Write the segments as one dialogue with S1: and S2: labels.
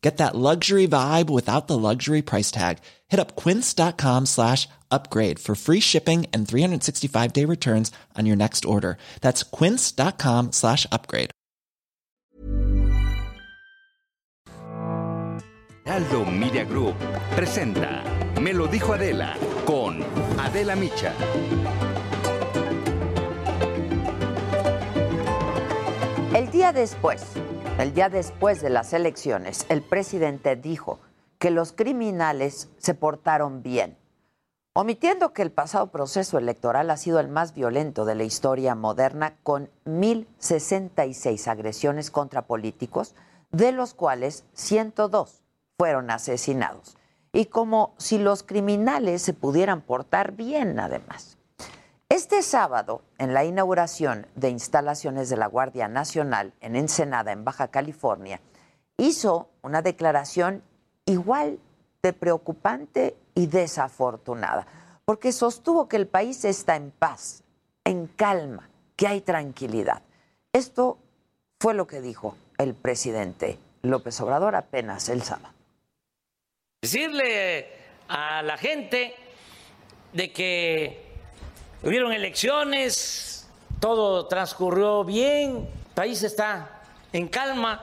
S1: Get that luxury vibe without the luxury price tag. Hit up quince.com slash upgrade for free shipping and 365 day returns on your next order. That's quince.com slash upgrade.
S2: Aldo Media Group presenta Me lo dijo Adela con Adela Micha.
S3: El día después, el día después de las elecciones, el presidente dijo que los criminales se portaron bien, omitiendo que el pasado proceso electoral ha sido el más violento de la historia moderna con 1066 agresiones contra políticos, de los cuales 102 fueron asesinados. Y como si los criminales se pudieran portar bien, además. Este sábado, en la inauguración de instalaciones de la Guardia Nacional en Ensenada, en Baja California, hizo una declaración igual de preocupante y desafortunada, porque sostuvo que el país está en paz, en calma, que hay tranquilidad. Esto fue lo que dijo el presidente López Obrador apenas el sábado.
S4: Decirle a la gente de que Hubieron elecciones, todo transcurrió bien, el país está en calma,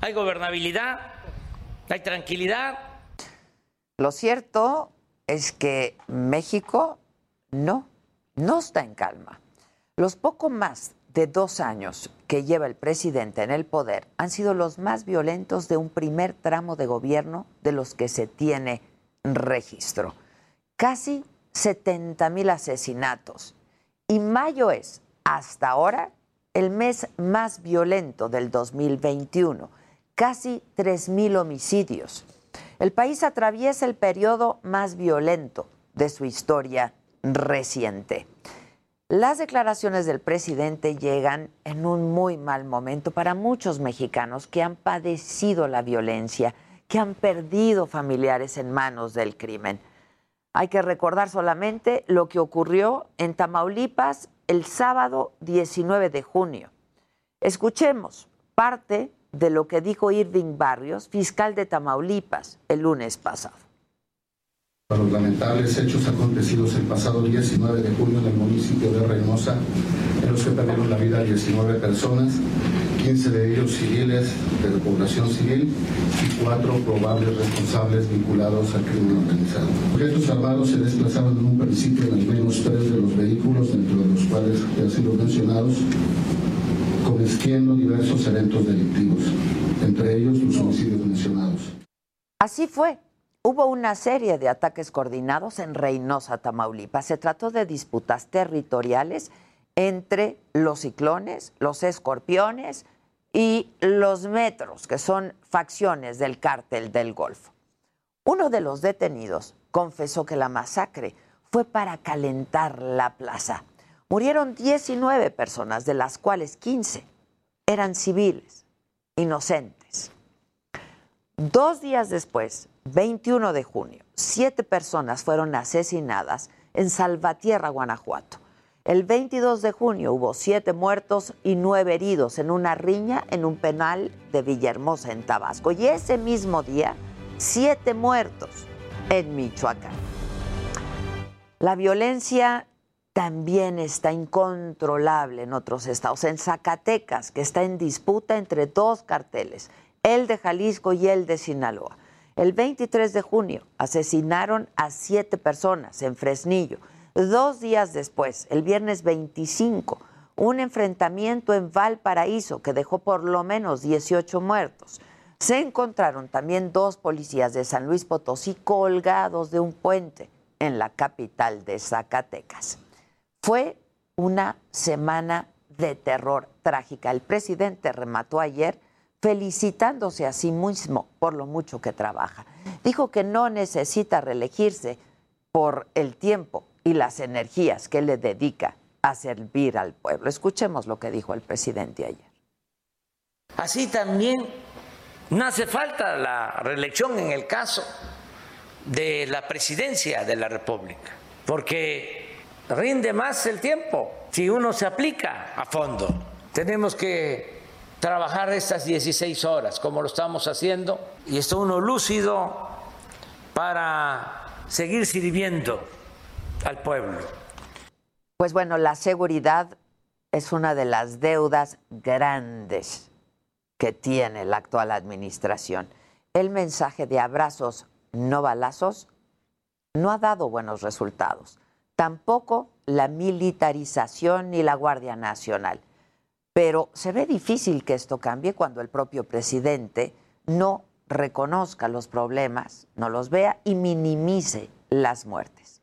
S4: hay gobernabilidad, hay tranquilidad.
S3: Lo cierto es que México no, no está en calma. Los poco más de dos años que lleva el presidente en el poder han sido los más violentos de un primer tramo de gobierno de los que se tiene registro. Casi 70 mil asesinatos. Y mayo es, hasta ahora, el mes más violento del 2021, casi 3 mil homicidios. El país atraviesa el periodo más violento de su historia reciente. Las declaraciones del presidente llegan en un muy mal momento para muchos mexicanos que han padecido la violencia, que han perdido familiares en manos del crimen. Hay que recordar solamente lo que ocurrió en Tamaulipas el sábado 19 de junio. Escuchemos parte de lo que dijo Irving Barrios, fiscal de Tamaulipas, el lunes pasado.
S5: Para los lamentables hechos acontecidos el pasado 19 de junio en el municipio de Reynosa, en los que perdieron la vida 19 personas, 15 de ellos civiles de la población civil y 4 probables responsables vinculados al crimen organizado. Objetos armados se desplazaron en un principio en al menos tres de los vehículos, dentro de los cuales ya sido mencionados, cometiendo diversos eventos delictivos, entre ellos los homicidios mencionados.
S3: Así fue. Hubo una serie de ataques coordinados en Reynosa, Tamaulipas. Se trató de disputas territoriales entre los ciclones, los escorpiones y los metros, que son facciones del cártel del Golfo. Uno de los detenidos confesó que la masacre fue para calentar la plaza. Murieron 19 personas, de las cuales 15 eran civiles, inocentes. Dos días después, 21 de junio, siete personas fueron asesinadas en Salvatierra, Guanajuato. El 22 de junio hubo siete muertos y nueve heridos en una riña en un penal de Villahermosa, en Tabasco. Y ese mismo día, siete muertos en Michoacán. La violencia también está incontrolable en otros estados. En Zacatecas, que está en disputa entre dos carteles, el de Jalisco y el de Sinaloa. El 23 de junio asesinaron a siete personas en Fresnillo. Dos días después, el viernes 25, un enfrentamiento en Valparaíso que dejó por lo menos 18 muertos. Se encontraron también dos policías de San Luis Potosí colgados de un puente en la capital de Zacatecas. Fue una semana de terror trágica. El presidente remató ayer felicitándose a sí mismo por lo mucho que trabaja. Dijo que no necesita reelegirse por el tiempo y las energías que le dedica a servir al pueblo. Escuchemos lo que dijo el presidente ayer.
S4: Así también no hace falta la reelección en el caso de la presidencia de la República, porque rinde más el tiempo si uno se aplica a fondo. Tenemos que trabajar estas 16 horas como lo estamos haciendo y está uno lúcido para seguir sirviendo al pueblo.
S3: Pues bueno, la seguridad es una de las deudas grandes que tiene la actual administración. El mensaje de abrazos, no balazos, no ha dado buenos resultados. Tampoco la militarización ni la Guardia Nacional. Pero se ve difícil que esto cambie cuando el propio presidente no reconozca los problemas, no los vea y minimice las muertes.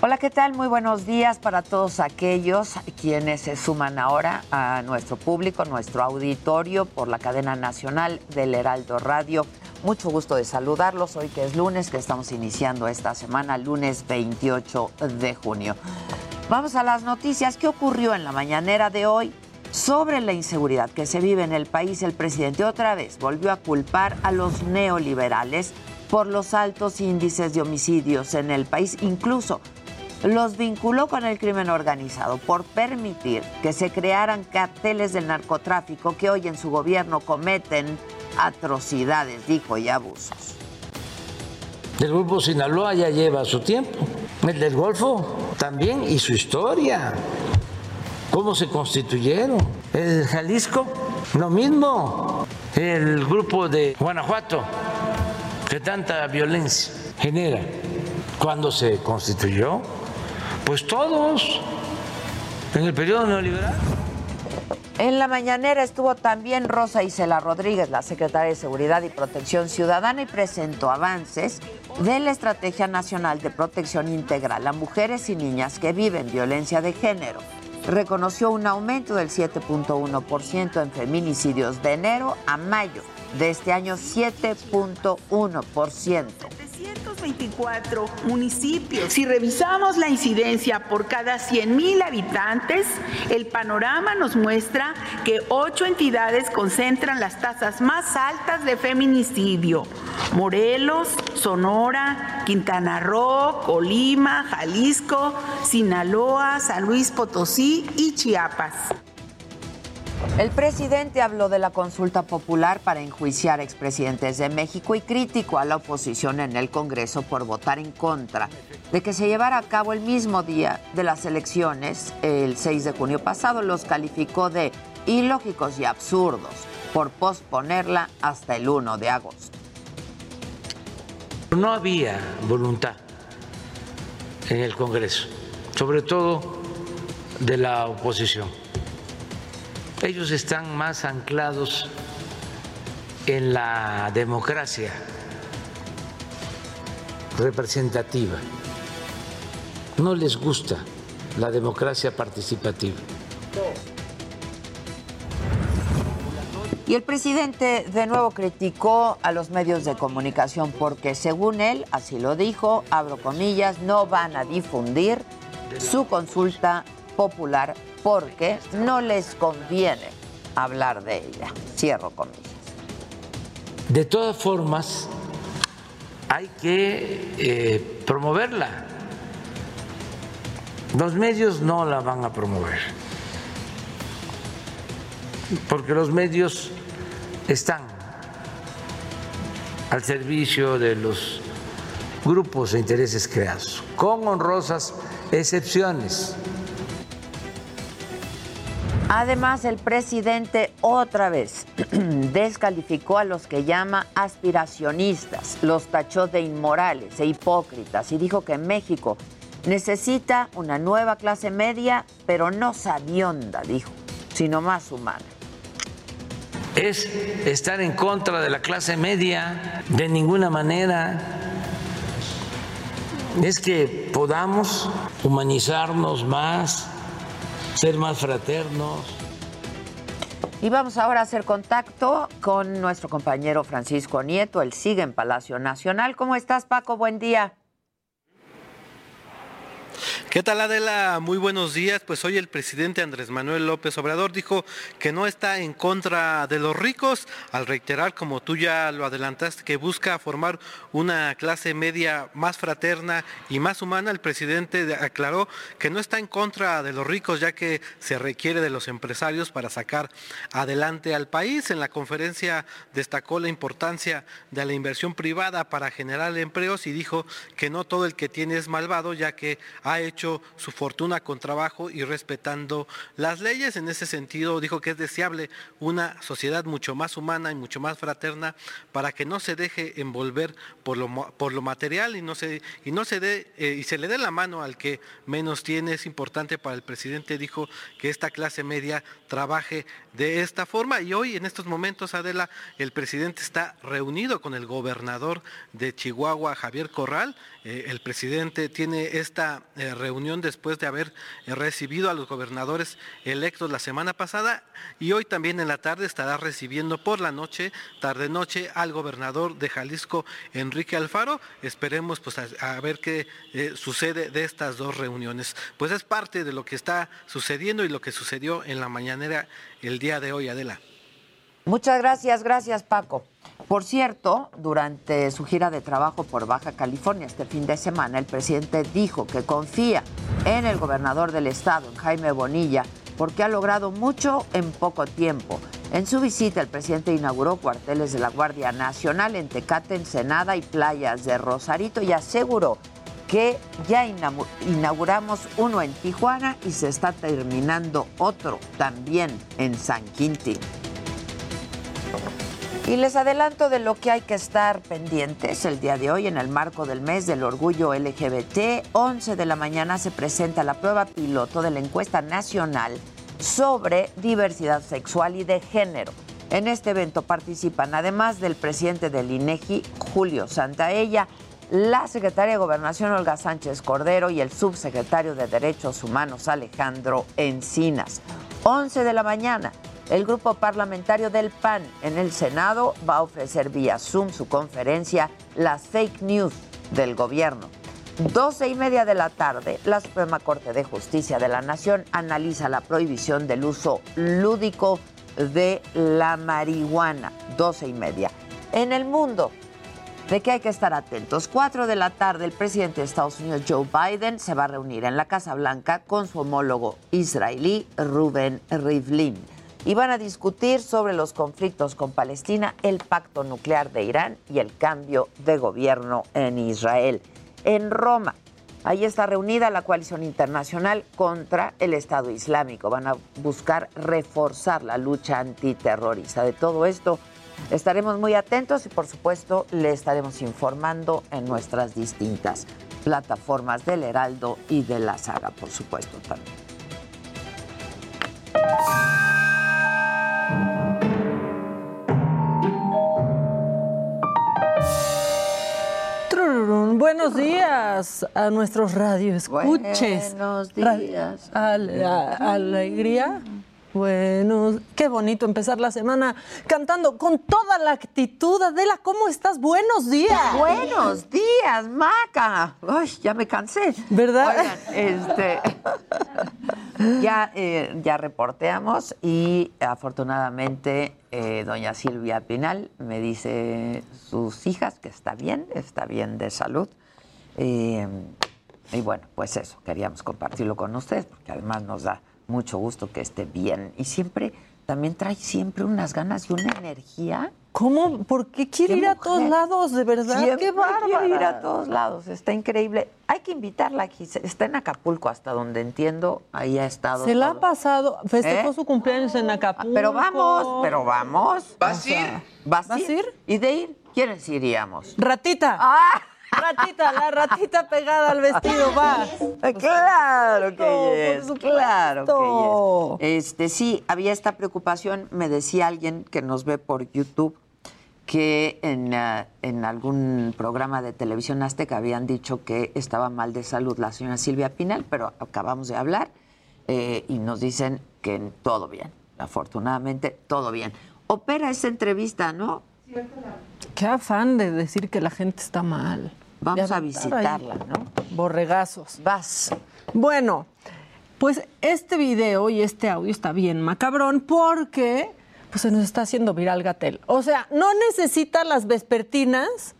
S3: Hola, ¿qué tal? Muy buenos días para todos aquellos quienes se suman ahora a nuestro público, nuestro auditorio por la cadena nacional del Heraldo Radio. Mucho gusto de saludarlos hoy que es lunes, que estamos iniciando esta semana, lunes 28 de junio. Vamos a las noticias. ¿Qué ocurrió en la mañanera de hoy? Sobre la inseguridad que se vive en el país, el presidente otra vez volvió a culpar a los neoliberales por los altos índices de homicidios en el país, incluso los vinculó con el crimen organizado por permitir que se crearan carteles del narcotráfico que hoy en su gobierno cometen atrocidades, dijo, y abusos.
S4: El grupo Sinaloa ya lleva su tiempo, el del Golfo también y su historia, cómo se constituyeron, el Jalisco, lo mismo, el grupo de Guanajuato, que tanta violencia genera cuando se constituyó. Pues todos, en el periodo neoliberal.
S3: En la mañanera estuvo también Rosa Isela Rodríguez, la secretaria de Seguridad y Protección Ciudadana, y presentó avances de la Estrategia Nacional de Protección Integral a mujeres y niñas que viven violencia de género. Reconoció un aumento del 7.1% en feminicidios de enero a mayo de este año, 7.1%.
S6: 724 municipios. Si revisamos la incidencia por cada 100.000 habitantes, el panorama nos muestra que ocho entidades concentran las tasas más altas de feminicidio. Morelos, Sonora, Quintana Roo, Colima, Jalisco, Sinaloa, San Luis Potosí y Chiapas.
S3: El presidente habló de la consulta popular para enjuiciar expresidentes de México y criticó a la oposición en el Congreso por votar en contra de que se llevara a cabo el mismo día de las elecciones, el 6 de junio pasado. Los calificó de ilógicos y absurdos por posponerla hasta el 1 de agosto.
S4: No había voluntad en el Congreso, sobre todo de la oposición ellos están más anclados en la democracia representativa. No les gusta la democracia participativa.
S3: Y el presidente de nuevo criticó a los medios de comunicación porque según él, así lo dijo, abro comillas, no van a difundir su consulta popular porque no les conviene hablar de ella. Cierro comillas.
S4: De todas formas, hay que eh, promoverla. Los medios no la van a promover, porque los medios están al servicio de los grupos e intereses creados, con honrosas excepciones.
S3: Además, el presidente otra vez descalificó a los que llama aspiracionistas, los tachó de inmorales e hipócritas y dijo que México necesita una nueva clase media, pero no sabionda, dijo, sino más humana.
S4: Es estar en contra de la clase media de ninguna manera. Es que podamos humanizarnos más, ser más fraternos.
S3: Y vamos ahora a hacer contacto con nuestro compañero Francisco Nieto. Él sigue en Palacio Nacional. ¿Cómo estás, Paco? Buen día.
S7: ¿Qué tal Adela? Muy buenos días. Pues hoy el presidente Andrés Manuel López Obrador dijo que no está en contra de los ricos, al reiterar, como tú ya lo adelantaste, que busca formar una clase media más fraterna y más humana. El presidente aclaró que no está en contra de los ricos, ya que se requiere de los empresarios para sacar adelante al país. En la conferencia destacó la importancia de la inversión privada para generar empleos y dijo que no todo el que tiene es malvado, ya que ha hecho su fortuna con trabajo y respetando las leyes. En ese sentido, dijo que es deseable una sociedad mucho más humana y mucho más fraterna para que no se deje envolver por lo, por lo material y no se, y no se dé eh, y se le dé la mano al que menos tiene. Es importante para el presidente, dijo, que esta clase media trabaje de esta forma. Y hoy, en estos momentos, Adela, el presidente está reunido con el gobernador de Chihuahua, Javier Corral. Eh, el presidente tiene esta eh, reunión después de haber eh, recibido a los gobernadores electos la semana pasada y hoy también en la tarde estará recibiendo por la noche, tarde-noche, al gobernador de Jalisco, Enrique Alfaro. Esperemos pues a, a ver qué eh, sucede de estas dos reuniones. Pues es parte de lo que está sucediendo y lo que sucedió en la mañanera el día de hoy, Adela.
S3: Muchas gracias, gracias Paco. Por cierto, durante su gira de trabajo por Baja California este fin de semana, el presidente dijo que confía en el gobernador del estado, en Jaime Bonilla, porque ha logrado mucho en poco tiempo. En su visita, el presidente inauguró cuarteles de la Guardia Nacional en Tecate, Ensenada y playas de Rosarito y aseguró que ya inauguramos uno en Tijuana y se está terminando otro también en San Quintín. Y les adelanto de lo que hay que estar pendientes el día de hoy en el marco del mes del orgullo LGBT. 11 de la mañana se presenta la prueba piloto de la encuesta nacional sobre diversidad sexual y de género. En este evento participan, además del presidente del INEGI, Julio Santaella, la secretaria de Gobernación, Olga Sánchez Cordero, y el subsecretario de Derechos Humanos, Alejandro Encinas. 11 de la mañana, el grupo parlamentario del PAN en el Senado va a ofrecer vía Zoom su conferencia Las Fake News del Gobierno. 12 y media de la tarde, la Suprema Corte de Justicia de la Nación analiza la prohibición del uso lúdico de la marihuana. 12 y media. En el mundo, de que hay que estar atentos. 4 de la tarde, el presidente de Estados Unidos, Joe Biden, se va a reunir en la Casa Blanca con su homólogo israelí, Rubén Rivlin y van a discutir sobre los conflictos con Palestina, el pacto nuclear de Irán y el cambio de gobierno en Israel. En Roma, ahí está reunida la coalición internacional contra el Estado Islámico. Van a buscar reforzar la lucha antiterrorista. De todo esto estaremos muy atentos y por supuesto le estaremos informando en nuestras distintas plataformas del Heraldo y de la saga, por supuesto también.
S8: Buenos días a nuestros radioescuches.
S3: Buenos días.
S8: Ale alegría. Buenos. Qué bonito empezar la semana cantando con toda la actitud. Adela, ¿cómo estás? Buenos días.
S3: Buenos días, Maca. Ay, ya me cansé.
S8: ¿Verdad?
S3: Oigan, este, ya, eh, ya reporteamos y afortunadamente eh, doña Silvia Pinal me dice sus hijas que está bien, está bien de salud. Eh, y bueno, pues eso, queríamos compartirlo con ustedes porque además nos da mucho gusto que esté bien. Y siempre, también trae siempre unas ganas y una energía
S8: ¿Cómo? ¿Por qué quiere
S3: Qué
S8: ir a todos
S3: mujer.
S8: lados? De verdad,
S3: Siempre
S8: qué bárbara.
S3: quiere ir a todos lados, está increíble. Hay que invitarla aquí. Está en Acapulco, hasta donde entiendo, ahí ha estado.
S8: Se la ha
S3: todo.
S8: pasado, festejó
S3: ¿Eh?
S8: su cumpleaños en Acapulco.
S3: Pero vamos, pero vamos.
S9: ¿Vas
S3: O sea,
S9: a ir?
S3: ¿Vas a
S8: ¿Vas a
S3: ir?
S8: ir?
S3: ¿Y de ir? ¿Quiénes iríamos?
S8: Ratita.
S3: ¡Ah!
S8: Ratita, la ratita pegada al vestido, va.
S3: Ah, Claro que
S8: por
S3: yes,
S8: supuesto.
S3: claro que yes. Este sí, había esta preocupación, me decía alguien que nos ve por YouTube que en, ah, en algún programa de televisión azteca habían dicho que estaba mal de salud la señora Silvia Pinal, pero acabamos de hablar eh, y nos dicen que todo bien, afortunadamente todo bien. Opera esa entrevista, ¿no?
S8: Qué afán de decir que la gente está mal.
S3: Vamos
S8: De
S3: a
S8: aventar
S3: visitarla,
S8: ahí
S3: ¿no?
S8: Borregazos.
S3: Vas.
S8: Bueno, pues este video y este audio está bien macabrón porque pues se nos está haciendo viral Gatel. O sea, no necesita las vespertinas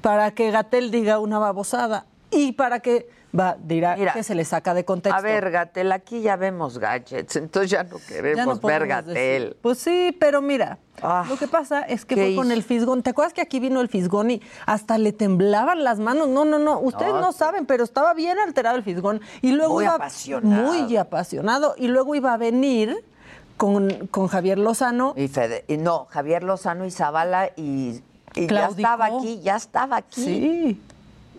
S8: para que Gatel diga una babosada y para que va dirá
S3: Mira,
S8: que se le saca de contexto.
S3: A ver, Gatel, aquí ya vemos gadgets, entonces ya no queremos
S8: Ya no
S3: ver
S8: podemos decir.
S3: Gatel.
S8: Pues sí, pero mira,
S3: Ah,
S8: lo que pasa es que
S3: ¿qué
S8: fue con
S3: hizo?
S8: el fisgón. ¿Te acuerdas que aquí vino el fisgón y hasta le temblaban las manos? No, no, no, ustedes no,
S3: No, sí.
S8: saben, pero estaba bien alterado el fisgón. Y luego
S3: Muy
S8: iba
S3: apasionado.
S8: muy apasionado. Y luego iba a venir con, con Javier Lozano.
S3: Y Fede, y no, Javier Lozano y Zavala y, y ya
S8: Claudicó.
S3: estaba aquí, ya estaba aquí.
S8: Sí.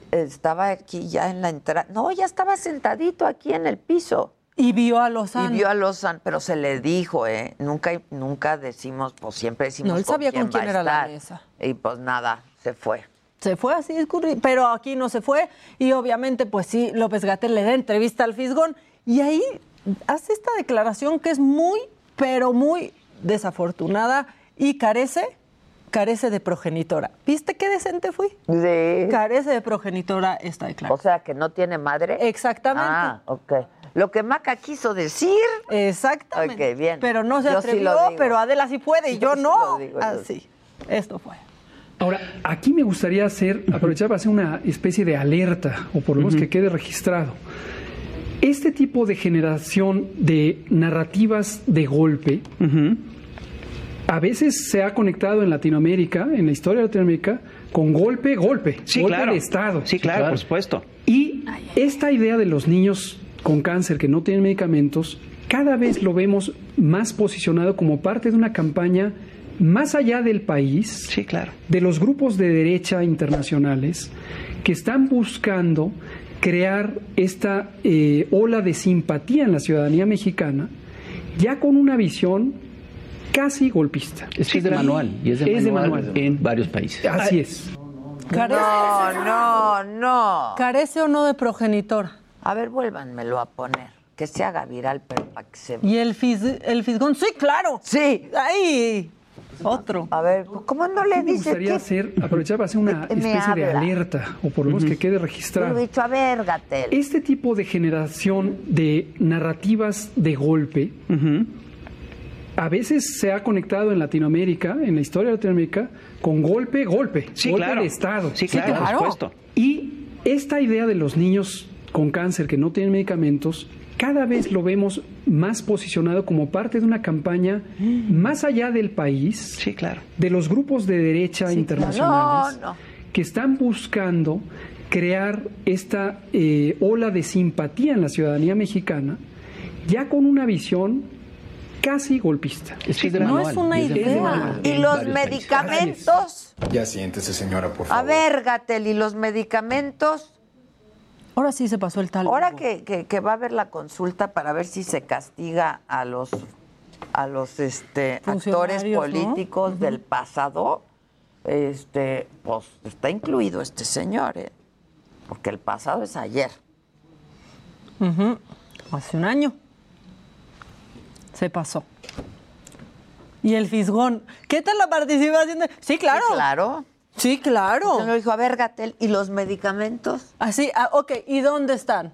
S3: Estaba aquí ya en la entrada. No, ya estaba sentadito aquí en el piso.
S8: Y vio a Lozano.
S3: Y vio a Lozano, pero se le dijo, ¿eh? Nunca, nunca decimos, pues siempre decimos.
S8: No, él sabía con
S3: va
S8: quién
S3: a
S8: era la
S3: estar.
S8: mesa.
S3: Y pues nada, se fue.
S8: Se fue así, escurri- pero aquí no se fue. Y obviamente, pues sí, López Gatel le da entrevista al Fisgón. Y ahí hace esta declaración que es muy, pero muy desafortunada y carece, carece de progenitora. ¿Viste qué decente fui?
S3: De-
S8: Carece de progenitora esta
S3: O
S8: declaración.
S3: sea, que no tiene madre.
S8: Exactamente.
S3: Ah, ok. Lo que Maca quiso decir.
S8: Exactamente.
S3: Ok, bien.
S8: Pero no se
S3: Yo sí
S8: atrevió,
S3: lo digo.
S8: pero Adela sí puede y yo,
S3: Yo sí
S8: no.
S3: lo digo, yo
S8: así. Esto fue.
S10: Ahora, aquí me gustaría hacer, aprovechar para hacer una especie de alerta, o por lo menos que quede registrado. Este tipo de generación de narrativas de golpe a veces se ha conectado en Latinoamérica, en la historia de Latinoamérica, con golpe, golpe, golpe de Estado.
S11: Sí, claro, por supuesto.
S10: Y esta idea de los niños con cáncer que no tienen medicamentos, cada vez lo vemos más posicionado como parte de una campaña más allá del país
S11: Sí, claro.
S10: de los grupos de derecha internacionales que están buscando crear esta eh, ola de simpatía en la ciudadanía mexicana, ya con una visión casi golpista.
S11: Es que es de manual y es de,
S10: Es de
S11: manual, Eh,
S10: manual.
S11: en varios países.
S10: Así es.
S8: Carece,
S3: No, no, no.
S8: carece o no de progenitora.
S3: A ver, vuélvanmelo a poner. Que se haga viral, pero para que se
S8: Y el, fis, el fisgón, sí, claro.
S3: Sí.
S8: Ahí. Otro.
S3: A ver, ¿cómo no le
S10: Me
S3: dices
S10: gustaría
S3: que
S10: hacer, aprovechar para hacer una
S3: Me
S10: especie de
S3: habla.
S10: alerta, o por lo menos que quede
S3: lo
S10: registrado.
S3: he dicho? A ver, Gatel.
S10: Este tipo de generación de narrativas de golpe a veces se ha conectado en Latinoamérica, en la historia de Latinoamérica, con golpe, golpe,
S11: Sí,
S10: golpe
S11: claro.
S10: de Estado.
S11: Sí, claro, por supuesto.
S10: Y esta idea de los niños con cáncer que no tienen medicamentos, cada vez lo vemos más posicionado como parte de una campaña más allá del país
S11: Sí, claro.
S10: de los grupos de derecha internacionales
S3: No, no.
S10: que están buscando crear esta eh, ola de simpatía en la ciudadanía mexicana, ya con una visión casi golpista.
S11: Es que es de
S8: No
S11: manual.
S8: es una
S11: y de-
S8: idea.
S11: es de manual
S3: Y
S11: en
S3: los
S11: varios países.
S3: medicamentos.
S5: Ya siéntese, señora, por
S3: A ver, Gatel, ¿y los medicamentos?
S8: Ahora sí se pasó el tal.
S3: Ahora
S8: Hugo.
S3: que, que- que va a haber la consulta para ver si se castiga a los a los este actores
S8: Funcionarios, ¿no?
S3: políticos del pasado, este, pues está incluido este señor, ¿eh? porque el pasado es ayer.
S8: Ujú. Hace un año. Se pasó. Y el fisgón. ¿Qué tal la participación? de- Sí, claro.
S3: Sí, claro.
S8: Sí, claro.
S3: Entonces le dijo, a ver, Gatel, ¿y los medicamentos?
S8: Así, ah, ok, ¿y dónde están?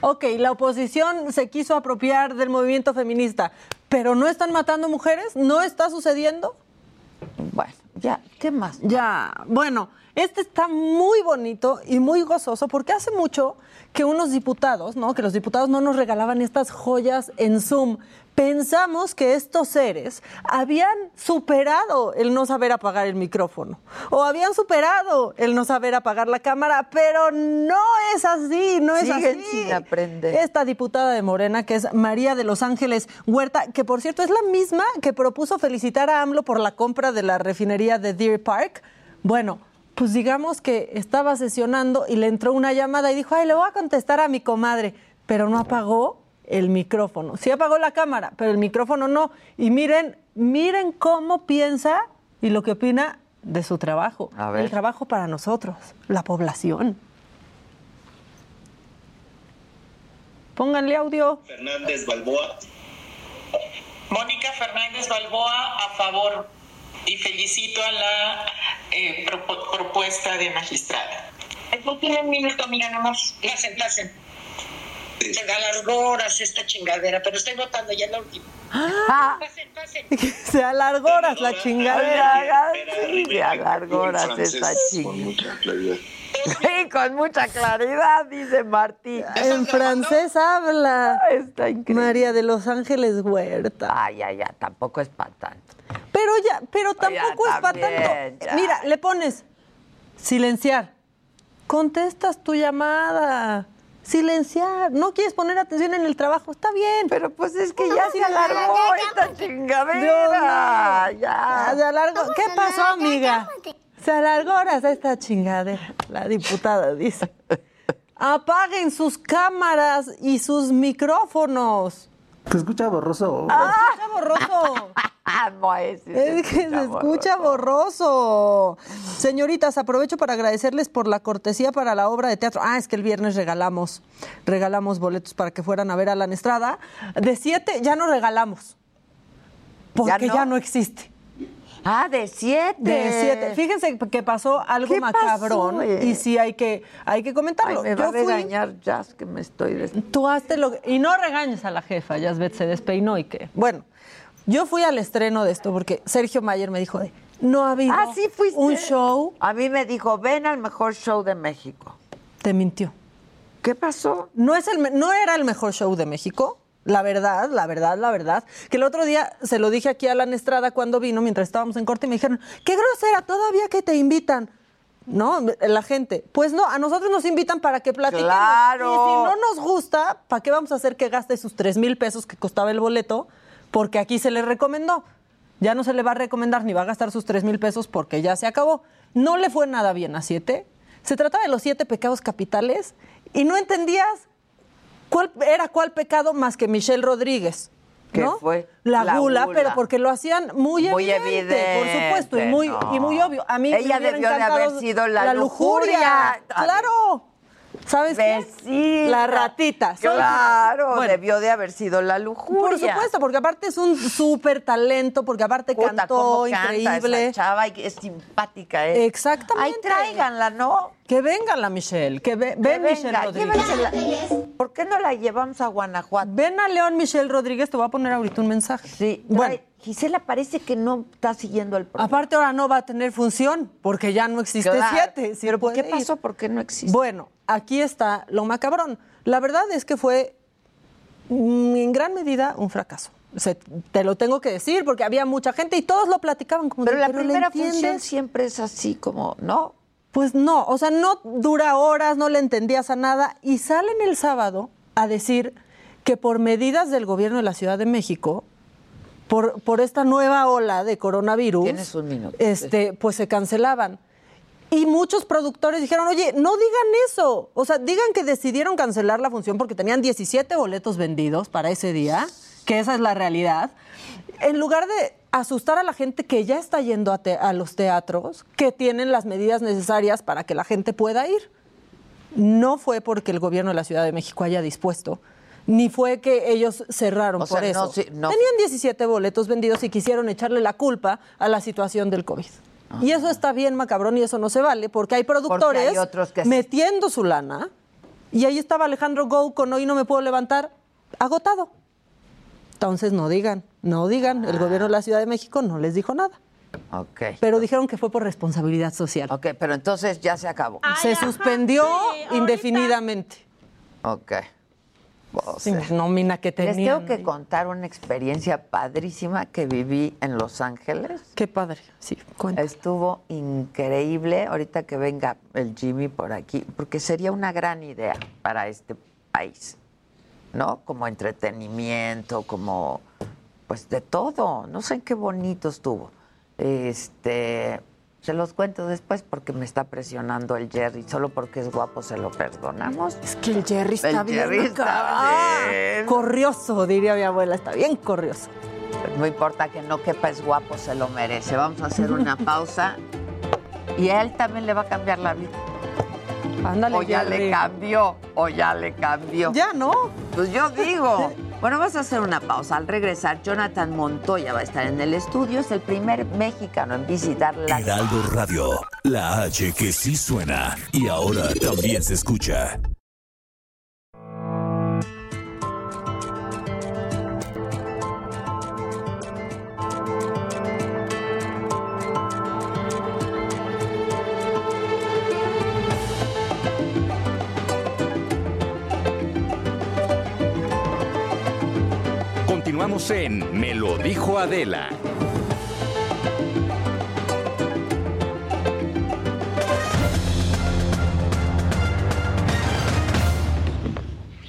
S8: Ok, la oposición se quiso apropiar del movimiento feminista, pero ¿no están matando mujeres? ¿No está sucediendo?
S3: Bueno, ya, ¿qué más?
S8: Ya, bueno, este está muy bonito y muy gozoso porque hace mucho que unos diputados, ¿no? Que los diputados no nos regalaban estas joyas en Zoom, pensamos que estos seres habían superado el no saber apagar el micrófono o habían superado el no saber apagar la cámara, pero no es así, no es
S3: Siguen
S8: así.
S3: sin aprender.
S8: Esta diputada de Morena, que es María de Los Ángeles Huerta, que por cierto es la misma que propuso felicitar a AMLO por la compra de la refinería de Deer Park. Bueno, pues digamos que estaba sesionando y le entró una llamada y dijo, ay, le voy a contestar a mi comadre, pero no apagó el micrófono. Sí apagó la cámara, pero el micrófono no. Y miren, miren cómo piensa y lo que opina de su trabajo.
S3: A ver.
S8: El trabajo para nosotros, la población. Pónganle audio.
S9: Fernández Balboa. Mónica Fernández Balboa a favor y felicito a la eh, propo- propuesta de magistrada. No tiene un minuto, mira nomás, la sentasen. Se da las horas esta chingadera, pero estoy notando ya la última.
S3: Ah,
S9: Pasen, pasen.
S8: Se alargó horas la chingadera.
S3: oiga, sí, de alargoras esa chingada. Sí, con mucha claridad, dice Martí.
S8: En francés habla
S3: Está increíble.
S8: María de Los Ángeles Huerta.
S3: Ay, ay, ay, tampoco es para tanto.
S8: Pero ya, pero tampoco es para
S3: también,
S8: tanto.
S3: ya.
S8: Mira, le pones silenciar. Contestas tu llamada. Silenciar. No quieres poner atención en el trabajo. Está bien.
S3: Pero pues es que ya se alargó esta
S8: Dios
S3: chingadera.
S8: mío.
S3: Ya.
S8: Ya se alargó. ¿Qué pasó, amiga? Se alargó horas esta chingadera. La diputada dice. Apaguen sus cámaras y sus micrófonos. Ah,
S12: Te escucha borroso.
S3: Ah,
S8: Está borroso.
S3: Amo a ese,
S8: Es que se escucha borroso. Señoritas, aprovecho para agradecerles por la cortesía para la obra de teatro. Ah, es que el viernes regalamos, regalamos boletos para que fueran a ver a Alan Estrada. De siete ya no regalamos. Porque
S3: no?
S8: ¿Ya no? existe.
S3: Ah, de siete.
S8: De siete. Fíjense que pasó algo
S3: ¿Qué pasó,
S8: macabrón
S3: eh?
S8: y sí hay que, hay que
S3: Ay,
S8: comentarlo.
S3: me va
S8: Yo
S3: a
S8: fui-
S3: regañar Jazz que me estoy des...
S8: Tú hazte lo que- Y no regañes a la jefa, Yasbet se despeinó y que... Bueno, yo fui al estreno de esto porque Sergio Mayer me dijo de... No ha habido
S3: Ah, sí fuiste.
S8: un show.
S3: A mí me dijo, ven al mejor show de México.
S8: Te mintió.
S3: ¿Qué pasó?
S8: No, es el, me- no era el mejor show de México. La verdad, la verdad, la verdad. Que el otro día se lo dije aquí a Alan Estrada cuando vino, mientras estábamos en corte, y me dijeron, qué grosera, todavía que te invitan. No, la gente. Pues no, a nosotros nos invitan para que platiquemos.
S3: ¡Claro!
S8: Y si no nos gusta, ¿para qué vamos a hacer que gaste sus tres mil pesos que costaba el boleto? Porque aquí se le recomendó. Ya no se le va a recomendar ni va a gastar sus tres mil pesos porque ya se acabó. No le fue nada bien a siete. Se trata de los siete pecados capitales y no entendías cuál era cuál pecado más que Michelle Rodríguez.
S3: ¿Qué
S8: ¿no?
S3: fue?
S8: La,
S3: La
S8: gula,
S3: gula.
S8: pero porque lo hacían muy,
S3: Muy
S8: evidente,
S3: evidente,
S8: por supuesto, y muy,
S3: no.
S8: y muy obvio. A mí me
S3: Ella
S8: hubiera
S3: debió de
S8: encantado
S3: haber sido la lujuria.
S8: Claro. ¿Sabes qué?
S3: Vecina.
S8: La ratita. soy
S3: Claro,
S8: ratita. Bueno,
S3: debió de haber sido la lujuria.
S8: Por supuesto, porque aparte es un súper talento, porque aparte
S3: Puta,
S8: cantó
S3: cómo canta
S8: increíble.
S3: Esa chava y es simpática, ¿eh?
S8: Exactamente.
S3: Ay, tráiganla, ¿no?
S8: Que venga la Michelle, que ve,
S3: Que
S8: ven Michelle
S3: venga,
S8: Rodríguez.
S3: llévensela. ¿Por qué no la llevamos a Guanajuato?
S8: Ven a León Michelle Rodríguez, te voy a poner ahorita un mensaje.
S3: Sí,
S8: Bueno,
S3: trae- Gisela parece que no está siguiendo el programa.
S8: aparte ahora no va a tener función, porque ya no existe
S3: Claro.
S8: siete. sí
S3: Pero ¿qué
S8: puede ir.
S3: pasó? ¿Por qué no existe?
S8: Bueno, aquí está lo macabrón. La verdad es que fue mm, en gran medida un fracaso. Se- te lo tengo que decir porque había mucha gente y todos lo platicaban como
S3: pero
S8: de,
S3: la
S8: le
S3: primera función
S8: entiendes?".
S3: siempre es así como, ¿no?
S8: Pues no, o sea, no dura horas, no le entendías a nada y salen el sábado a decir que por medidas del gobierno de la Ciudad de México, por, por esta nueva ola de coronavirus,
S3: Tienes un minuto.
S8: Este, pues se cancelaban. Y muchos productores dijeron, oye, no digan eso. O sea, digan que decidieron cancelar la función porque tenían 17 boletos vendidos para ese día, que esa es la realidad. En lugar de asustar a la gente que ya está yendo a, te- a los teatros, que tienen las medidas necesarias para que la gente pueda ir. No fue porque el gobierno de la Ciudad de México haya dispuesto, ni fue que ellos cerraron
S3: O
S8: por
S3: sea, no,
S8: eso.
S3: sí, no.
S8: Tenían 17 boletos vendidos y quisieron echarle la culpa a la situación del COVID. Y eso está bien macabrón y eso no se vale porque hay productores
S3: hay otros que sí.
S8: metiendo su lana y ahí estaba Alejandro Gou con Hoy no me puedo levantar agotado. Entonces no digan, no digan, el gobierno de la Ciudad de México no les dijo nada,
S3: Ok.
S8: pero dijeron que fue por responsabilidad social. Ah.
S3: Ok, pero entonces ya se acabó.
S8: Se suspendió indefinidamente.
S3: Ok. O
S8: Sí,
S3: sea,
S8: pues, no, mina que
S3: les
S8: tenían.
S3: tengo que contar una experiencia padrísima que viví en Los Ángeles.
S8: Qué padre. Sí, cuenta.
S3: Estuvo increíble. Ahorita que venga el Jimmy por aquí, porque sería una gran idea para este país, ¿no? Como entretenimiento, como pues de todo. No sé en qué bonito estuvo. Este, se los cuento después porque me está presionando el Jerry. Solo porque es guapo se lo perdonamos.
S8: Es que el Jerry está bien.
S3: Jerry está
S8: acá.
S3: bien.
S8: Corrioso, diría mi abuela. Está bien corrioso.
S3: No importa que no quepa, es guapo, se lo merece. Vamos a hacer una pausa. Y a él también le va a cambiar la vida.
S8: Ándale,
S3: O ya le
S8: Jerry.
S3: cambió, o ya le cambió.
S8: Ya no.
S3: Pues yo digo. Bueno, vamos a hacer una pausa. Al regresar, Jonathan Montoya va a estar en el estudio. Es el primer mexicano en visitar la
S12: Heraldo Radio, la H que sí suena y ahora también se escucha.
S2: Continuamos en Me lo dijo Adela.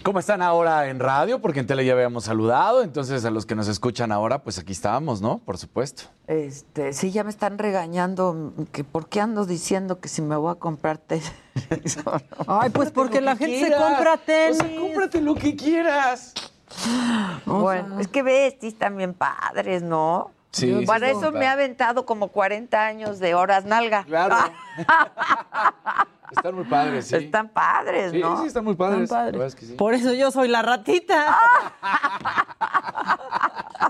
S13: ¿Cómo están ahora en radio? Porque en tele ya habíamos saludado, entonces a los que nos escuchan ahora, pues aquí estábamos, ¿no? Por supuesto.
S3: Este, sí, ya me están regañando que por qué ando diciendo que si me voy a comprar tenis o no.
S8: Ay, pues porque la gente se
S13: quieras.
S8: compra
S13: O
S8: tenis.
S13: sea, cómprate lo que quieras.
S3: Bueno, es que vestis también padres, ¿no?
S13: Sí, sí,
S3: Para
S13: sí,
S3: eso
S13: sí.
S3: me ha aventado como 40 años de horas nalga.
S13: Claro. están muy padres, sí.
S3: Están padres,
S13: sí,
S3: ¿no?
S13: sí, están muy padres.
S8: Tan padre.
S13: La verdad es que sí.
S8: Por eso yo soy la ratita.
S3: Ah.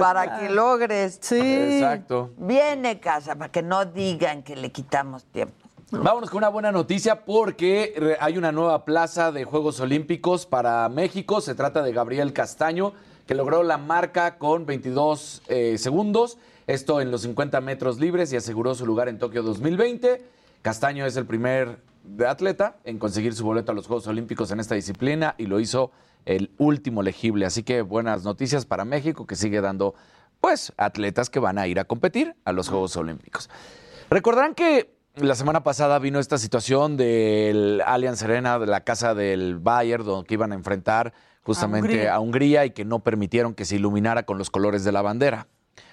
S3: Para que logres.
S8: sí.
S13: Exacto.
S3: Viene casa, para que no digan que le quitamos tiempo.
S13: Vámonos con una buena noticia porque re- hay una nueva plaza de Juegos Olímpicos para México. Se trata de Gabriel Castaño, que logró la marca con 22 eh, segundos. Esto en los 50 metros libres y aseguró su lugar en Tokio 2020. Castaño es el primer de atleta en conseguir su boleto a los Juegos Olímpicos en esta disciplina y lo hizo el último legible. Así que buenas noticias para México que sigue dando pues atletas que van a ir a competir a los Juegos Olímpicos. Recordarán que la semana pasada vino esta situación del Allianz Arena, de la casa del Bayern, donde que iban a enfrentar justamente a Hungría.
S8: Hungría.
S13: y que no permitieron que se iluminara con los colores de la bandera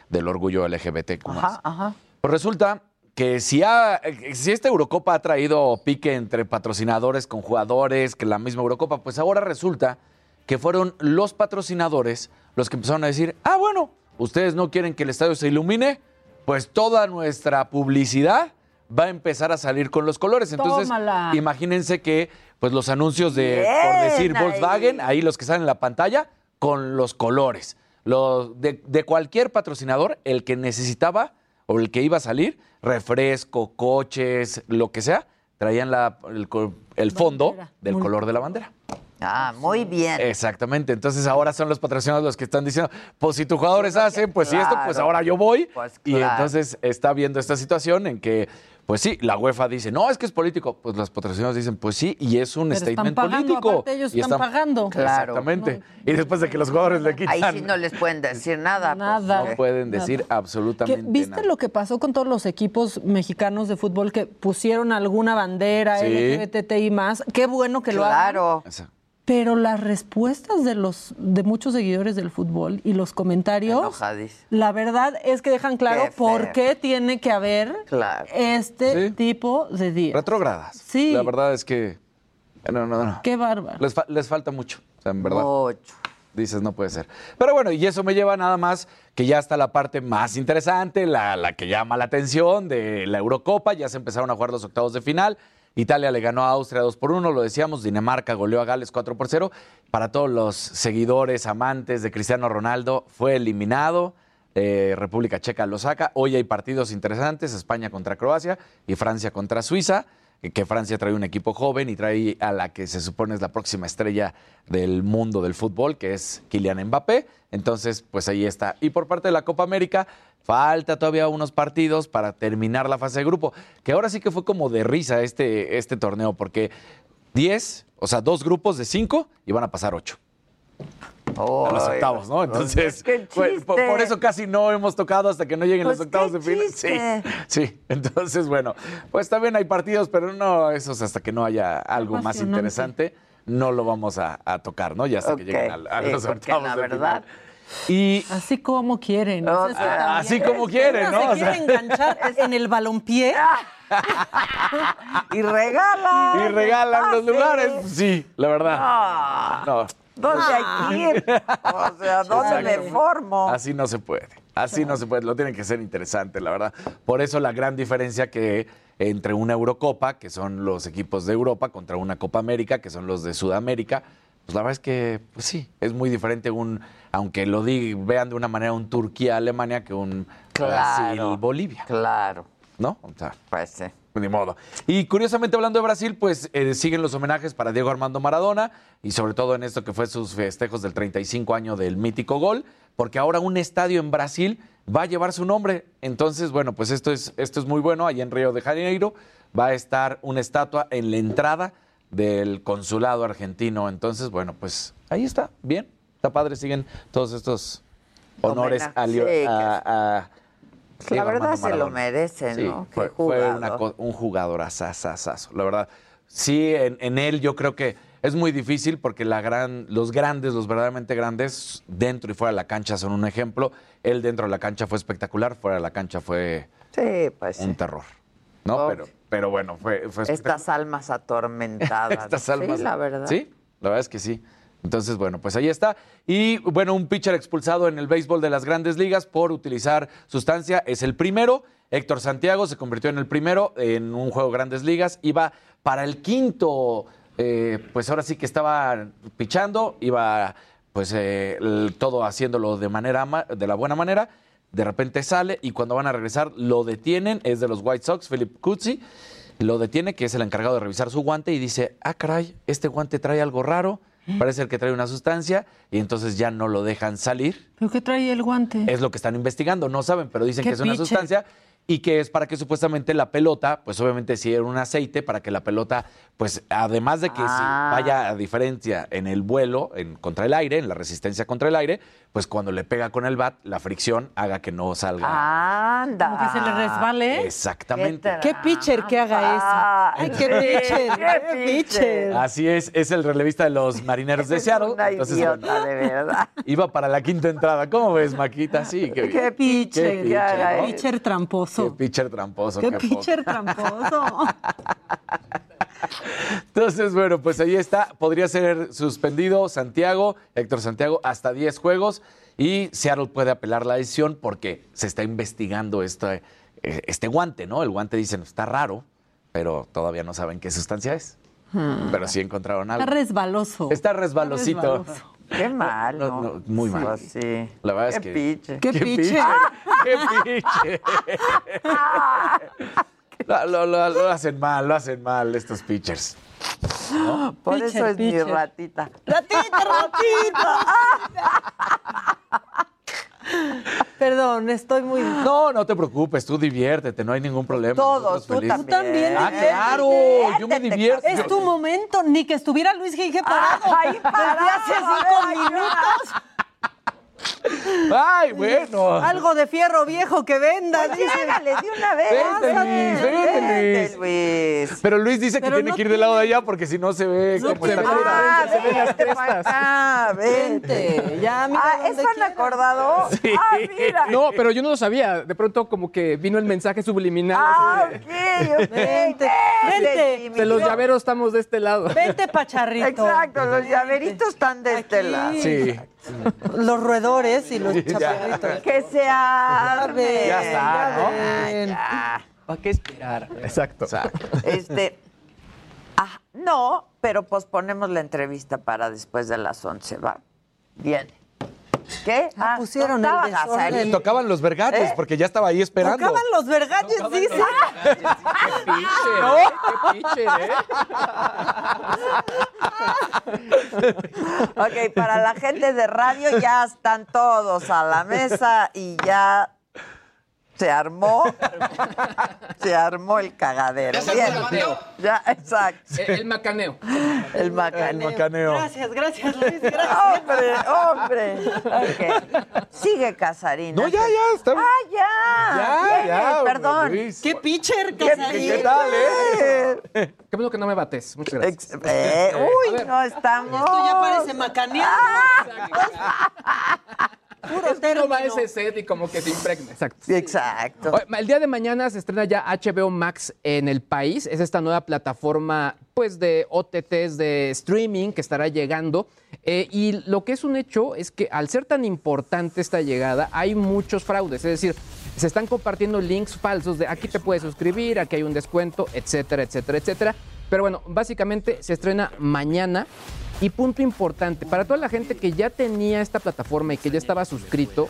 S13: del orgullo LGBT.
S3: Ajá, ajá.
S13: Pues resulta que si, ha- eh, si esta Eurocopa ha traído pique entre patrocinadores con jugadores, que la misma Eurocopa, pues ahora resulta que fueron los patrocinadores los que empezaron a decir, ah, bueno, ustedes no quieren que el estadio se ilumine, pues toda nuestra publicidad va a empezar a salir con los colores. Entonces,
S8: Tómala.
S13: imagínense que pues los anuncios de, por
S3: Bien,
S13: decir,
S3: ahí.
S13: Volkswagen, ahí los que salen en la pantalla, con los colores. Los de, de cualquier patrocinador, el que necesitaba o el que iba a salir, refresco, coches, lo que sea, traían la- el, co- el fondo
S8: Bandera.
S13: del
S8: Muy-
S13: color de la bandera.
S3: Ah, muy bien.
S13: Exactamente. Entonces ahora son los patrocinadores los que están diciendo, pues si tus jugadores hacen, pues si esto, pues
S3: Claro.
S13: ahora yo voy.
S3: Pues,
S13: Y
S3: claro.
S13: entonces está viendo esta situación en que, pues sí, la UEFA dice, no, es que es político. Pues los patrocinadores dicen, pues sí, y es un
S8: Pero están
S13: statement
S8: pagando,
S13: político.
S8: aparte ellos
S13: Y
S8: están pagando.
S3: Claro.
S13: Exactamente. Y después de que los jugadores le quitan.
S3: Ahí sí no les pueden decir nada. pues,
S8: Nada.
S13: no
S3: porque-
S13: pueden decir
S8: Nada.
S13: absolutamente
S8: ¿Qué- ¿Viste
S13: nada.
S8: lo que pasó con todos los equipos mexicanos de fútbol que pusieron alguna bandera
S13: Sí.
S8: LGBTI más? Qué bueno que lo hagan.
S3: Claro.
S13: Exacto.
S8: Pero las respuestas de los de muchos seguidores del fútbol y los comentarios,
S3: Ah. Enojadis.
S8: la verdad es que dejan claro
S3: Qué feo.
S8: por qué tiene que haber
S3: Claro.
S8: este
S13: Sí.
S8: tipo de días.
S13: Retrógradas.
S8: Sí.
S13: La verdad es que. No, no, no.
S8: Qué bárbaro.
S13: Les, fa- les falta mucho, o sea, en verdad.
S3: Ocho.
S13: Dices, no puede ser. Pero bueno, y eso me lleva nada más que ya está la parte más interesante, la, la que llama la atención de la Eurocopa. Ya se empezaron a jugar los octavos de final. Italia le ganó a Austria 2 por 1, lo decíamos. Dinamarca goleó a Gales 4 por 0. Para todos los seguidores, amantes de Cristiano Ronaldo, fue eliminado. Eh, República Checa lo saca. Hoy hay partidos interesantes: España contra Croacia y Francia contra Suiza. eh, Que Francia trae un equipo joven y trae a la que se supone es la próxima estrella del mundo del fútbol, que es Kylian Mbappé. Entonces, pues ahí está. Y por parte de la Copa América, falta todavía unos partidos para terminar la fase de grupo. Que ahora sí que fue como de risa este, este torneo, porque 10, o sea, dos grupos de 5 y van a pasar 8. a los
S3: Ay,
S13: octavos, ¿no?
S3: no,
S13: Entonces,
S3: qué
S13: bueno, por,
S3: chiste.
S13: por eso casi no hemos tocado hasta que no lleguen
S3: Pues,
S13: los octavos
S3: qué
S13: de final. Sí,
S3: chiste.
S13: sí. Entonces, bueno, pues también hay partidos, pero no esos hasta que no haya algo más
S3: Apasionante.
S13: interesante, no lo vamos a, a tocar, ¿no? Ya hasta que
S3: Ok,
S13: lleguen al- a,
S3: sí,
S13: los
S3: porque la
S13: octavos de
S3: verdad- ah,
S13: final. Y
S8: Así como quieren.
S13: O
S8: es que
S13: sea,
S8: también
S13: así como
S8: es que
S13: quieren,
S8: uno
S13: ¿no?
S8: Se
S13: O sea.
S8: quiere enganchar en el balompié.
S3: Ah. y regala.
S13: Y regalan
S8: ah,
S13: los lugares. Sí, la verdad. No.
S3: Ah. ¿Dónde hay que ir? O sea, ¿dónde me
S13: Exacto. Ah.
S3: formo?
S13: Así no se puede. Así no se puede. Lo tienen que ser interesante, la verdad. Por eso la gran diferencia que entre una Eurocopa, que son los equipos de Europa, contra una Copa América, que son los de Sudamérica, pues la verdad es que pues sí, es muy diferente un, aunque lo di- vean de una manera un Turquía-Alemania que un Brasil-Bolivia.
S3: Claro.
S13: ¿No? O sea,
S3: pues sí.
S13: Ni modo. Y curiosamente hablando de Brasil, pues eh, siguen los homenajes para Diego Armando Maradona y sobre todo en esto que fue sus festejos del 35 año del mítico gol, porque ahora un estadio en Brasil va a llevar su nombre. Entonces, bueno, pues esto es, esto es muy bueno. Allí en Río de Janeiro va a estar una estatua en la entrada del consulado argentino. Entonces, bueno, pues ahí está. Bien, está padre. Siguen todos estos honores
S3: Homenaje.
S13: a, Leo-
S3: Sí, que-
S13: a- a-
S3: La
S13: Diego
S3: verdad
S13: Armando
S3: se lo
S13: Maradona.
S3: merece,
S13: Sí,
S3: ¿no?
S13: fue,
S3: Qué
S13: fue
S3: jugador.
S13: una co- un jugador asasasazo, la verdad. Sí, en, en él yo creo que es muy difícil porque la gran, los grandes, los verdaderamente grandes, dentro y fuera de la cancha son un ejemplo. Él dentro de la cancha fue espectacular, fuera de la cancha fue
S3: Sí, pues sí.
S13: un terror. ¿no?
S3: Oh.
S13: Pero, pero bueno, fue, fue
S3: Estas almas atormentadas.
S13: estas almas.
S3: Sí, la verdad.
S13: Sí, la verdad es que sí. Entonces, bueno, pues ahí está. Y bueno, un pitcher expulsado en el béisbol de las grandes ligas por utilizar sustancia es el primero. Héctor Santiago se convirtió en el primero en un juego grandes ligas. Iba para el quinto, eh, pues ahora sí que estaba pichando, iba pues eh, el- todo haciéndolo de manera ama- de la buena manera. De repente sale y cuando van a regresar lo detienen. Es de los White Sox, Philip Coetzee. Lo detiene, que es el encargado de revisar su guante, y dice, ah, caray, este guante trae algo raro, parece que trae una sustancia, y entonces ya no lo dejan salir.
S8: ¿Pero qué traía el guante?
S13: Es lo que están investigando, no saben, pero dicen
S8: Qué
S13: que es una
S8: pitcher.
S13: sustancia y que es para que supuestamente la pelota, pues obviamente si era un aceite, para que la pelota, pues además de que si
S3: Ah.
S13: vaya a diferencia en el vuelo, en, contra el aire, en la resistencia contra el aire, pues cuando le pega con el bat, la fricción haga que no salga.
S3: Anda.
S8: Como que se le resbale.
S13: Exactamente.
S8: Qué pitcher que haga eso. Ay, qué pitcher. Qué pitcher.
S13: Así es, es el relevista de los marineros de Seattle.
S3: Una
S13: Entonces,
S3: idiota,
S13: bueno,
S3: de verdad.
S13: iba para la quinta entrada. ¿Cómo ves, Maquita? Sí, qué,
S8: Qué pitcher.
S13: Qué pitcher,
S8: Qué
S13: ¿no?
S8: pitcher tramposo.
S13: Qué pitcher tramposo.
S8: Qué
S13: poco.
S8: pitcher tramposo.
S13: Entonces, bueno, pues ahí está. Podría ser suspendido Santiago, Héctor Santiago, hasta 10 juegos. Y Seattle puede apelar la decisión porque se está investigando este, eh, este guante, ¿no? El guante dicen, está raro, pero todavía no saben qué sustancia es.
S8: Ah.
S13: Pero sí encontraron algo.
S8: Está resbaloso.
S13: Está resbalosito.
S8: resbaloso.
S3: Qué mal.
S13: No,
S3: ¿no?
S13: no, muy mal.
S3: Pues sí.
S13: La verdad es
S3: Qué
S13: que. Ah,
S3: pitcher.
S8: Qué pitcher.
S13: ¡Qué pinche! lo, lo- lo- lo hacen mal, lo hacen mal estos pitchers.
S3: Por
S8: Pitcher,
S3: eso es
S8: pitcher.
S3: mi ratita.
S8: Ratita, ratita. Perdón, estoy muy.
S13: No, no te preocupes, tú diviértete, no hay ningún problema.
S3: Todos,
S13: nosotros
S3: tú
S13: felices.
S8: Tú también.
S13: Ah,
S8: diviértete.
S13: claro, yo me divierto.
S8: Es tu momento, ni que estuviera Luis G.G. parado.
S3: Ah, Ahí parado,
S8: Desde hace
S3: a ver,
S8: cinco
S3: ayuda.
S8: minutos.
S13: Ay, bueno.
S8: Algo de fierro viejo que venda.
S3: Pues
S8: dice.
S3: llégale de una vez.
S13: Vente,
S3: pásale,
S13: Luis, vente, Luis.
S3: Luis.
S13: Pero Luis dice que
S8: Pero
S13: tiene
S8: no
S13: que ir del lado de allá porque si no se ve
S8: No
S13: como
S8: te
S13: está.
S8: ve.
S13: colorado.
S3: Ah,
S8: se ven las
S3: vente pa'
S8: crestas.
S3: acá,
S8: Vente, ya, mira
S3: Ah,
S8: dónde
S3: ¿es fan
S8: quieras.
S3: acordado? Ah, mira.
S14: No, pero yo no lo sabía. De pronto como que vino el mensaje subliminal.
S3: Ah,
S14: así de,
S3: ok, ok.
S8: Vente, vente.
S3: Jimmy.
S14: de los llaveros estamos de este lado.
S8: Vente, pacharrito.
S3: Exacto, los llaveritos están de este lado.
S13: Sí.
S8: Los roedores y los
S13: Ya.
S8: chaparritos.
S3: Que se arme.
S13: Ya está, ¿no?
S8: ven.
S11: ¿Para qué esperar?
S13: Exacto.
S3: Este, ah, no, pero posponemos la entrevista para después de las 11, va. Bien. ¿Qué?
S8: Ah, pusieron el
S3: tocaba
S8: desorden.
S3: Gasali.
S13: tocaban los vergates
S3: ¿Eh?
S13: porque ya estaba ahí esperando.
S8: Tocaban los vergalles, dice.
S14: ¡Qué pinche, eh!
S3: Ok, para la gente de radio ya están todos a la mesa y ya se armó, se armó el cagadero.
S11: ¿Ya se
S3: Bien.
S11: armó el macaneo?
S3: Ya, exacto.
S14: Eh,
S11: El- el macaneo.
S3: El macaneo.
S8: Gracias, gracias, Luis.
S3: Hombre, hombre. Ok. Sigue Casarín. No, ya, ya, está. Ah, ya.
S11: Ya, ya,
S3: Viene, perdón.
S11: hombre, Luis.
S3: Qué pitcher,
S11: Casarín. ¿Qué tal, eh?
S14: Qué bueno que no me bates. Muchas gracias.
S3: Eh,
S14: A
S3: uy,
S14: ver,
S3: no estamos.
S14: Esto ya
S8: parece macaneado.
S3: Ah.
S14: es que uno va a ese set y como que se impregna. Exacto.
S3: Exacto.
S14: Oye, El día de mañana se estrena ya HBO Max en el país. Es esta nueva plataforma pues de OTTs de streaming que estará llegando. Eh, y lo que es un hecho es que al ser tan importante esta llegada, hay muchos fraudes. Es decir, se están compartiendo links falsos de aquí te puedes suscribir, aquí hay un descuento, etcétera, etcétera, etcétera. Pero bueno, básicamente se estrena mañana. Y punto importante, para toda la gente que ya tenía esta plataforma y que ya estaba suscrito,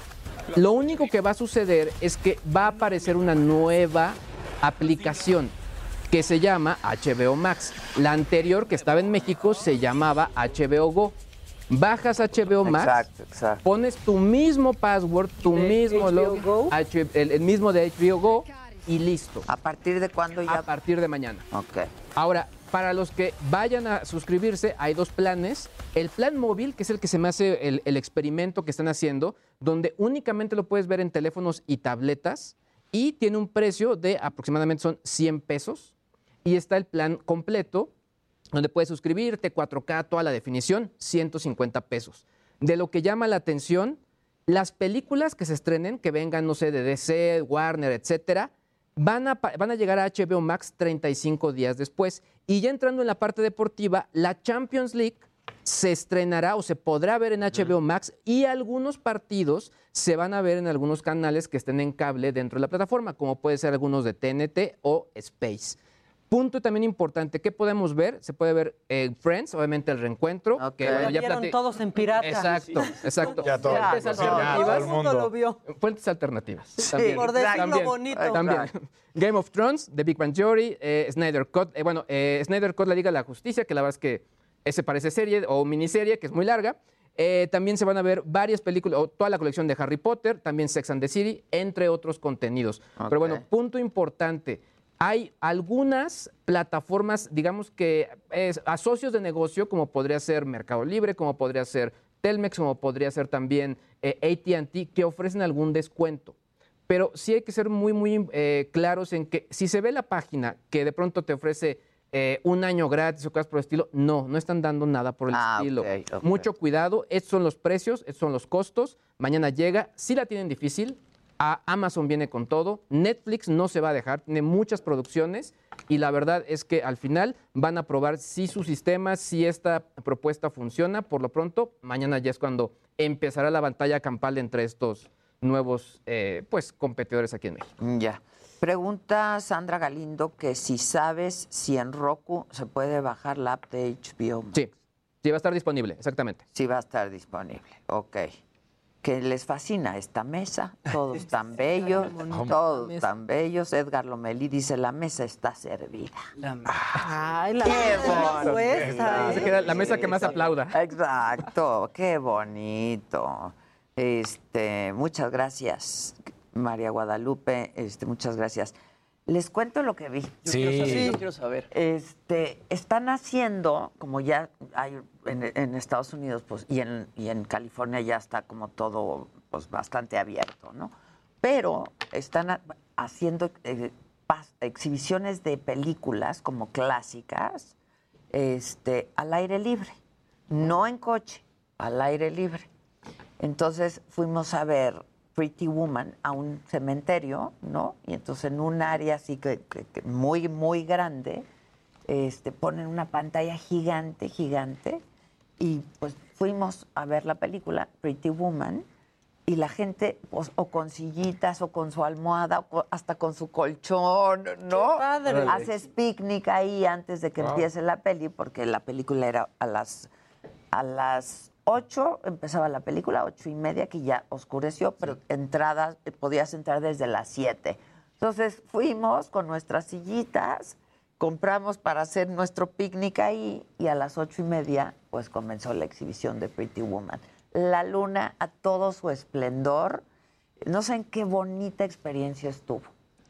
S14: lo único que va a suceder es que va a aparecer una nueva aplicación que se llama HBO Max. La anterior que estaba en México se llamaba HBO Go. Bajas HBO Max,
S3: Exacto, exacto.
S14: pones tu mismo password, tu
S3: ¿De
S14: mismo
S3: HBO
S14: login,
S3: Go?
S14: H- el, el mismo de HBO Go y listo.
S3: ¿A partir de cuándo ya?
S14: A partir de mañana.
S3: Ok.
S14: Ahora, para los que vayan a suscribirse, hay dos planes. El plan móvil, que es el que se me hace el, el experimento que están haciendo, donde únicamente lo puedes ver en teléfonos y tabletas y tiene un precio de aproximadamente son 100 pesos. Y está el plan completo, donde puedes suscribirte 4K, toda la definición, 150 pesos. De lo que llama la atención, las películas que se estrenen, que vengan, no sé, de DC, Warner, etcétera, van a, pa- van a llegar a HBO Max 35 días después. Y ya entrando en la parte deportiva, la Champions League se estrenará o se podrá ver en HBO Max y algunos partidos se van a ver en algunos canales que estén en cable dentro de la plataforma, como puede ser algunos de TNT o Space. Punto también importante, ¿qué podemos ver? Se puede ver eh, Friends, obviamente el reencuentro. que, bueno,
S8: Lo
S14: ya
S8: vieron
S14: plati-
S8: todos en pirata.
S14: Exacto, exacto.
S8: Ya todo el
S14: Fuentes
S8: mundo, ya
S14: alternativas.
S8: todo el mundo lo vio.
S14: Fuentes alternativas.
S8: Sí,
S14: también.
S8: por decirlo
S14: También,
S8: bonito.
S14: También. Game of Thrones, The Big Bang Theory, eh, Snyder Cut. eh, bueno, eh, Snyder Cut, La Liga de la Justicia, que la verdad es que ese parece serie o miniserie, que es muy larga. Eh, también se van a ver varias películas, o toda la colección de Harry Potter, también Sex and the City, entre otros contenidos. Pero bueno, punto importante. Hay algunas plataformas, digamos que es, a socios de negocio, como podría ser Mercado Libre, como podría ser Telmex, como podría ser también eh, ATT, que ofrecen algún descuento. Pero sí hay que ser muy, muy eh, claros en que si se ve la página que de pronto te ofrece eh, un año gratis o cosas por el estilo, no, no están dando nada por el estilo. Mucho cuidado, estos son los precios, estos son los costos. Mañana llega, si la tienen difícil, a Amazon viene con todo, Netflix no se va a dejar, tiene muchas producciones y la verdad es que al final van a probar si su sistema, si esta propuesta funciona. Por lo pronto, mañana ya es cuando empezará la batalla campal entre estos nuevos eh, pues, competidores aquí en México.
S3: Mm, Ya. Pregunta Sandra Galindo que si sabes si en Roku se puede bajar la app de HBO. Max.
S14: Sí, sí va a estar disponible, exactamente.
S3: Sí va a estar disponible, ok. Que les fascina esta mesa, todos tan bellos, todos tan bellos. Edgar Lomelí dice, la mesa está servida.
S8: Ay, la
S3: ¡Qué
S8: la suelta,
S14: Dice
S8: ¿eh?
S14: que era la mesa que más aplauda.
S3: Exacto, qué bonito. Este, muchas gracias, María Guadalupe, este, muchas gracias. Les cuento lo que vi.
S11: quiero saber, yo quiero saber.
S3: Este, están haciendo, como ya hay en, en Estados Unidos pues, y, en, y en California ya está como todo pues, bastante abierto, ¿no? Pero están ha- haciendo eh, pas- exhibiciones de películas como clásicas este, al aire libre, no en coche, al aire libre. Entonces fuimos a ver Pretty Woman a un cementerio, ¿no? Y entonces en un área así que, que- que muy, muy grande, este, ponen una pantalla gigante, gigante, y pues fuimos a ver la película Pretty Woman, y la gente, pues, o con sillitas, o con su almohada, o co- hasta con su colchón, ¿no?
S8: padre!
S3: Haces picnic ahí antes de que
S8: Wow.
S3: empiece la peli, porque la película era a las a las 8 empezaba la película, ocho y media, que ya oscureció, pero entradas, eh, podías entrar desde las 7. Entonces fuimos con nuestras sillitas, compramos para hacer nuestro picnic ahí y a las ocho y media pues comenzó la exhibición de Pretty Woman. La luna a todo su esplendor, No sé en qué bonita experiencia estuvo.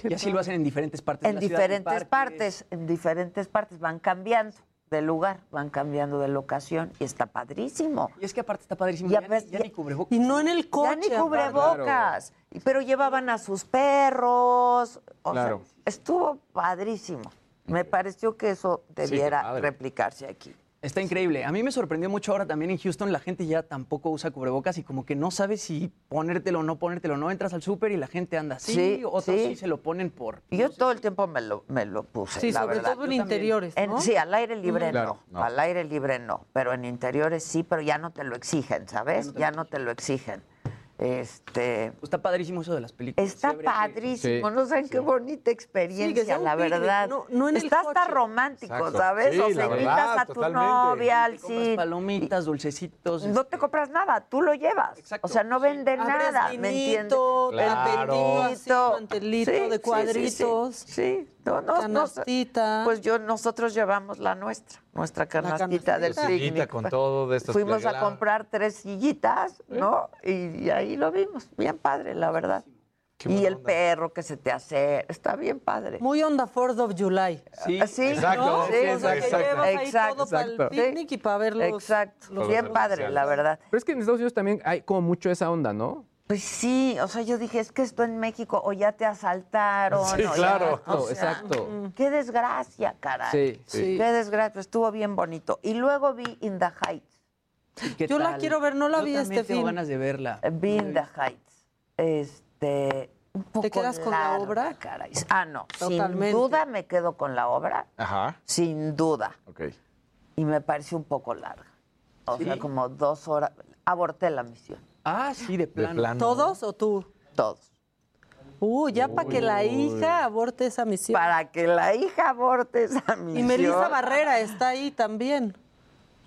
S15: Y así lo hacen en diferentes partes
S3: En
S15: de la ciudad,
S3: diferentes
S15: parques.
S3: partes, en diferentes partes, van cambiando de lugar, van cambiando de locación y está padrísimo.
S15: Y es que aparte está padrísimo.
S3: Ya
S15: Ya,
S3: ves,
S15: ya
S3: ya-
S15: ni cubrebocas.
S3: Ya ni cubrebocas. Y- Pero llevaban a sus perros. O sea,
S15: Claro.
S3: estuvo padrísimo. Me pareció que eso debiera replicarse aquí.
S15: Está increíble. A mí me sorprendió mucho ahora también en Houston. La gente ya tampoco usa cubrebocas y como que no sabe si ponértelo o no ponértelo. No entras al súper y la gente anda así.
S3: Sí,
S15: otros
S3: sí.
S15: sí. se lo ponen por.
S3: Yo todo el tiempo me lo, me lo puse.
S15: Sí,
S3: la
S15: sobre
S3: verdad.
S15: todo en Yo también. interiores,
S3: En-
S15: ¿no?
S3: sí, al aire libre
S15: Ujú. Claro,
S3: no,
S15: no.
S3: Al aire libre no. Pero en interiores sí, pero ya no te lo exigen, ¿sabes? Ya no te lo exigen. Este.
S15: Está padrísimo eso de las películas.
S3: Está padrísimo,
S15: Sí,
S3: no saben qué bonita
S15: Sí, que
S3: experiencia,
S15: sea un
S3: la
S15: picnic,
S3: verdad.
S15: no- no en el
S3: Está hasta
S15: coche.
S3: romántico,
S15: Exacto.
S3: ¿sabes?
S15: Sí,
S3: o
S15: la
S3: sea,
S15: verdad,
S3: invitas a tu
S15: totalmente.
S3: novia al
S15: Te compras
S3: cine.
S15: Palomitas, dulcecitos. este
S3: No te compras nada, tú lo llevas. O sea, no venden
S8: Abres
S3: nada,
S8: vinito,
S3: ¿me entiendes?
S8: Claro. papelito, así, mantelito de cuadritos.
S3: Sí, sí. No, no, no,
S8: Canastita.
S3: pues yo, nosotros llevamos la nuestra, nuestra canastita del
S13: Su sillita
S3: picnic.
S13: con todo de estas
S3: Fuimos a
S13: plegadas.
S3: comprar tres sillitas,
S14: ¿Eh?
S3: ¿no? Y, y ahí lo vimos, bien padre, la verdad. Y el perro que se te hace, está bien padre.
S8: Muy onda Fourth of July.
S3: Ah, Sí,
S8: exacto,
S3: ¿no?
S8: sí, O sea, que exacto. llevas ahí todo para el
S14: picnic
S3: Sí.
S14: y para ver los-
S3: Exacto,
S14: los
S3: bien
S14: artes
S3: padre,
S14: marciales.
S3: la verdad.
S14: Pero es que en Estados Unidos también hay como mucho esa onda, ¿no?
S3: Pues sí, o sea, yo dije, es que esto en México o ya te asaltaron.
S14: Sí,
S3: o ya-
S14: claro.
S3: o sea, mm,
S14: Exacto.
S3: Qué desgracia, caray.
S14: Sí, sí.
S3: Qué desgracia, estuvo bien bonito. Y luego vi In the Heights.
S8: Yo la quiero ver, no la vi
S15: también
S8: este
S15: tengo
S8: film.
S15: ganas de verla.
S3: Vi In the Heights. Este, un poco
S8: quedas con la
S3: larga,
S8: obra?
S3: caray. Ah, no.
S8: Totalmente.
S3: Sin duda me quedo con la obra.
S13: Ajá.
S3: Sin duda. Y me pareció un poco larga. O sea, como dos horas. Aborté la misión.
S15: Ah, sí, de
S3: plano.
S13: plano.
S8: ¿Todos o tú?
S3: Todos.
S8: Uy, ya para que la hija aborte esa misión.
S3: Para que la hija aborte esa misión.
S8: Y Melissa Barrera está ahí también.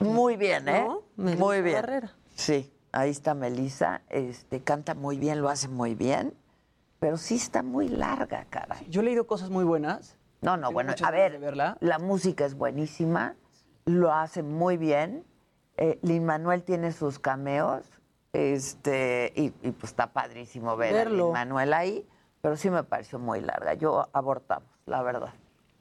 S3: Muy bien, ¿eh?
S8: ¿No?
S3: Muy bien.
S8: Barrera.
S3: Sí, ahí está Melissa. Este, canta muy bien, lo hace muy bien. Pero sí está muy larga, caray.
S15: Yo he leído cosas muy buenas.
S3: No, no, bueno, a ver, la música es buenísima, lo hace muy bien. Eh, Lin Manuel tiene sus cameos, este, y, y, pues está padrísimo ver a
S8: Verlo.
S3: Lin Manuel ahí, pero sí me pareció muy larga. Yo abortamos, la verdad.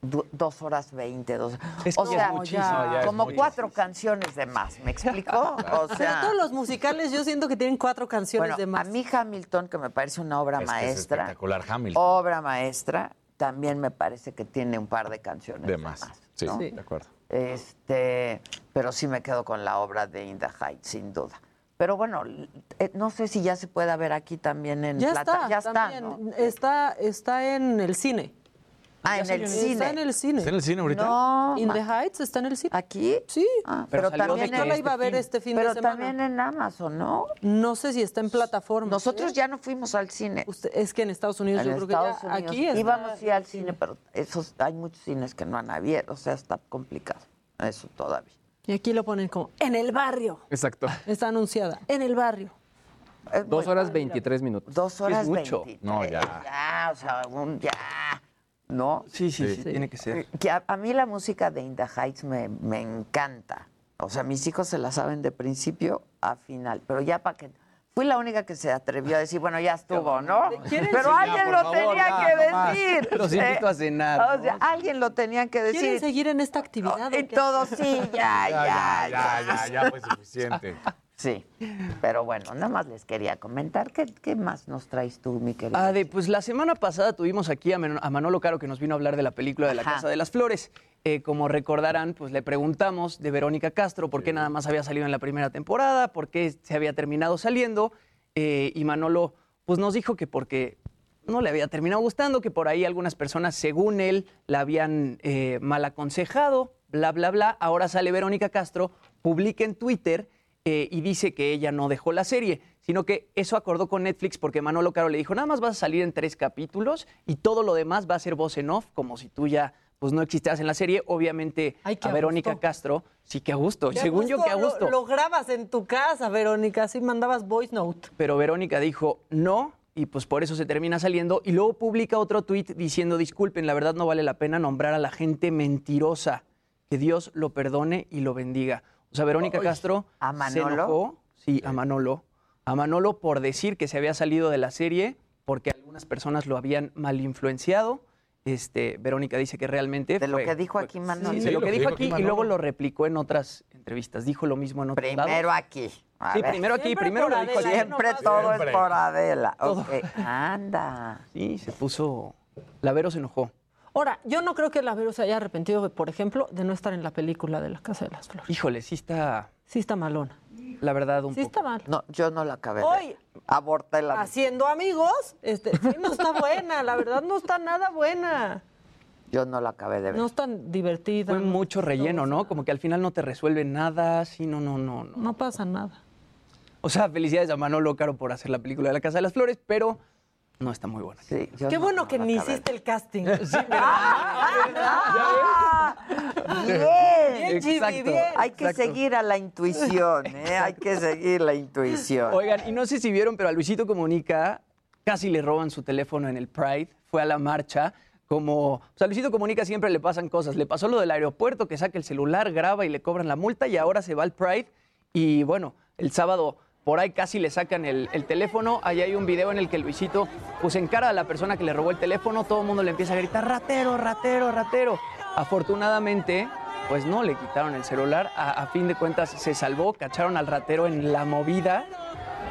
S3: Du- dos horas veinte, dos.
S15: Es
S3: o
S15: que ya
S3: sea,
S15: es muchísimo, ya es
S3: como
S15: muchísimo.
S3: cuatro canciones de más, ¿me explico? O
S8: Pero
S3: sea,
S8: todos los musicales yo siento que tienen cuatro canciones
S3: bueno,
S8: de más.
S3: a mí Hamilton, que me parece una obra
S13: Es que es
S3: maestra,
S13: espectacular, Hamilton.
S3: obra maestra, también me parece que tiene un par de canciones
S13: de más. Sí,
S3: Oh, ¿no?
S13: de acuerdo.
S3: Este, pero sí me quedo con la obra de Inda Heights, sin duda. Pero bueno, eh, no sé si ya se puede ver aquí también en
S8: ya
S3: plata.
S8: está,
S3: ya está, ¿no?
S8: también. está, está en el cine.
S3: Ah, en el cine.
S8: Está en el cine.
S13: ¿Está en el cine ahorita?
S3: No,
S8: In the
S3: ma-
S8: Heights está en el cine.
S3: ¿Aquí?
S8: Sí.
S3: pero Ah, pero salió de también que
S8: yo la
S3: este
S8: iba a ver
S3: fin.
S8: este fin
S3: Pero
S8: de semana.
S3: también en Amazon, ¿no?
S8: No sé si está en plataforma.
S3: Nosotros ya no fuimos al cine.
S8: es que en Estados Unidos
S3: En
S8: yo creo
S3: Estados
S8: que ya
S3: Unidos
S8: aquí está-
S3: íbamos sí al cine, pero esos hay muchos cines que no han abierto, o sea, está complicado eso todavía.
S8: Y aquí lo ponen como en el barrio.
S14: Exacto.
S8: Está anunciada en el barrio.
S14: Dos horas 23 minutos.
S3: Eh, Dos horas
S14: es mucho.
S3: 23.
S14: No,
S3: Ya, Ah, o sea, un ya. ¿No?
S15: Sí, sí, sí, tiene que ser.
S3: Que a, a mí la música de Inda Heights me, me encanta. O sea, mis hijos se la saben de principio a final. Pero ya para que. Fui la única que se atrevió a decir, bueno, ya estuvo, ¿no?
S15: ¿Quieren
S3: Pero
S15: seguir? Ya,
S3: alguien lo
S15: por favor,
S3: tenía
S15: ya,
S3: que
S15: nomás.
S3: decir.
S15: Los invito a cenar,
S3: O sea, alguien lo tenía que decir.
S8: ¿Quieren seguir en esta actividad? o
S3: Y
S8: qué?
S3: todos, sí, ya, ya, ya.
S13: ya, ya, ya fue suficiente.
S3: Sí. Pero bueno, nada más les quería comentar. ¿Qué, qué más nos traes tú, mi querido?
S15: Ade, pues la semana pasada tuvimos aquí a, Men- a Manolo Caro que nos vino a hablar de la película de La
S3: Ajá.
S15: Casa de las Flores. Eh, como recordarán, pues le preguntamos de Verónica Castro por qué nada más había salido en la primera temporada, por qué se había terminado saliendo. eh, y Manolo pues nos dijo que porque no le había terminado gustando, que por ahí algunas personas, según él, la habían eh, mal aconsejado, bla, bla, bla. Ahora sale Verónica Castro, publica en Twitter eh, y dice que ella no dejó la serie, sino que eso acordó con Netflix porque Manolo Caro le dijo, nada más vas a salir en tres capítulos y todo lo demás va a ser voz en off, como si tú ya pues no existieras en la serie. Obviamente
S8: qué
S15: a
S8: a
S15: Verónica
S8: gusto.
S15: Castro sí que a gusto,
S8: Qué a
S15: Pues según yo
S8: gusto,
S15: que a gusto.
S8: Lo, lo grabas en tu casa, Verónica, así mandabas voice note.
S15: Pero Verónica dijo no y pues por eso se termina saliendo y luego publica otro tuit diciendo disculpen, la verdad no vale la pena nombrar a la gente mentirosa. Que Dios lo perdone y lo bendiga. O sea, Verónica Castro
S3: ¿A
S15: se
S3: Manolo?
S15: enojó, sí, a Manolo, a Manolo por decir que se había salido de la serie porque algunas personas lo habían mal influenciado. Este, Verónica dice que realmente.
S3: De lo que dijo aquí Manolo.
S15: de lo que dijo aquí y luego lo replicó en otras entrevistas. Dijo lo mismo en otros
S3: Primero
S15: lados.
S3: aquí. A
S15: sí,
S3: ver.
S15: primero aquí, primero lo dijo aquí.
S3: Siempre todo es por Adela.
S15: Todo.
S3: Ok, anda.
S15: Sí, se puso. Lavero se enojó.
S8: Ahora, yo no creo que la Vero se haya arrepentido, por ejemplo, de no estar en la película de la Casa de las Flores.
S15: Híjole, sí está.
S8: Sí está malona.
S15: La verdad, un
S8: Sí está mal.
S3: No, yo no la acabé. de
S8: Hoy-
S3: ver. Aborté la.
S8: Haciendo amigos, este, sí, no está buena, la verdad no está nada buena.
S3: Yo no la acabé de ver.
S8: No es tan divertida.
S15: Fue mucho relleno, ¿no? Como que al final no te resuelve nada, sí, no, no, no, no.
S8: No pasa nada.
S15: O sea, felicidades a Manolo Caro por hacer la película de la Casa de las Flores, pero no está muy buena.
S3: Sí,
S8: Qué bueno que ni hiciste el casting.
S3: Bien.
S8: Ah,
S15: Bien, Jimmy, Exacto, bien.
S3: Hay que
S15: exacto.
S3: seguir a la intuición, ¿eh? Hay que seguir la intuición.
S15: Oigan, y no sé si vieron, pero a Luisito Comunica casi le roban su teléfono en el Pride, fue a la marcha. Como, pues a Luisito Comunica siempre le pasan cosas. Le pasó lo del aeropuerto, que saca el celular, graba y le cobran la multa, y ahora se va al Pride. Y bueno, el sábado por ahí casi le sacan el, el teléfono. Ahí hay un video en el que Luisito pues encara a la persona que le robó el teléfono. Todo el mundo le empieza a gritar, ratero, ratero, ratero. Afortunadamente, pues no le quitaron el celular. A- a fin de cuentas se salvó, cacharon al ratero en la movida.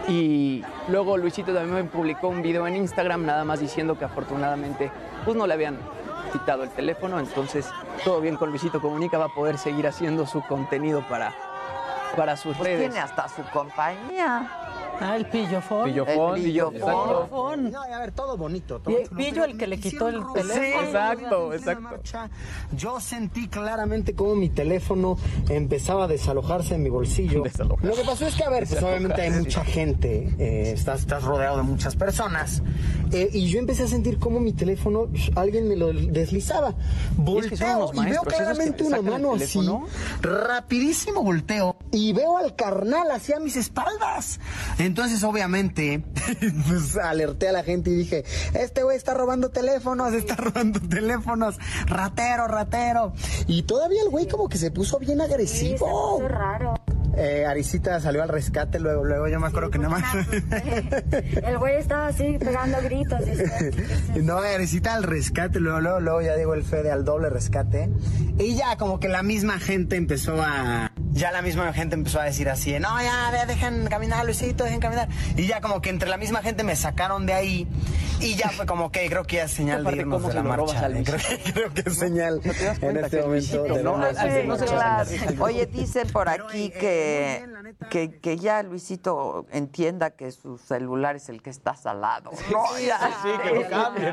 S15: Y luego Luisito también publicó un video en Instagram nada más diciendo que afortunadamente pues no le habían quitado el teléfono, entonces todo bien con Luisito Comunica, va a poder seguir haciendo su contenido para, para sus
S3: Pues
S15: redes.
S3: tiene hasta su compañía.
S8: Ah, el pillofón.
S15: Pillofón,
S3: El pillofón.
S15: exacto.
S16: No, a ver, todo bonito.
S8: Y el pillo el que le quitó el teléfono.
S16: exacto, exacto. Yo sentí claramente cómo mi teléfono empezaba a desalojarse en mi bolsillo. Lo que pasó es que, a ver, pues
S11: Desalojarse.
S16: obviamente hay mucha gente, eh, estás, estás rodeado de muchas personas. eh, y yo empecé a sentir cómo mi teléfono, alguien me lo deslizaba.
S15: es que son unos
S16: Volteo y, veo
S15: maestros, esos que
S16: claramente una
S15: sacan el
S16: mano así.
S15: teléfono.
S16: Rapidísimo volteo y veo al carnal hacia mis espaldas. Entonces, obviamente, pues, alerté a la gente y dije, este güey está robando teléfonos, está robando teléfonos, ratero, ratero. Y todavía el güey como que se puso bien agresivo. raro. Eh, Arisita salió al rescate luego, luego yo me acuerdo que nada más...
S17: pues, eh, El güey estaba así pegando gritos.
S16: No, necesita el rescate, luego, luego, luego ya digo el Fede al doble rescate. Y ya como que la misma gente empezó a... Ya la misma gente empezó a decir así, no, ya, ya, dejen caminar, Luisito, dejen caminar. Y ya como que entre la misma gente me sacaron de ahí. Y ya fue como que creo que ya es señal de
S15: Aparte,
S16: irnos
S15: ¿cómo
S16: de
S15: se
S16: la
S15: lo
S16: marcha. eh,
S15: robas al
S16: creo, creo que es señal en este momento de la
S15: ¿no?
S16: marcha.
S15: Al- al- no se lo
S3: Claro.
S15: sacan, al-
S3: Oye, dicen por aquí que, que, que ya Luisito entienda que su celular es el que está salado. No, ya.
S13: Ah,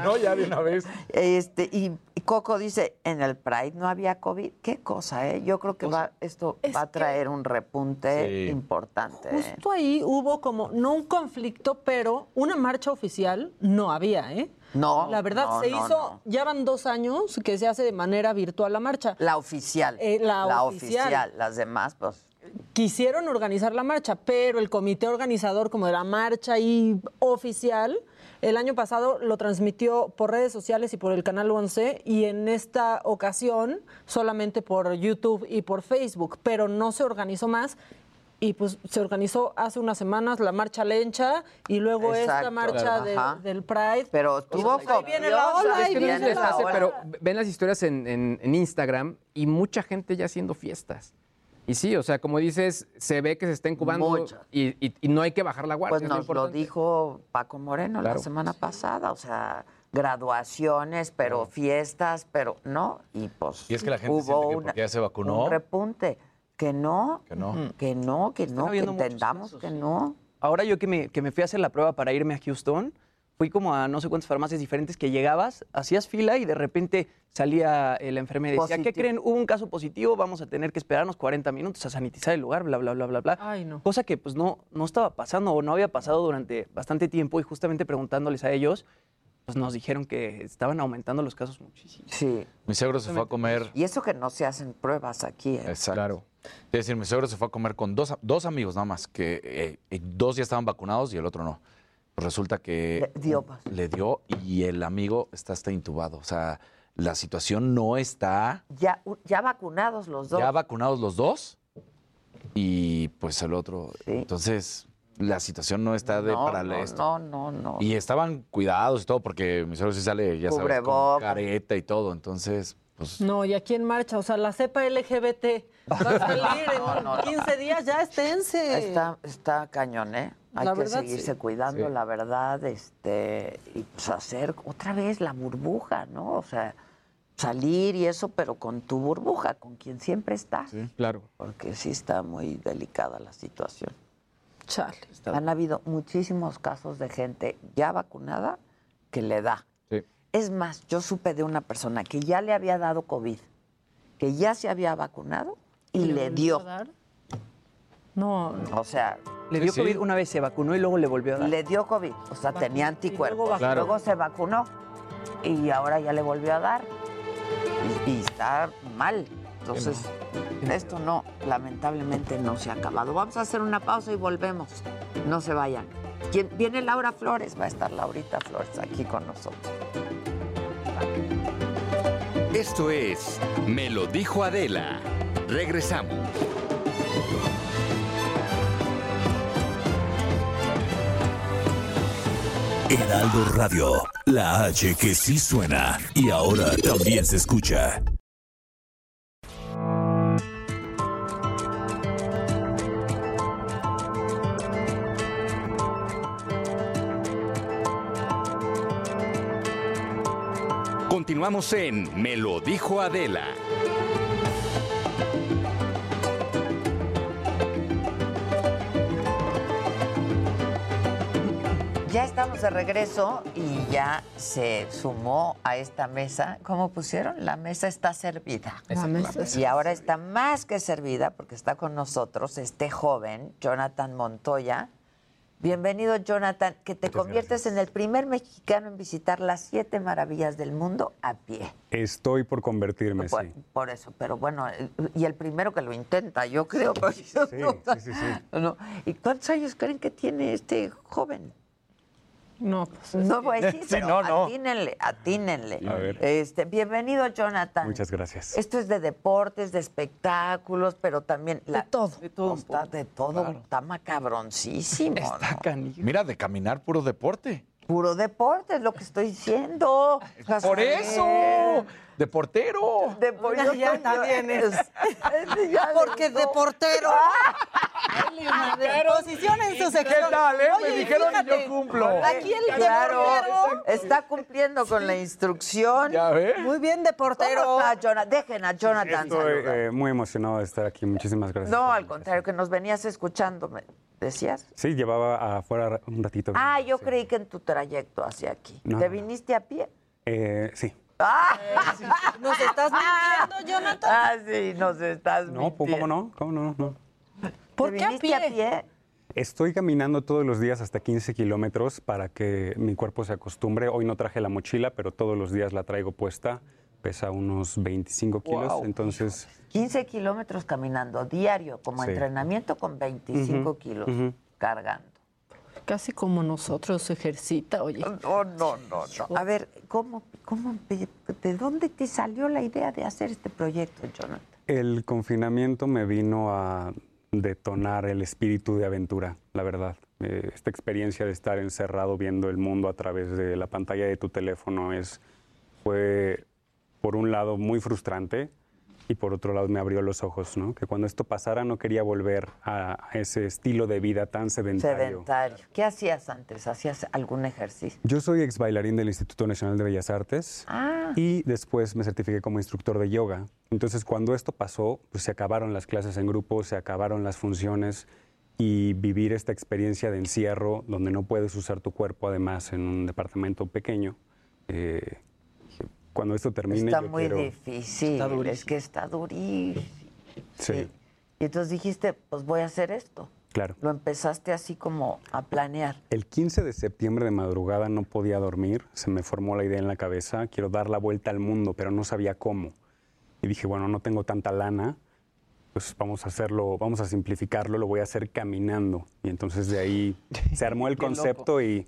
S13: ¿no? Ya de una vez.
S3: Este, y Coco dice, en el Pride no había COVID. Qué cosa, ¿eh? Yo creo que
S8: Pues,
S3: va, esto va a traer un repunte
S8: Sí.
S3: importante. ¿eh?
S8: Justo ahí hubo como, no un conflicto, pero una marcha oficial no había, ¿eh?
S3: No,
S8: La verdad,
S3: no,
S8: se
S3: no,
S8: hizo,
S3: no.
S8: ya van dos años que se hace de manera virtual la marcha.
S3: La oficial.
S8: Eh, la
S3: oficial.
S8: oficial.
S3: Las demás, pues.
S8: Quisieron organizar la marcha, pero el comité organizador como de la marcha y oficial, el año pasado lo transmitió por redes sociales y por el canal 11 y en esta ocasión solamente por YouTube y por Facebook, pero no se organizó más. Y pues se organizó hace unas semanas la marcha lencha y luego esta
S3: Exacto.
S8: marcha de-
S3: Ajá.
S8: del Pride.
S3: Pero tuvo
S8: ahí viene la ola, ahí
S14: Es que no
S8: viene
S14: sé si les
S8: la
S14: pase,
S8: ola.
S14: pero ven las historias en, en- en Instagram y mucha gente ya haciendo fiestas. Y sí, o sea, como dices, se ve que se está incubando
S3: Mucha.
S14: y, y- y no hay que bajar la guardia.
S3: Pues nos lo dijo Paco Moreno
S14: Claro.
S3: la semana pasada, o sea, graduaciones, pero fiestas, pero no, y pues
S13: Y es que la gente siente que porque ya se vacunó.
S3: un repunte, que no, que
S13: no.
S3: no, que no, que,
S15: habiendo muchos
S3: entendamos que no.
S15: Ahora yo que me, que me fui a hacer la prueba para irme a Houston, fui como a no sé cuántas farmacias diferentes que llegabas, hacías fila y de repente salía eh, la enfermera y decía, ¿qué
S14: Positivo.
S15: creen? Hubo un caso positivo, vamos a tener que esperarnos 40 minutos a sanitizar el lugar, bla, bla, bla, bla, bla.
S8: Ay, no.
S15: Cosa que pues no, no estaba pasando o no había pasado durante bastante tiempo y justamente preguntándoles a ellos, pues nos dijeron que estaban aumentando los casos muchísimo.
S3: Sí.
S13: Mi suegro se fue a comer.
S3: Y eso que no se hacen pruebas aquí. ¿eh?
S13: Exacto. Es decir, mi suegro se fue a comer con dos, dos amigos nada más, que eh, eh, dos ya estaban vacunados y el otro no. Pues resulta que
S3: Le dio, pues.
S13: le dio y el amigo está hasta intubado. O sea, la situación no está.
S3: Ya, u- ya vacunados los dos.
S13: Ya vacunados los dos y pues el otro. Entonces, la situación no está de
S3: No,
S13: para
S3: no,
S13: esto.
S3: no, no, no.
S13: Y estaban cuidados y todo, porque mi suegro sí sale, ya sabes, con
S8: Cubrebocas.
S13: careta y todo. Entonces, pues
S8: No, y aquí en marcha, o sea, la cepa LGBT va a salir en 15 días, ya esténse.
S3: Está, está cañón, ¿eh? Hay
S8: La
S3: que
S8: verdad,
S3: seguirse
S8: sí.
S3: cuidando,
S8: Sí.
S3: la verdad, este, y pues hacer otra vez la burbuja, ¿no? O sea, salir y eso, pero con tu burbuja, con quien siempre estás.
S14: claro.
S3: Porque sí está muy delicada la situación.
S8: Charlie.
S3: Han habido muchísimos casos de gente ya vacunada que le da. Es más, yo supe de una persona que ya le había dado COVID, que ya se había vacunado y le dio.
S8: No.
S3: O sea,
S15: Le dio COVID una vez, se vacunó y luego le volvió a dar.
S3: le dio COVID, o sea, tenía anticuerpos. Luego,
S15: vacunó. Claro.
S3: se vacunó y ahora ya le volvió a dar. Y, y está mal. Entonces, esto no, lamentablemente no se ha acabado. Vamos a hacer una pausa y volvemos. No se vayan. ¿Quién- Viene Laura Flores, va a estar Laurita Flores aquí con nosotros.
S2: Esto es Me lo dijo Adela. Regresamos.
S12: Heraldo Radio, la H que sí suena y ahora también se escucha.
S2: Continuamos en Me lo dijo Adela.
S3: Ya estamos de regreso y ya se sumó a esta mesa. ¿Cómo pusieron? La mesa está servida.
S8: La mesa está
S3: y ahora está más que servida porque está con nosotros este joven, Jonathan Montoya. Bienvenido, Jonathan, que te conviertes en el primer mexicano en visitar las siete maravillas del mundo a pie.
S18: Estoy por convertirme,
S3: Por,
S18: sí.
S3: por eso, pero bueno, el- y el primero que lo intenta, yo creo. porque yo no- no. ¿Y cuántos años creen que tiene este joven?
S8: No, pues.
S3: No voy a decir,
S18: Sí,
S3: pero
S18: no, no.
S3: atínenle, atínenle.
S18: A ver.
S3: Este, bienvenido, Jonathan.
S18: Muchas gracias.
S3: Esto es de deportes, de espectáculos, pero también... de todo. De todo. Está de todo, está macabroncísimo. Está
S13: Ah, Mira, de caminar puro deporte.
S3: Puro deporte es lo que estoy diciendo.
S13: Por eso, de portero.
S3: De
S8: Ya, ya está bien, eh. es- Porque de portero.
S3: Ah,
S8: Posición en su sección.
S18: eh?
S8: Oye, y fíjate, Aquí el de
S3: claro,
S8: portero.
S3: está cumpliendo con la instrucción. Ya
S18: ves.
S8: Muy bien de portero.
S3: Dejen a Jonathan.
S18: Estoy
S3: saludar.
S18: eh, muy emocionado de estar aquí. Muchísimas gracias.
S3: No, al contrario, que nos venías escuchando, me decías.
S18: Sí, llevaba afuera un ratito.
S3: Ah, yo creí que en tu trayecto hacia aquí.
S18: No,
S3: ¿Te
S18: no, no.
S3: viniste a pie?
S18: Eh, sí.
S8: Nos estás mintiendo, Jonathan.
S3: Ah, sí, nos estás
S18: No, pues, ¿cómo no? ¿Cómo no? No.
S8: ¿Por qué a pie?
S18: Estoy caminando todos los días hasta 15 kilómetros para que mi cuerpo se acostumbre. Hoy no traje la mochila, pero todos los días la traigo puesta. Pesa unos 25 kilos,
S3: Guau,
S18: entonces...
S3: 15 kilómetros caminando diario, como
S18: Sí.
S3: entrenamiento con 25
S18: Ujú,
S3: kilos
S18: ujú.
S3: cargando.
S8: Casi como nosotros se ejercita, oye.
S3: No, no, no, no. A ver, ¿cómo, cómo, empe- ¿de dónde te salió la idea de hacer este proyecto, Jonathan?
S18: El confinamiento me vino a detonar el espíritu de aventura, la verdad. Eh, esta experiencia de estar encerrado viendo el mundo a través de la pantalla de tu teléfono es, fue, por un lado, muy frustrante y por otro lado me abrió los ojos, ¿no? Que cuando esto pasara no quería volver a a ese estilo de vida tan sedentario.
S3: Sedentario. ¿Qué hacías antes? ¿Hacías algún ejercicio?
S18: Yo soy ex bailarín del Instituto Nacional de Bellas Artes
S3: Ah.
S18: y después me certifiqué como instructor de yoga. Entonces, cuando esto pasó, pues, se acabaron las clases en grupo, se acabaron las funciones y vivir esta experiencia de encierro donde no puedes usar tu cuerpo, además, en un departamento pequeño. eh, dije, cuando esto termine,
S3: Está
S18: yo
S3: muy
S18: quiero-
S3: difícil. es que está durísimo.
S18: Sí,
S3: Y entonces dijiste, pues voy a hacer esto.
S18: claro.
S3: Lo empezaste así como a planear.
S18: El 15 de septiembre de madrugada no podía dormir, se me formó la idea en la cabeza, quiero dar la vuelta al mundo, pero no sabía cómo. Y dije, bueno, no tengo tanta lana, pues vamos a hacerlo, vamos a simplificarlo, lo voy a hacer caminando. Y entonces de ahí se armó el
S12: Qué loco.
S18: concepto y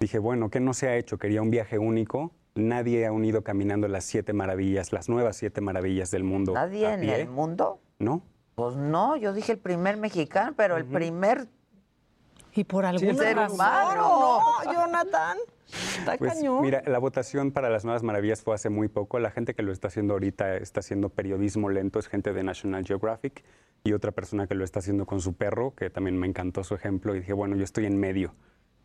S18: dije, bueno, ¿qué no se ha hecho? Quería un viaje único. Nadie ha unido caminando las siete maravillas, las nuevas siete maravillas del mundo.
S3: ¿Nadie
S18: a
S3: en
S18: pie,
S3: el mundo?
S18: ¿No?
S3: Pues no, yo dije el primer mexicano, pero el primer
S8: Y por
S18: Sí,
S8: alguna
S18: ser
S8: razón.
S18: humano.
S8: No, Jonathan. Está
S18: Pues,
S8: cañón.
S18: mira, la votación para las Nuevas Maravillas fue hace muy poco. La gente que lo está haciendo ahorita está haciendo periodismo lento, es gente de National Geographic y otra persona que lo está haciendo con su perro, que también me encantó su ejemplo y dije, bueno, yo estoy en medio.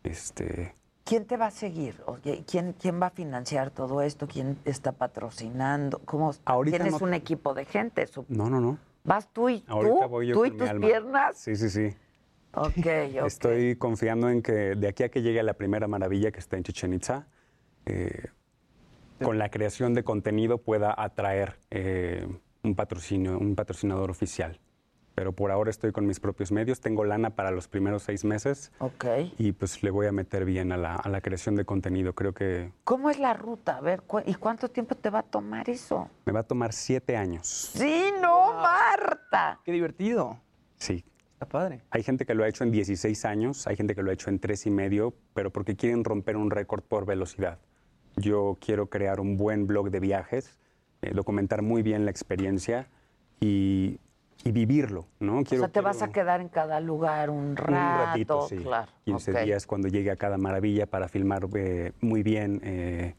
S18: Este,
S3: ¿Quién te va a seguir? Oye, ¿Quién, ¿Quién va a financiar todo esto? ¿Quién está patrocinando? ¿Cómo? Tienes
S18: no-
S3: un equipo de gente. sup-
S18: no, no, no.
S3: Vas tú y
S18: Ahorita
S3: tú,
S18: voy yo
S3: tú y
S18: con mi
S3: tus
S18: alma.
S3: piernas.
S18: Sí, sí, sí.
S3: Ok, ok.
S18: Estoy confiando en que de aquí a que llegue la primera maravilla que está en Chichen Itza, eh, con la creación de contenido pueda atraer eh, un patrocinio, un patrocinador oficial. Pero por ahora estoy con mis propios medios, tengo lana para los primeros seis meses.
S3: Ok.
S18: Y pues le voy a meter bien a la, a la creación de contenido. Creo que
S3: ¿Cómo es la ruta? A ver, cu- ¿y cuánto tiempo te va a tomar eso?
S18: me va a tomar siete años.
S3: Sí, no, Marta.
S15: Qué divertido.
S18: Sí.
S15: Está padre.
S18: Hay gente que lo ha hecho en 16 años, hay gente que lo ha hecho en tres y medio, pero porque quieren romper un récord por velocidad. Yo quiero crear un buen blog de viajes, eh, documentar muy bien la experiencia y, y vivirlo, ¿no?
S3: o
S18: Quiero,
S3: sea, te vas a
S18: quiero
S3: quedar en cada lugar un rato.
S18: un ratito, sí,
S3: Claro.
S18: 15
S3: ok.
S18: días cuando llegue a cada maravilla para filmar eh, muy bien, eh,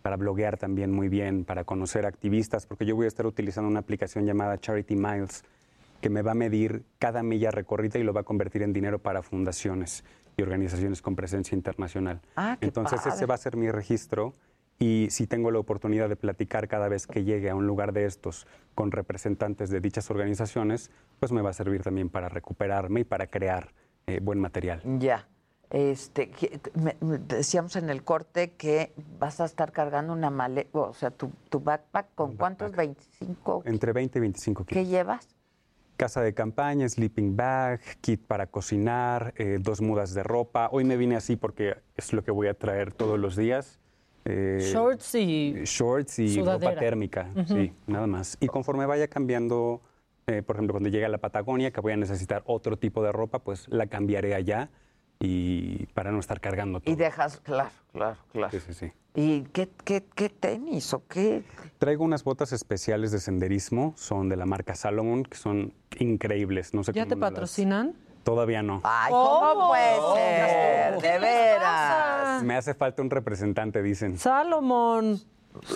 S18: para bloguear también muy bien, para conocer activistas, porque yo voy a estar utilizando una aplicación llamada Charity Miles que me va a medir cada milla recorrida y lo va a convertir en dinero para fundaciones y organizaciones con presencia internacional.
S3: Ah,
S18: Entonces ese
S19: padre.
S18: va a ser mi registro y si tengo la oportunidad de platicar cada vez que llegue a un lugar de estos con representantes de dichas organizaciones, pues me va a servir también para recuperarme y para crear eh, buen material.
S3: Ya. Este, que- me- me- decíamos en el corte que vas a estar cargando una maleta, o sea, tu, tu backpack, ¿con cuántos? ¿25?
S18: Entre 20 y 25 kilos.
S3: ¿Qué llevas?
S18: Casa de campaña, sleeping bag, kit para cocinar, eh, dos mudas de ropa. Hoy me vine así porque es lo que voy a traer todos los días. Eh,
S20: Shorts y.
S18: shorts y
S20: Sudadera.
S18: ropa térmica,
S20: Ujú.
S18: sí, nada más. Y conforme vaya cambiando, eh, por ejemplo, cuando llegue a la Patagonia, que voy a necesitar otro tipo de ropa, pues la cambiaré allá y para no estar cargando todo.
S3: Y dejas, claro, claro, claro.
S18: Sí, sí, sí.
S3: ¿Y qué, qué, qué tenis o qué?
S18: Traigo unas botas especiales de senderismo, son de la marca Salomon, que son increíbles. No sé
S8: ¿Ya
S18: cómo
S8: te
S18: no las-
S8: patrocinan?
S18: Todavía no.
S3: Ay, ¿cómo, puede ser? De veras.
S18: Me hace falta un representante, dicen.
S8: Salomón.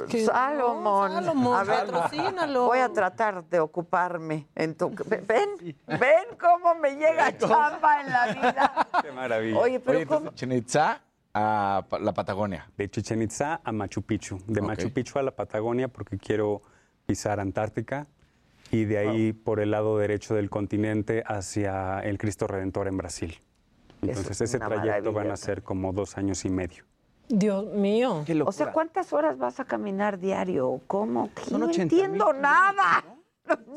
S3: Salomón.
S8: Salomón,
S3: a ver,
S8: patrocínalo.
S3: Voy a tratar de ocuparme en tu. Ven, ven cómo me llega chamba en la vida.
S18: Qué maravilla.
S3: Oye, pero
S13: entonces, Chichen Itza a pa- la Patagonia.
S18: De Chichen Itza a Machu Picchu. De Machu Picchu a la Patagonia porque quiero pisar Antártica. Y de ahí por el lado derecho del continente hacia el Cristo Redentor en Brasil. Entonces ese
S8: una
S18: trayecto van
S8: maravilla.
S18: a ser como dos años y medio.
S8: Dios mío.
S3: O sea, ¿cuántas horas vas a caminar diario? ¿Cómo? ¿Qué?
S18: Son
S3: no
S18: 80.000
S3: entiendo nada.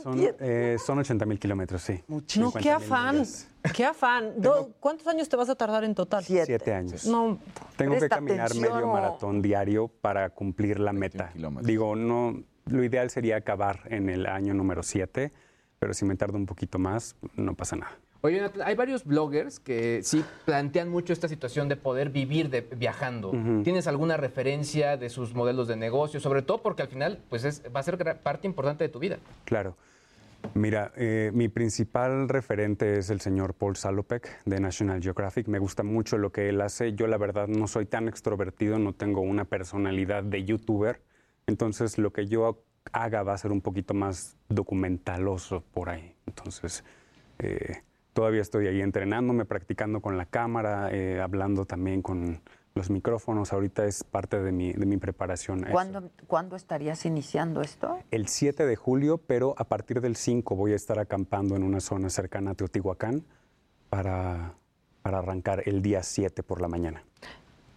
S18: Son, eh, son 80 mil kilómetros, sí.
S8: No,
S18: 50.000
S8: qué afán.
S18: millas.
S8: Qué afán. Do- ¿Cuántos años te vas a tardar en total?
S3: Siete.
S18: años.
S8: No.
S18: Tengo que
S8: presta
S18: caminar
S8: atención.
S18: medio maratón diario para cumplir la meta. Digo, no, lo ideal sería acabar en el año número 7, pero si me tardo un poquito más, no pasa nada.
S14: Oye, Jonathan, hay varios bloggers que sí plantean mucho esta situación de poder vivir de, viajando.
S18: Ujú.
S14: ¿Tienes alguna referencia de sus modelos de negocio? Sobre todo porque al final pues es, va a ser gra- parte importante de tu vida.
S18: Claro. Mira, eh, mi principal referente es el señor Paul Salopek de National Geographic. Me gusta mucho lo que él hace. Yo la verdad no soy tan extrovertido, no tengo una personalidad de youtuber. Entonces lo que yo haga va a ser un poquito más documentaloso por ahí. Entonces eh, todavía estoy ahí entrenándome, practicando con la cámara, eh, hablando también con los micrófonos. Ahorita es parte de mi, de mi preparación. a eso
S3: ¿Cuándo, ¿Cuándo estarías iniciando esto?
S18: el 7 de julio, pero a partir del 5 voy a estar acampando en una zona cercana a Teotihuacán para, para arrancar el día 7 por la mañana.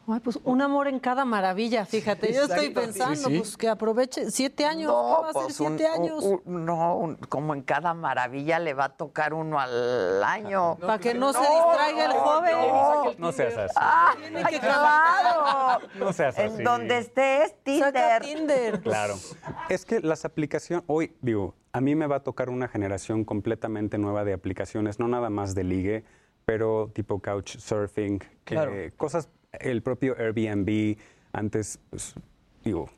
S8: Ay, pues un amor en cada maravilla, fíjate. Yo estoy
S3: Exacto.
S8: pensando,
S18: Sí, sí.
S8: pues que aproveche. Siete años, ¿qué va a ser
S3: pues, un-
S8: siete
S3: un-
S8: años?
S3: un- no, un- como en cada maravilla le va a tocar uno al año.
S8: Para que no se distraiga el joven.
S3: pues, no.
S18: No seas así.
S3: Ah,
S8: Tiene que
S3: claro.
S18: No seas
S3: En
S18: así.
S3: donde estés, Tinder.
S18: Claro. Es que las aplicaciones, hoy digo, a mí me va a tocar una generación completamente nueva de aplicaciones, no nada más de ligue, pero tipo couchsurfing, eh,
S13: Claro.
S18: cosas, el propio Airbnb, antes, pues, digo,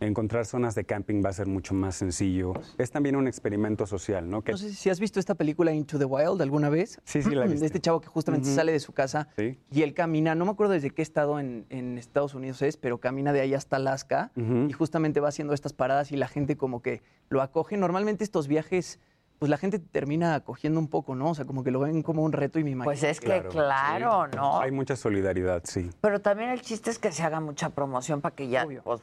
S18: Encontrar zonas de camping va a ser mucho más sencillo. Es también un experimento social, ¿no? Que-
S15: No sé si has visto esta película Into the Wild alguna vez.
S18: Sí, sí, la he
S15: De este chavo que justamente
S18: Ujú.
S15: sale de su casa
S18: Sí.
S15: y él camina, no me acuerdo desde qué estado en, en Estados Unidos es, pero camina de ahí hasta Alaska
S18: Ujú.
S15: y justamente va haciendo estas paradas y la gente como que lo acoge. Normalmente estos viajes, pues la gente termina acogiendo un poco, ¿no? O sea, como que lo ven como un reto y me imagino.
S3: Pues es que Claro, claro, sí. ¿no?
S18: Hay mucha solidaridad, sí.
S3: Pero también el chiste es que se haga mucha promoción para que ya pues,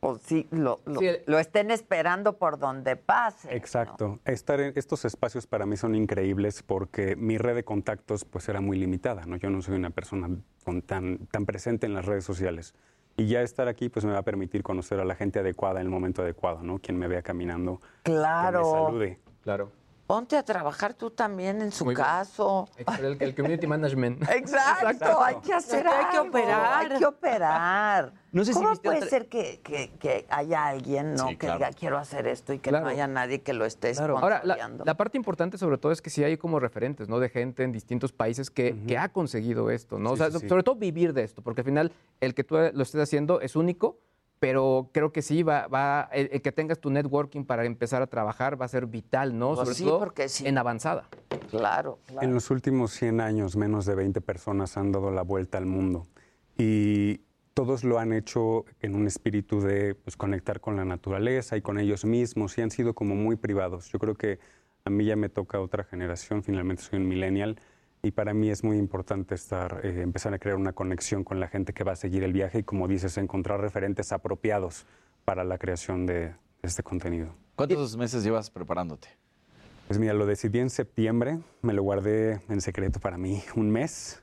S3: pues sí, lo, lo-
S18: Sí, el-
S3: lo estén esperando por donde pase.
S18: Exacto. Estar en estos espacios para mí son increíbles porque mi red de contactos pues era muy limitada, ¿no? Yo no soy una persona con tan, tan presente en las redes sociales. Y ya estar aquí pues me va a permitir conocer a la gente adecuada en el momento adecuado, ¿no? Quien me vea caminando, que me
S3: Claro.
S18: salude. Claro.
S3: Ponte a trabajar tú también en su
S18: Muy bien.
S3: caso.
S15: El, el community management.
S3: Exacto,
S15: Exacto.
S3: hay que hacer
S8: Hay que
S3: algo,
S8: operar.
S3: Hay que operar.
S15: No sé si
S3: ¿Cómo
S15: viste
S3: puede
S15: otra-
S3: ser que, que- que haya alguien no
S15: Sí,
S3: que
S15: claro.
S3: diga quiero hacer esto y que
S15: Claro.
S3: no haya nadie que lo esté
S15: Claro. Ahora,
S3: Ahora,
S15: la, la parte importante sobre todo es que sí hay como referentes, ¿no? De gente en distintos países que, que ha conseguido esto, ¿no? o
S13: Sí,
S15: sea,
S13: sí, sí.
S15: sobre todo vivir de esto, porque al final el que tú lo estés haciendo es único, pero creo que sí va, va el, el que tengas tu networking para empezar a trabajar va a ser vital, ¿no?
S3: Pues
S15: sobre
S3: sí,
S15: todo
S3: porque sí.
S15: en avanzada.
S3: Claro, claro.
S18: En los últimos 100 años, menos de 20 personas han dado la vuelta al mundo y todos lo han hecho en un espíritu de pues, conectar con la naturaleza y con ellos mismos y han sido como muy privados. Yo creo que a mí ya me toca otra generación, finalmente soy un millennial y para mí es muy importante estar, eh, empezar a crear una conexión con la gente que va a seguir el viaje y como dices, encontrar referentes apropiados para la creación de este contenido.
S13: ¿Cuántos meses llevas preparándote?
S18: Pues mira, lo decidí en septiembre, me lo guardé en secreto para mí un mes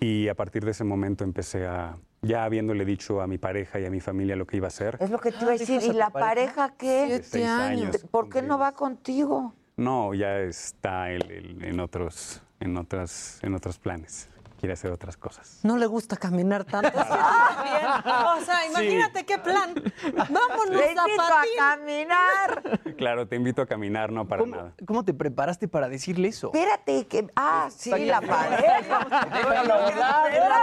S18: y a partir de ese momento empecé a, ya habiéndole dicho a mi pareja y a mi familia lo que iba a hacer,
S3: Es lo que te
S15: Ah,
S3: iba a decir. ¿Y la pareja qué?
S18: Siete Seis años. años.
S3: ¿Por qué no va contigo?
S18: no, ya está él, él en, otros, en, otras, en otros planes, quiere hacer otras cosas.
S8: No le gusta caminar tanto. Sí, también. O sea, imagínate qué plan. Vámonos
S3: Te invito
S8: a
S3: a
S8: patín.
S3: caminar.
S18: Claro, te invito a caminar, no para nada.
S15: ¿Cómo te preparaste para decirle eso?
S3: Espérate, que. Ah, sí, la pareja.
S15: Déjalo
S3: Pero
S15: hablar de la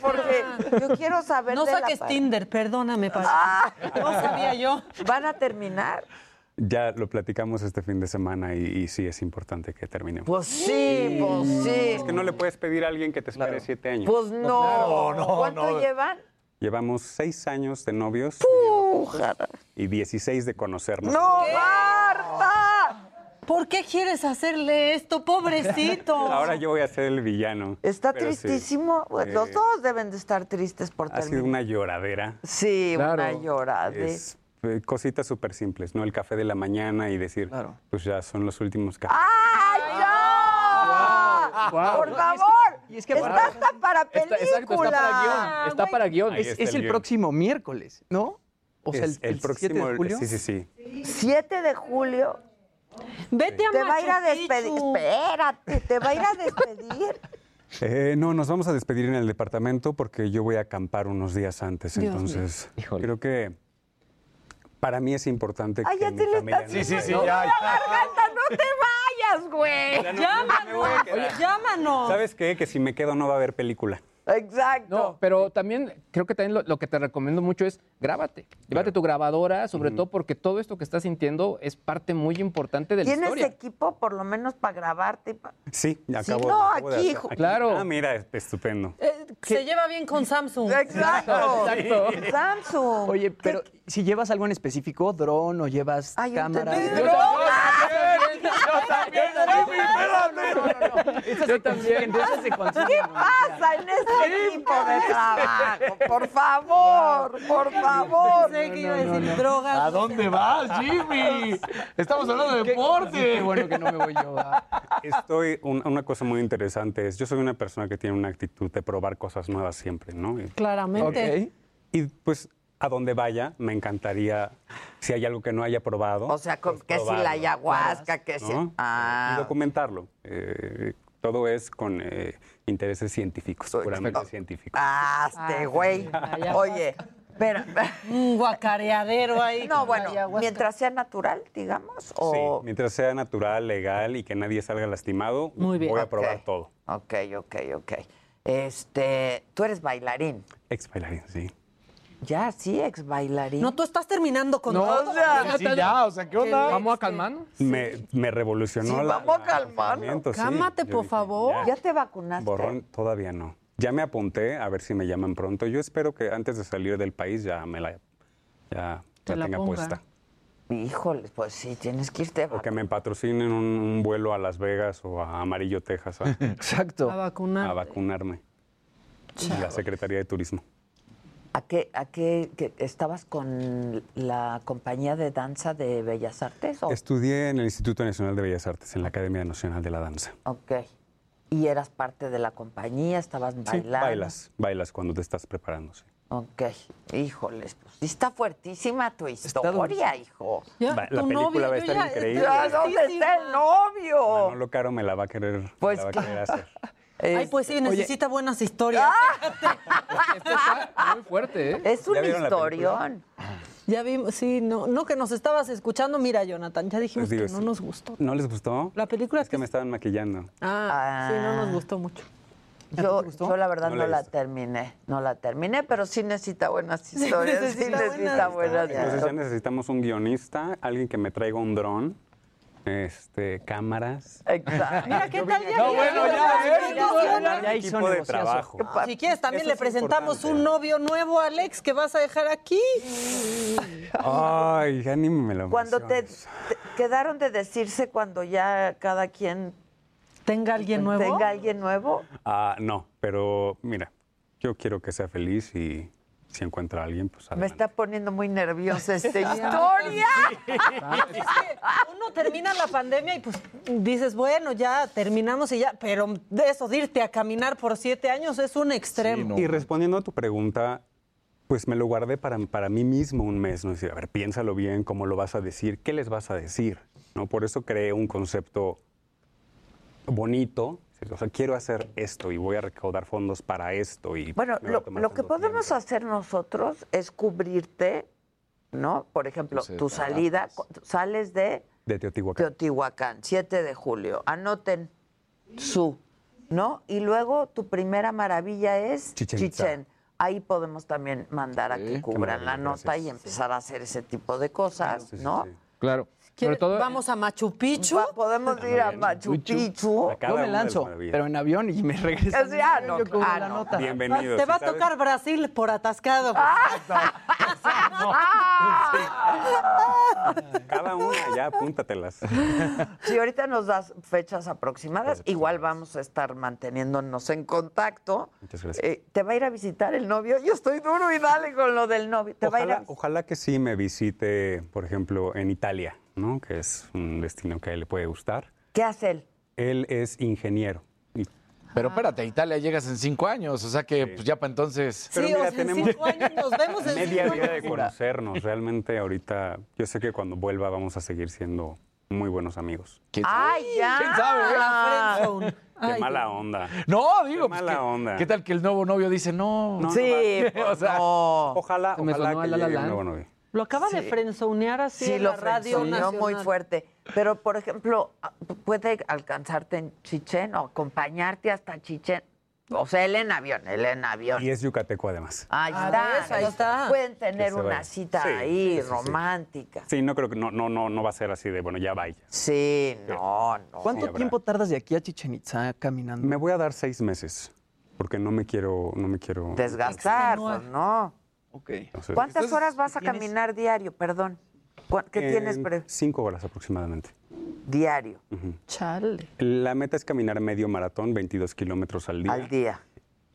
S15: pareja.
S3: Porque yo quiero saber.
S8: No
S3: de la
S8: saques
S3: pareja.
S8: Tinder, perdóname, Paco. No sabía yo.
S3: ¿Van a terminar?
S18: Ya lo platicamos este fin de semana y, y sí es importante que terminemos.
S3: Pues sí, pues sí.
S18: Es que no le puedes pedir a alguien que te espere siete años.
S3: Pues no.
S18: Claro, no,
S3: ¿Cuánto
S18: no.
S3: llevan?
S18: Llevamos seis años de novios y 16 de conocernos.
S3: ¡No, Marta!
S8: ¿Por qué quieres hacerle esto, pobrecito?
S18: Ahora yo voy a ser el villano.
S3: Está
S18: Pero sí,
S3: tristísimo. Bueno, Los
S18: eh,
S3: dos deben de estar tristes por
S18: Ha sido
S3: terminar.
S18: una lloradera.
S3: Sí, una llorada.
S18: Es, eh, cositas súper simples, ¿no? El café de la mañana y decir, pues ya son los últimos cafés.
S3: ¡Ay, no!
S18: Guau, guau.
S3: Por
S18: No, y
S3: favor, está hasta para película.
S15: Exacto, está para guión. Está para guión.
S18: Ahí
S15: Es,
S18: está
S15: es
S18: el
S15: el
S18: guión.
S15: próximo miércoles, ¿no? O sea,
S18: Es
S15: el, el 7 de julio.
S18: Sí, sí, sí.
S3: 7 de julio.
S8: Vete a
S3: Te va a ir a
S8: Machu Picchu.
S3: despedir. Espérate, te va a ir a despedir.
S18: Eh, no, nos vamos a despedir en el departamento porque yo voy a acampar unos días antes.
S3: Dios mío.
S18: entonces, creo que para mí es importante
S3: Ay,
S18: que
S3: ya
S18: mi
S3: te le
S18: familia
S3: estás.
S18: no se-
S3: No, garganta, no te vayas, güey.
S18: Ya no, ya me voy a quedar. Oye,
S8: Llámanos.
S18: ¿Sabes qué? Que si me quedo no va a haber película.
S3: Exacto.
S15: No, pero también creo que también lo, lo que te recomiendo mucho es grábate. Llévate tu grabadora, sobre todo porque todo esto que estás sintiendo es parte muy importante de la
S3: ¿Tienes
S15: historia.
S3: equipo por lo menos para grabarte? y pa-
S18: Sí, acabo.
S3: no,
S18: acabo de
S3: aquí,
S18: hacer-
S3: hijo.
S15: Claro.
S18: Ah, mira, est- estupendo.
S8: Eh, Se lleva bien con Samsung.
S3: Exacto.
S15: Exacto.
S3: Samsung.
S15: Oye, pero si llevas algo en específico, dron o llevas cámara.
S3: entendí,
S15: Yo
S3: dron.
S15: Eso sí también, de eso se consigue.
S3: ¿Qué pasa en este equipo de trabajo? Por favor, por favor.
S11: ¿A dónde vas, Jimmy? Estamos hablando de deporte.
S15: Qué bueno que no me voy yo.
S18: Estoy, un- una cosa muy interesante es, yo soy una persona que tiene una actitud de probar cosas nuevas siempre, ¿no? Y-
S8: Claramente.
S18: Y pues a donde vaya, me encantaría, si hay algo que no haya probado.
S3: O sea, con-
S18: pues,
S3: que si
S18: probarlo,
S3: la ayahuasca, que si...
S18: ¿no?
S3: Ah.
S18: Y documentarlo. Eh, todo es con eh, intereses científicos, puramente científicos.
S3: Ah, este güey.
S8: ayahuasca.
S3: Oye, pero...
S8: Un guacareadero ahí.
S3: No,
S8: con
S3: bueno,
S8: ayahuasca.
S3: mientras sea natural, digamos, o...
S18: Sí, mientras sea natural, legal y que nadie salga lastimado,
S3: Muy bien.
S18: voy a
S3: Ok. Eh,
S18: probar todo.
S3: Ok, ok, ok. Este, tú eres bailarín.
S18: Ex bailarín, sí.
S3: Ya, sí, ex bailarín.
S8: No, tú estás terminando con todo.
S14: Ah, ¿Vamos a
S15: Este.
S14: calmarnos?
S18: Me, me revolucionó
S3: Sí,
S18: la-
S3: vamos a
S18: la-
S3: calmarnos.
S18: pensamiento, Pues sí.
S8: Cámate,
S18: Yo
S8: por
S18: dije,
S8: favor.
S18: ya.
S3: ¿Ya te vacunaste?
S18: Borrón todavía no. Ya me apunté, a ver si me llaman pronto. Yo espero que antes de salir del país ya me la, ya,
S3: Te
S18: la
S3: la
S18: tenga
S3: pongan.
S18: puesta.
S3: Híjole, pues sí, tienes que irte.
S18: O que me patrocinen un, un vuelo a Las Vegas o a Amarillo, Texas. a-
S8: A vacunar.
S18: A vacunarme. Y La Secretaría de Turismo.
S3: ¿A qué, a qué, que estabas con la compañía de danza de Bellas Artes? ¿o?
S18: Estudié en el Instituto Nacional de Bellas Artes, en la Academia Nacional de la Danza.
S3: Ok. ¿Y eras parte de la compañía? ¿Estabas
S18: Sí,
S3: bailando?
S18: bailas, bailas cuando te estás preparando. sí.
S3: Ok. Híjoles, pues sí está fuertísima tu historia,
S18: durísima.
S3: hijo.
S18: Ya, Va- la tu película novio, va a yo estar ya- increíble.
S3: Ya, ¿Dónde está el novio?
S18: Manolo Caro me la va a querer, me
S3: Pues
S18: la va a querer hacer.
S8: Ay, pues sí, necesita buenas historias.
S14: Muy fuerte, ¿eh?
S3: ah, Es
S18: un ¿Ya vieron la historión.
S8: Ya vimos, sí, no, no que nos estabas escuchando. Mira, Jonathan, ya Pues dijimos
S18: Les digo,
S8: que no
S18: sí.
S8: nos gustó.
S18: ¿No les gustó?
S8: La película
S18: es que me estaban maquillando.
S8: Ah, sí, no nos gustó mucho.
S3: Yo, yo la verdad
S18: No
S3: no,
S18: la he
S3: la
S18: visto.
S3: terminé, no la terminé, pero sí necesita buenas historias, sí necesita, buenas,
S18: Entonces ya
S3: historias.
S18: necesitamos un guionista, alguien que me traiga un dron, este, cámaras.
S3: Exacto.
S8: Mira, ¿qué tal ya?
S11: No,
S8: vi-
S11: bueno, ya,
S8: las
S11: ¿eh?
S8: invitaciones.
S18: Ya hizo Equipo de negociazo. trabajo.
S8: Ah, pues, Si quieres, también
S18: Eso
S8: le
S18: es
S8: presentamos un novio nuevo, Alex, que vas a dejar aquí.
S18: Ay, ya ni me lo
S3: Cuando te, te- quedaron de decirse cuando ya cada quien
S8: tenga alguien
S18: nuevo?
S3: Tenga alguien nuevo.
S18: Ah, no, pero mira, yo quiero que sea feliz y si encuentra a alguien, pues
S3: Me
S18: adelante.
S3: está poniendo muy nerviosa esta
S11: Este,
S8: Sí.
S3: historia.
S8: Es que uno termina la pandemia y pues dices, bueno, ya terminamos y ya, pero de eso, de irte a caminar por siete años es un extremo.
S18: Y respondiendo a tu pregunta, pues me lo guardé para, para mí mismo un mes, ¿no? Es decir, a ver, piénsalo bien, cómo lo vas a decir, qué les vas a decir, ¿no? Por eso creé un concepto bonito, es decir, o sea, quiero hacer esto y voy a recaudar fondos para esto y...
S3: Bueno,
S18: me va a
S3: lo,
S18: tomar
S3: lo que
S18: tanto
S3: podemos hacer nosotros es cubrirte, ¿no? Por ejemplo,
S18: Tus
S3: tu salida, cu- sales de
S18: tiempo. De Teotihuacán.
S3: Teotihuacán, 7 de julio. Anoten su, ¿no? Y luego tu primera maravilla es
S18: Chichén Itzá.
S3: Ahí podemos también mandar a que cubran la nota y empezar a hacer ese tipo de cosas, ¿no?
S14: Claro.
S3: ¿Quiere- todo-
S8: Vamos a Machu Picchu.
S3: podemos ir a Machu Picchu.
S14: Yo me lanzo, pero en avión y me regreso.
S3: O sea, ah, no,
S14: Yo cubro
S3: ah,
S14: la
S3: no.
S14: nota.
S18: Bienvenidos,
S8: Te va a
S18: ¿sabes?
S8: tocar Brasil por atascado.
S3: Ah. ¡Ah!
S18: Cada una, ya apúntatelas.
S3: Si ahorita nos das fechas aproximadas, igual vamos a estar manteniéndonos en contacto.
S18: Muchas gracias.
S3: Eh, ¿Te va a ir a visitar el novio? Yo estoy duro y dale con lo del novio. ¿Te va a ir a
S18: Ojalá, ojalá que sí me visite, por ejemplo, en Italia, ¿no? Que es un destino que a él le puede gustar.
S3: ¿Qué hace él?
S18: Él es ingeniero. y-
S19: Pero
S3: Ah.
S19: espérate, a Italia llegas en cinco años, o sea que pues ya para entonces.
S18: Pero mira, tenemos
S8: años nos vemos en
S18: media
S8: cinco
S18: vida de
S8: años.
S18: conocernos. Realmente ahorita, yo sé que cuando vuelva vamos a seguir siendo muy buenos amigos.
S3: ¡Ay, ya!
S19: ¿Quién sabe?
S3: La friendzone.
S18: Qué mala onda.
S19: No, digo, pues,
S18: mala
S19: ¿qué,
S18: onda. pues,
S19: ¿qué tal que el nuevo novio dice no?
S18: No, no
S19: va?
S3: pues,
S18: va.
S19: o sea,
S18: Ojalá,
S19: Se me
S18: ojalá
S19: sonó
S18: que
S19: a La La
S18: llegue un
S19: Land.
S18: nuevo novio.
S8: Lo acaba de frenzonear así
S3: Sí,
S8: en
S3: lo
S8: la radio
S3: frenzoneó
S8: nacional.
S3: muy fuerte. Pero, por ejemplo, ah, ¿puede alcanzarte en Chichén o acompañarte hasta Chichén? O sea, él en avión, él en avión.
S18: Y es yucateco además.
S3: Ahí
S8: Ah,
S3: está,
S8: ¿ves? Ahí
S3: ahí
S8: está.
S3: Pueden
S18: Que
S3: tener
S18: se
S3: una
S18: vaya.
S3: cita
S18: Sí,
S3: ahí,
S18: sí, sí, sí.
S3: romántica.
S18: Sí, no creo que no, no, no, no va a ser así de bueno, ya vaya.
S3: Sí, no, no.
S15: ¿Cuánto tiempo tardas de aquí a Chichen Itza caminando?
S18: Me voy a dar seis meses. Porque no me quiero, no me quiero.
S3: Desgastar, pues, no.
S15: Ok.
S3: ¿Cuántas
S18: Entonces, Pues, entonces,
S3: horas vas a caminar diario? Perdón. ¿Cuá- ¿Qué tienes
S18: en
S3: pre-
S18: Cinco horas aproximadamente.
S3: diario?
S18: Ujú.
S8: Chale.
S18: La meta es caminar medio maratón, 22 kilómetros al día.
S3: Al día.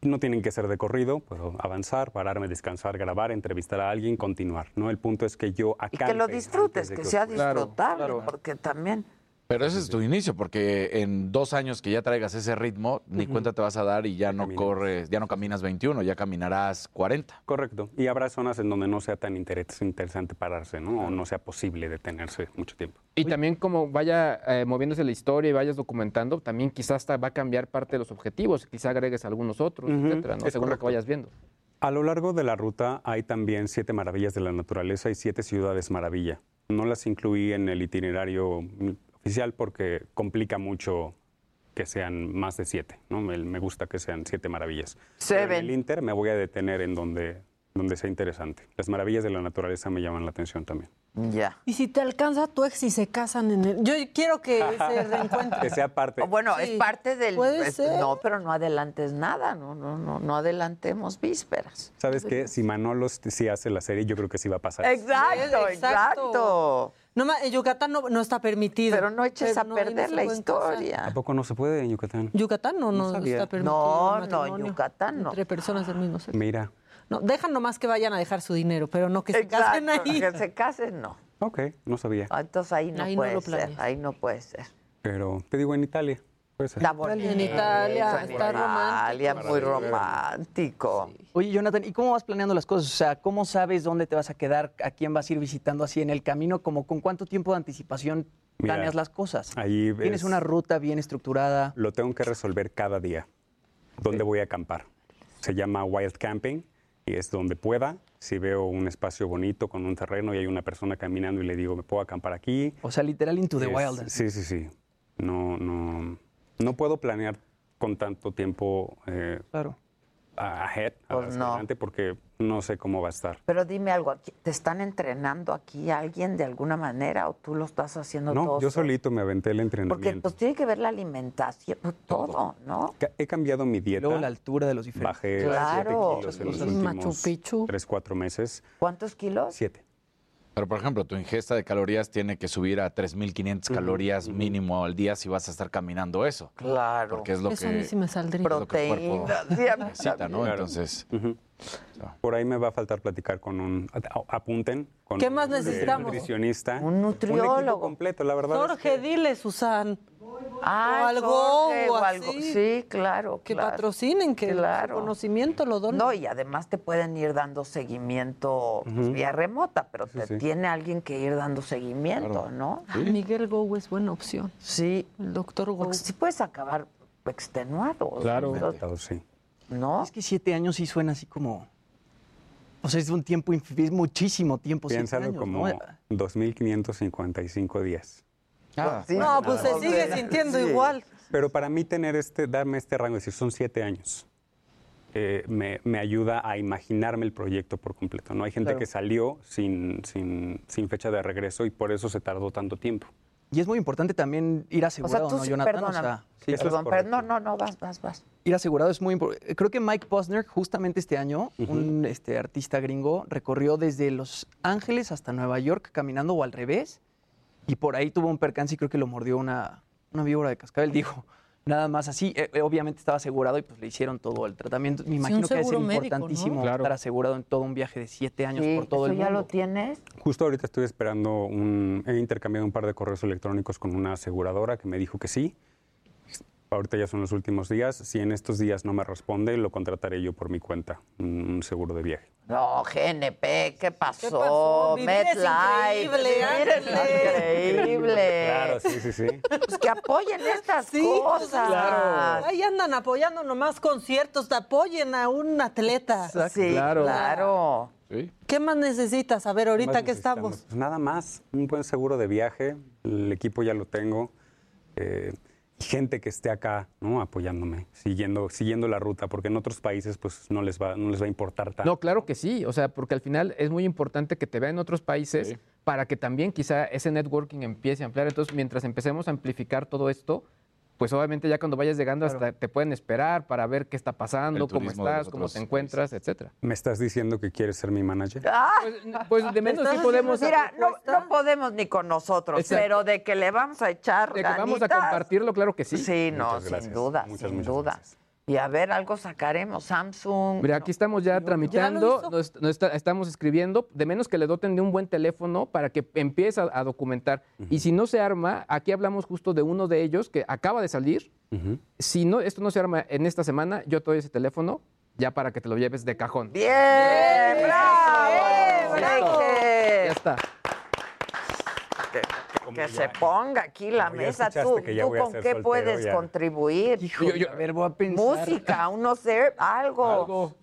S18: No tienen que ser de corrido, puedo avanzar, pararme, descansar, grabar, entrevistar a alguien, continuar. ¿no? El punto es que yo
S3: Y
S18: acá.
S3: que lo disfrutes, que sea disfrutable,
S19: claro.
S3: porque también.
S19: Pero ese es tu inicio, porque en dos años que ya traigas ese ritmo, ni cuenta te vas a dar y ya no corres, ya no caminas 21, ya caminarás 40.
S18: Correcto. Y habrá zonas en donde no sea tan interes- interesante pararse, ¿no? O no sea posible detenerse mucho tiempo.
S14: Y también como vaya eh, moviéndose la historia y vayas documentando, también quizás hasta va a cambiar parte de los objetivos, quizás agregues algunos otros,
S18: Ujú,
S14: etcétera, ¿no?
S18: es
S14: según lo que
S18: correcto.
S14: vayas viendo.
S18: A lo largo de la ruta hay también siete maravillas de la naturaleza y siete ciudades maravilla. No las incluí en el itinerario mm, oficial porque complica mucho que sean más de siete. ¿no? Me, me gusta que sean siete maravillas. Pero en
S3: Seven.
S18: el Inter me voy a detener en donde donde sea interesante. Las maravillas de la naturaleza me llaman la atención también.
S3: Ya.
S8: Y si te alcanza tu ex y se casan en el... Yo quiero que se reencuentren.
S18: Que sea parte.
S3: O Bueno, es parte del.
S8: puede
S3: es-
S8: ser.
S3: No, pero no adelantes nada, no, no, no, no adelantemos vísperas.
S18: ¿Sabes qué? Si Manolo sí hace la serie, yo creo que sí va a pasar.
S3: Exacto, exacto.
S8: No, ma- en Yucatán no, no está permitido. Pero no
S3: eches a perder la
S8: se pueden casar.
S3: historia.
S18: ¿A poco no se puede en Yucatán?
S8: Yucatán no,
S18: No
S8: no,
S18: sabía.
S8: está permitido.
S18: No,
S8: el
S18: no,
S8: matrimonio
S3: Yucatán no.
S8: Entre personas del mismo sexo.
S18: Mira.
S8: No, dejan nomás que vayan a dejar su dinero, pero no que se casen
S3: Exacto,
S8: ahí.
S3: Que se casen, no.
S18: Ok, no sabía.
S3: Ah, Entonces ahí no
S8: Ahí no
S3: puede
S8: lo
S3: ser,
S8: planeas.
S3: ahí no puede ser.
S18: Pero te digo, en Italia. Puede ser.
S3: Está bonito,
S8: En Italia,
S3: en
S8: está
S3: Italia,
S15: romántico.
S3: muy romántico.
S15: Oye, Jonathan, ¿y cómo vas planeando las cosas? O sea, ¿cómo sabes dónde te vas a quedar? ¿A quién vas a ir visitando así en el camino? Como con cuánto tiempo de anticipación
S18: Mira,
S15: planeas las cosas?
S18: Ahí
S15: ¿Tienes
S18: es-
S15: una ruta bien estructurada?
S18: Lo tengo que resolver cada día. ¿Dónde voy a acampar? Se llama Wild Camping y es donde pueda. Si veo un espacio bonito con un terreno y hay una persona caminando y le digo, ¿me puedo acampar aquí?
S15: O sea, literal into the
S18: Es-
S15: wild.
S18: Sí, sí, sí. No, no, no puedo planear con tanto tiempo eh, a- ahead,
S3: Pues
S18: hacia adelante, porque no sé cómo va a estar.
S3: Pero dime algo, ¿aquí- ¿te están entrenando aquí alguien de alguna manera o tú lo estás haciendo
S18: No,
S3: todo?
S18: yo solito me aventé el
S3: Porque
S18: entrenamiento.
S3: pues tiene que ver la alimentación, pues, todo, ¿no?
S18: Ca- He cambiado mi dieta.
S15: Luego la altura de los
S18: diferentes. Bajé
S3: Claro.
S18: 7 kilos en los
S3: Muchas cosas.
S18: últimos
S3: Machu Picchu.
S18: 3, 4 meses.
S3: ¿Cuántos kilos?
S18: Siete.
S19: Pero, por ejemplo, tu ingesta de calorías tiene que subir a 3.500 calorías mínimo al día si vas a estar caminando eso.
S3: Claro.
S19: Porque es lo
S8: Eso a
S19: que...
S8: mí sí me saldría.
S19: lo que el cuerpo
S3: Proteína,
S19: necesita, ¿no?
S18: Claro.
S19: Entonces,
S18: Ujú. Por ahí me va a faltar platicar con un. a- Apunten. Con
S8: ¿Qué más
S18: un eh,
S8: necesitamos?
S18: nutricionista.
S3: Un nutriólogo.
S18: equipo completo, la verdad. es
S8: Jorge, dile, Susan.
S3: Ah,
S8: o algo,
S3: Jorge,
S8: o
S3: o algo.
S8: así.
S3: Sí, claro.
S8: Que
S3: claro.
S8: patrocinen, que
S3: Claro.
S8: el conocimiento lo donen.
S3: No, y además te pueden ir dando seguimiento pues, vía remota, pero te
S8: sí.
S3: tiene alguien que ir dando seguimiento, ¿no?
S8: Ah, Miguel Gou es buena opción.
S3: Sí.
S8: El doctor Gou.
S3: Porque sí puedes acabar extenuado. Entonces,
S18: Claro, sí.
S3: ¿No?
S15: Es que siete años sí suena así como. O sea, es un tiempo, inf- es muchísimo
S8: Pues
S15: tiempo. siete
S18: Piénsalo
S15: años, ¿no?
S18: como 2.555 días.
S8: no, pues se sigue sintiendo igual.
S18: Pero para mí tener este, darme este rango, es decir, son siete años, eh, me, me ayuda a imaginarme el proyecto por completo. No hay gente
S15: Claro.
S18: que salió sin, sin, sin fecha de regreso y por eso se tardó tanto tiempo.
S15: Y es muy importante también ir
S3: O sea,
S15: asegurado,
S3: tú
S15: ¿no,
S3: sí,
S15: Jonathan? O
S3: perdóname.
S15: sea,
S18: Eso es
S3: Perdón, pero
S18: correcto.
S3: no, no, no, vas, vas, vas.
S15: ir asegurado es muy importante. Creo que Mike Posner, justamente este año, un este, artista gringo, recorrió desde Los Ángeles hasta Nueva York caminando o al revés. Y por ahí tuvo un percance y creo que lo mordió una, una víbora de cascabel. Dijo, nada más así. Eh, eh, obviamente estaba asegurado y pues le hicieron todo el tratamiento. Me imagino que es
S8: seguro médico, ¿no?
S15: importantísimo estar asegurado en todo un viaje de siete años
S3: Sí,
S15: por todo
S3: ¿eso
S15: el
S3: ya lo
S15: mundo.
S3: tienes?
S18: Justo ahorita estoy esperando un... He intercambiado un par de correos electrónicos con una aseguradora que me dijo que sí. Ahorita ya son los últimos días. Si en estos días no me responde, lo contrataré yo por mi cuenta, un un seguro de viaje.
S3: No, GNP, ¿qué pasó?
S8: pasó? Vivir es
S3: MetLife,
S8: increíble,
S3: vivir es
S8: ándale.
S3: increíble.
S18: Claro, sí, sí, sí.
S3: Pues que apoyen estas
S8: Sí, pues,
S3: cosas.
S8: claro. Ahí andan apoyando nomás conciertos, te apoyen a un atleta.
S3: Sí, claro. claro.
S8: ¿Qué más necesitas? A ver,
S18: más
S8: ahorita que
S18: necesitamos?
S8: estamos.
S18: Pues nada más, un buen seguro de viaje, el equipo ya lo tengo, eh, y gente que esté acá, ¿no? Apoyándome, siguiendo, siguiendo la ruta, porque en otros países pues no les va, no les va a importar tanto.
S14: No, claro que sí. O sea, porque al final es muy importante que te vean en otros países para que también quizá ese networking empiece a ampliar. Entonces, mientras empecemos a amplificar todo esto, pues obviamente ya cuando vayas llegando hasta te pueden esperar para ver qué está pasando,
S19: El
S14: cómo
S19: turismo de los
S14: estás, cómo
S19: otros
S14: te encuentras, etcétera.
S18: ¿Me estás diciendo que quieres ser mi manager?
S3: Ah,
S14: Pues, de menos sí podemos.
S3: Mira, no, no podemos ni con nosotros,
S14: Exacto.
S3: pero de que le vamos a echar.
S14: De que vamos a
S3: ganitas,
S14: compartirlo, claro que sí.
S3: Sí, no, sin duda, sin duda. Y a ver, algo sacaremos. Samsung.
S14: Mira, aquí estamos ya tramitando,
S3: hizo.
S14: nos- nos está- estamos escribiendo, de menos que le doten de un buen teléfono para que empiece a, a documentar. Y si no se arma, aquí hablamos justo de uno de ellos que acaba de salir. Si no, esto no se arma en esta semana, yo te doy ese teléfono ya para que te lo lleves de cajón.
S3: ¡Bien! ¡Bravo!
S14: bravo.
S3: Leite.
S14: Ya está.
S3: Que, que se ponga aquí la
S14: Como ya
S3: mesa.
S14: escuchaste
S3: Tú,
S14: que ya
S3: tú
S14: voy a
S3: con
S14: ser
S3: qué
S14: soltero,
S3: puedes
S14: ya.
S3: contribuir.
S14: Yo- yo- a ver, voy a pensar.
S3: Música, uno ser, algo.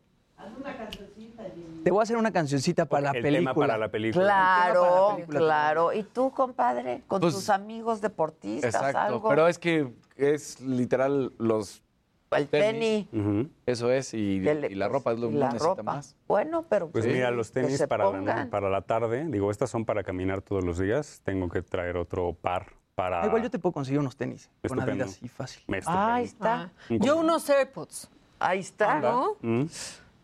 S15: Te voy a hacer una cancioncita para la
S18: el
S15: película.
S18: tema para la película.
S3: Claro,
S15: película.
S3: claro. ¿Y tú, compadre? Con
S19: Pues,
S3: tus amigos deportistas,
S19: Exacto,
S3: algo.
S19: pero es que es literal los
S3: El tenis.
S18: Ujú.
S13: Eso es, y,
S3: Que le-
S13: y la ropa es lo que
S3: la
S13: uno necesita
S3: ropa.
S13: más.
S3: Bueno, pero
S18: Pues mira, los
S3: que
S18: tenis
S3: se
S18: para la,
S3: pongan.
S18: no- para la tarde, digo, estas son para caminar todos los días, tengo que traer otro par para...
S15: Ah, Igual yo te puedo conseguir unos tenis. Con
S18: Estupendo.
S15: Adidas y fácil.
S18: Me-
S3: ahí está.
S8: Yo unos AirPods.
S3: Ahí está.
S8: ¿No?
S18: Mm.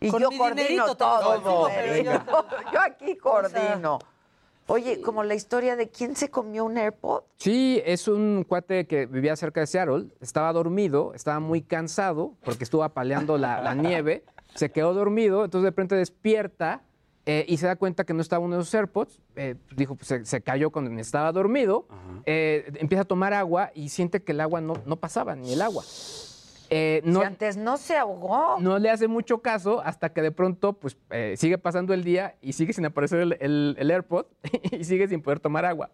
S3: Y
S8: Con
S3: yo
S8: mi
S3: coordino
S8: dinerito te
S3: todo.
S8: lo consigo, pero
S3: el dinero. yo... aquí coordino.
S14: O
S3: Oye, como la historia de quién se comió un AirPod.
S14: Sí, es un cuate que vivía cerca de Seattle, estaba dormido, estaba muy cansado porque estuvo apaleando la, la nieve, se quedó dormido, entonces de repente despierta eh, y se da cuenta que no estaba uno de sus AirPods, eh, dijo, pues, se, se cayó cuando estaba dormido, eh, empieza a tomar agua y siente que el agua no, no pasaba, ni el agua. Eh, no,
S3: Si antes no se ahogó.
S14: no le hace mucho caso hasta que de pronto pues, eh, sigue pasando el día y sigue sin aparecer el, el- el AirPod y sigue sin poder tomar agua.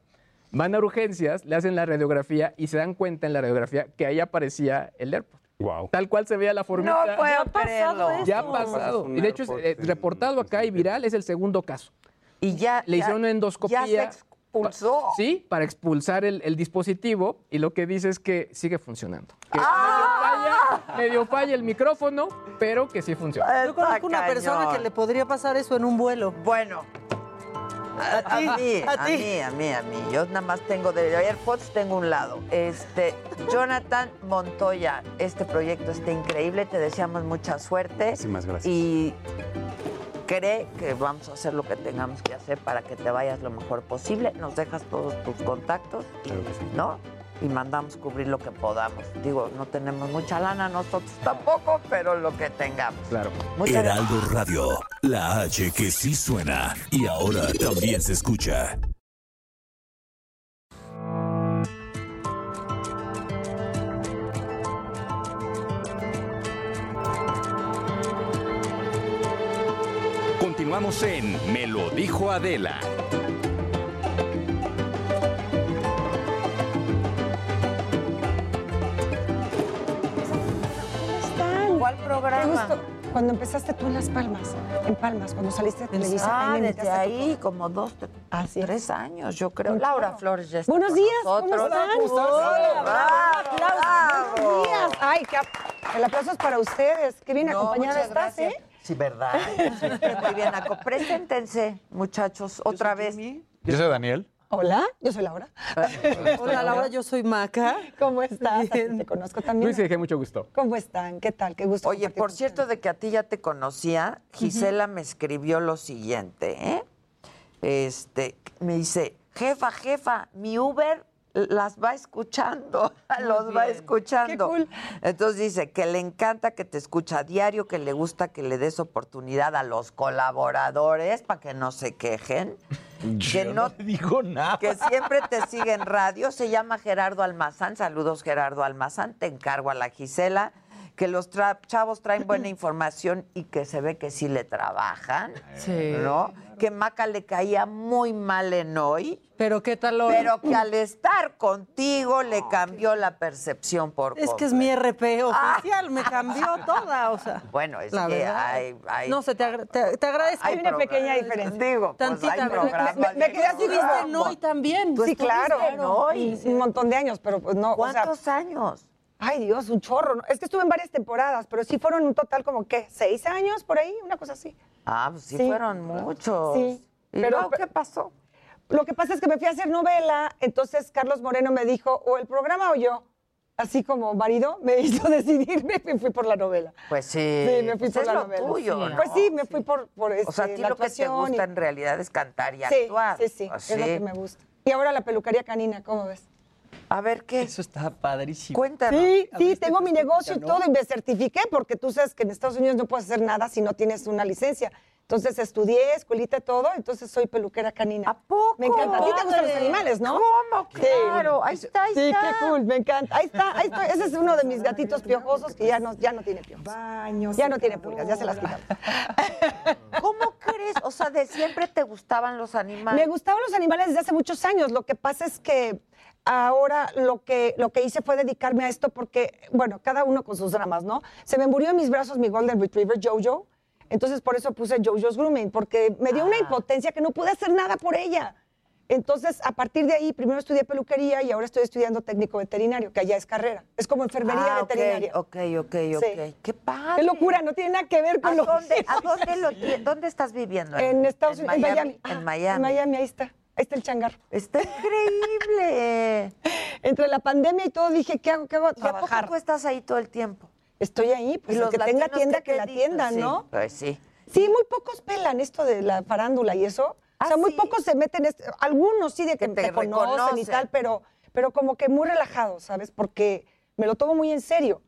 S14: Van a urgencias, le hacen la radiografía y se dan cuenta en la radiografía que ahí aparecía el AirPod.
S18: Wow.
S14: Tal cual se veía la formita.
S3: No puedo Ya ha pasado creerlo.
S14: Ya ha
S3: eso.
S14: pasado.
S3: Un
S14: Y de hecho, es,
S3: AirPod pues,
S14: eh, reportado acá y viral es el segundo caso.
S3: Y ya.
S14: Le
S3: ya-
S14: hicieron una endoscopía.
S3: Ya se expulsó.
S14: Sí, para expulsar el, el dispositivo y lo que dice es que sigue funcionando. Que
S20: ¡Ah!
S14: medio falla el micrófono, pero que sí funciona.
S8: Yo conozco una persona que le podría pasar eso en un vuelo.
S3: Bueno. A,
S8: A ti,
S3: mí,
S8: a
S3: a
S8: ti.
S3: mí, a mí, a mí. Yo nada más tengo de AirPods, tengo un lado. Este, Jonathan Montoya, este proyecto está increíble, te deseamos mucha suerte.
S18: Muchísimas gracias.
S3: Y cree que vamos a hacer lo que tengamos que hacer para que te vayas lo mejor posible. Nos dejas todos tus contactos,
S18: Claro que sí.
S3: ¿no? Y mandamos cubrir lo que podamos. Digo, no tenemos mucha lana nosotros tampoco, pero lo que tengamos.
S13: Claro.
S3: Muchas gracias.
S12: Heraldo Radio, la H que sí suena y ahora también se escucha.
S2: Continuamos en Me lo dijo Adela.
S20: están?
S3: ¿Cuál programa?
S20: Qué gusto. Cuando empezaste tú en Las Palmas, en Palmas, cuando saliste de Televisa.
S3: Ah,
S20: me
S3: desde
S20: invitaste a tu
S3: ahí, como dos, tre- tres años, yo creo. Laura Flores ya está
S20: Pues Buenos
S3: con
S20: días, ¿cómo
S3: nosotros.
S20: están?
S3: Hola,
S20: Hola, bravo,
S3: bravo,
S20: un aplauso.
S3: bravo.
S20: Buenos días. Ay, qué ap- el aplauso es para ustedes. Qué bien
S3: No,
S20: acompañada
S3: muchas
S20: estás,
S3: gracias.
S20: ¿eh?
S3: Sí, ¿verdad? Siempre muy bien, Aco. Preséntense, muchachos, otra vez.
S13: Yo soy Daniel.
S20: Hola, yo soy Laura.
S8: Hola, Laura, yo soy Maca.
S20: ¿Cómo estás? Te conozco también.
S14: Luis, dije mucho gusto.
S20: ¿Cómo están? ¿Qué tal? Qué gusto.
S3: Oye, por cierto, de que a ti ya te conocía, Gisela me escribió lo siguiente, ¿eh? Este, me dice, jefa, jefa, mi Uber las va escuchando, los va
S20: bien.
S3: escuchando.
S20: Qué cool.
S3: Entonces dice que le encanta que te escucha a diario, que le gusta que le des oportunidad a los colaboradores para que no se quejen. que no,
S13: digo nada.
S3: que siempre te sigue en radio. Se llama Gerardo Almazán. Saludos, Gerardo Almazán. Te encargo a la Gisela. Que los tra- chavos traen buena información y que se ve que sí le trabajan.
S8: Sí.
S3: ¿No? Que Maca le caía muy mal en hoy.
S8: Pero qué tal Laura?
S3: Pero que al estar contigo le cambió la percepción por
S8: Es que es mi RP oficial, me cambió toda, o sea.
S3: Bueno, es
S8: La
S3: Ah. Pues que
S8: verdad.
S3: hay- hay-
S8: no sé, te, agra- te- te agradezco.
S3: Hay una
S8: Programa.
S3: pequeña diferencia. Digo, pues, hay
S8: Tantita.
S3: programas
S20: Me- me quedé así
S8: Tú estuviste
S20: como-
S8: en hoy también.
S20: Sí, claro.
S3: hoy.
S20: Un montón de años, pero pues no.
S3: ¿Cuántos años?
S20: Ay, Dios, un chorro. ¿no? Es que estuve en varias temporadas, pero sí fueron un total como, ¿qué? ¿Seis años por ahí? Una cosa así.
S3: Ah, pues sí,
S20: Sí.
S3: fueron muchos.
S20: Sí.
S3: ¿Y
S20: Pero-
S3: luego qué pasó?
S20: Lo que pasa es que me fui a hacer novela, entonces Carlos Moreno me dijo, o el programa o yo. Así como marido me hizo decidirme y me fui por la novela.
S3: Pues sí.
S20: Sí, me fui
S3: pues
S20: por
S3: es
S20: la
S3: lo
S20: novela.
S3: tuyo,
S20: Sí.
S3: ¿no?
S20: Pues sí, me fui por, por
S3: O sea, a
S20: este,
S3: ti
S20: la
S3: lo que te
S20: actuación
S3: gusta
S20: y-
S3: en realidad es cantar y
S20: sí,
S3: actuar.
S20: Sí, sí,
S3: Pues
S20: es lo
S3: sí.
S20: que me gusta. Y ahora la peluquería canina, ¿cómo ves?
S3: A ver qué.
S15: Eso está padrísimo.
S3: Cuéntanos.
S20: Sí, sí,
S15: Abriste
S20: tengo mi negocio y
S15: clínica, ¿no?
S20: todo y me certifiqué porque tú sabes que en Estados Unidos no puedes hacer nada si no tienes una licencia. Entonces estudié, escuelita, todo, entonces soy peluquera canina. ¿A
S3: poco?
S20: Me encanta. A ti te gustan los
S3: Padre.
S20: animales, ¿no?
S3: ¿Cómo?
S20: Sí.
S3: Claro, ahí está, ahí
S20: sí,
S3: está.
S20: qué cool, me encanta. Ahí está, ahí estoy. Ese es uno de mis gatitos piojosos que ya no, ya no tiene piojos. ya no tiene pulgas, ya se las quitamos.
S3: ¿Cómo crees? O sea, de siempre te gustaban los animales.
S20: Me gustaban los animales desde hace muchos años. Lo que pasa es que ahora lo que, lo que hice fue dedicarme a esto porque, bueno, cada uno con sus dramas, ¿no? Se me murió en mis brazos mi Golden Retriever, Jojo.
S3: Ah.
S20: Entonces por eso puse Jojo's Grooming, porque me dio una impotencia que no pude hacer nada por ella. Entonces, a partir de ahí, primero estudié peluquería y ahora estoy estudiando técnico veterinario, que allá es carrera. Es como enfermería
S3: Ah, ok,
S20: veterinaria.
S3: ok, ok, ok. Qué
S20: Qué
S3: padre.
S20: locura, no tiene nada que ver con
S3: ¿A
S20: lo
S3: dónde, ¿a dónde, lo tie- dónde estás viviendo?
S20: En Estados Unidos, en Miami.
S3: En
S20: Ah,
S3: Miami.
S20: En Miami, ahí está. Ahí está el changarro.
S3: Está increíble.
S20: Entre la pandemia y todo dije, ¿qué hago? ¿Qué hago?
S3: ¿Y a poco tú estás ahí todo el tiempo?
S20: Estoy ahí, pues
S3: ¿Y
S20: el
S3: los
S20: que tenga
S3: latinos
S20: tienda,
S3: qué
S20: que
S3: te
S20: la
S3: di-
S20: tienda,
S3: Sí,
S20: ¿no?
S3: Pues sí.
S20: Sí, muy pocos pelan esto de la farándula y eso. o sea, muy pocos se meten, este- algunos sí de que,
S3: Ah, Que te
S20: te, conocen, y
S3: reconocen.
S20: tal, pero, pero como que muy relajado, ¿sabes? Porque me lo tomo muy en serio.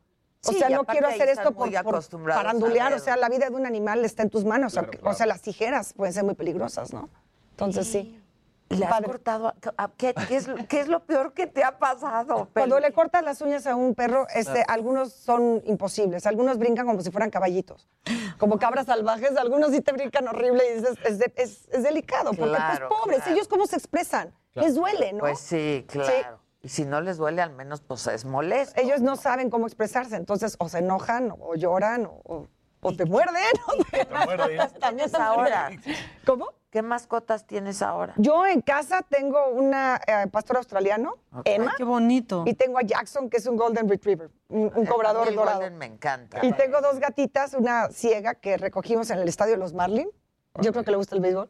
S20: O
S3: Sí,
S20: sea,
S3: y
S20: no
S3: aparte
S20: quiero
S3: ahí
S20: hacer
S3: están
S20: esto
S3: muy
S20: por, por
S3: acostumbrados a
S20: farandulear. O
S3: verlo.
S20: sea, la vida de un animal está en tus manos. aunque- O sea, las tijeras pueden ser muy peligrosas, ¿no? Entonces, sí.
S3: ¿Y le has
S20: Padre.
S3: cortado? a- a- ¿qué, qué es, lo- qué es lo peor que te ha pasado?
S20: Cuando
S3: Peli?
S20: le cortas las uñas a un perro, este,
S3: Claro.
S20: algunos son imposibles, algunos brincan como si fueran caballitos, como cabras salvajes, algunos sí te brincan horrible y dices, es, de- es- es delicado, porque
S3: Claro,
S20: pues pobres,
S3: claro.
S20: ellos cómo se expresan, les duele, ¿no?
S3: Pues sí, claro. Y si no les duele, al menos pues es molesto.
S20: Ellos no saben cómo expresarse, entonces o se enojan o, o lloran o, o- o te muerden. o te-
S3: También
S20: muerden.
S3: ahora.
S20: ¿Cómo?
S3: ¿Qué mascotas tienes ahora?
S20: Yo en casa tengo una eh, pastor australiano,
S3: Ok.
S20: Emma.
S3: Ay, qué
S20: bonito. Y tengo a Jackson, que es un golden retriever, un, un cobrador
S3: El
S20: dorado.
S3: Golden me encanta.
S20: Y tengo dos gatitas, una ciega que recogimos en el estadio de los Marlin. Yo creo que le gusta el béisbol.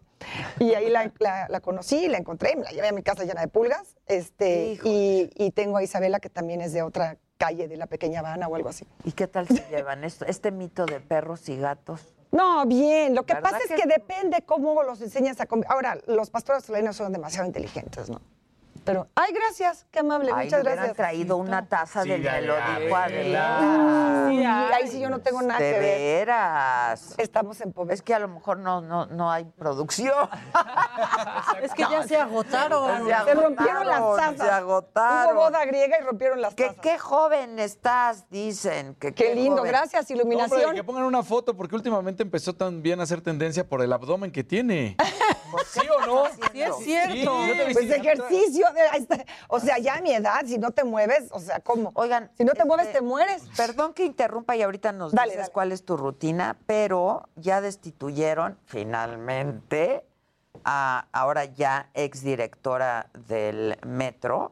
S20: Y ahí la, la- la conocí, la encontré, me la llevé a mi casa llena de pulgas. Este, y, y tengo a Isabela, que también es de otra calle, de la pequeña Habana o algo así.
S3: ¿Y qué tal se llevan esto? Este mito de perros y gatos.
S20: No, bien. Lo que
S3: ¿Verdad
S20: pasa es
S3: que
S20: que depende cómo los enseñas a comer. Ahora, los pastores australianos son demasiado inteligentes, ¿no? Pero, ay, gracias, qué amable,
S3: Ay,
S20: muchas
S3: le hubieran
S20: gracias.
S3: traído una taza
S20: Sí,
S3: del
S20: dale,
S3: melódico a
S20: Adela. Sí, ahí sí yo no tengo nada
S3: De
S20: que ver.
S3: veras.
S20: Estamos en pobreza.
S3: Es que a lo mejor no, no, no hay producción.
S8: Ah, Es que ya se agotaron.
S3: Se
S20: Se rompieron las
S3: agotaron,
S20: tazas.
S3: Se agotaron.
S20: Hubo boda griega y rompieron las
S3: Que
S20: tazas.
S3: qué joven estás, dicen. Que,
S20: Qué
S3: qué
S20: lindo,
S3: joven.
S20: gracias,
S13: No, hombre,
S20: iluminación.
S13: que pongan una foto porque últimamente empezó también a hacer tendencia por el abdomen que tiene.
S3: ¿Sí o no? Sí,
S13: es cierto. Sí, yo te vi
S20: pues
S13: sin
S20: ejercicio. de- ahí está. o sea, ya a mi edad, si no te mueves, o sea, ¿cómo?
S3: Oigan. este,
S20: Si no te mueves, te mueres.
S3: Perdón que interrumpa y ahorita nos
S20: Dale,
S3: dices
S20: dale.
S3: cuál es tu rutina, pero ya destituyeron finalmente a ahora ya exdirectora del metro.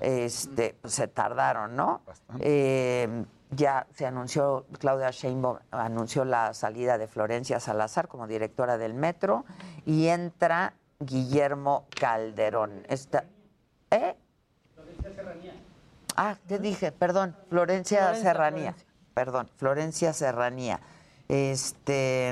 S3: Este, pues, se tardaron, ¿no? Eh, ya se anunció, Claudia Sheinbaum anunció la salida de Florencia Salazar como directora del metro y entra Guillermo Calderón. Esta, ¿Eh? Ah, te dije, perdón, Florencia
S1: Florencia,
S3: Serranía. Perdón, Florencia Serranía. Este,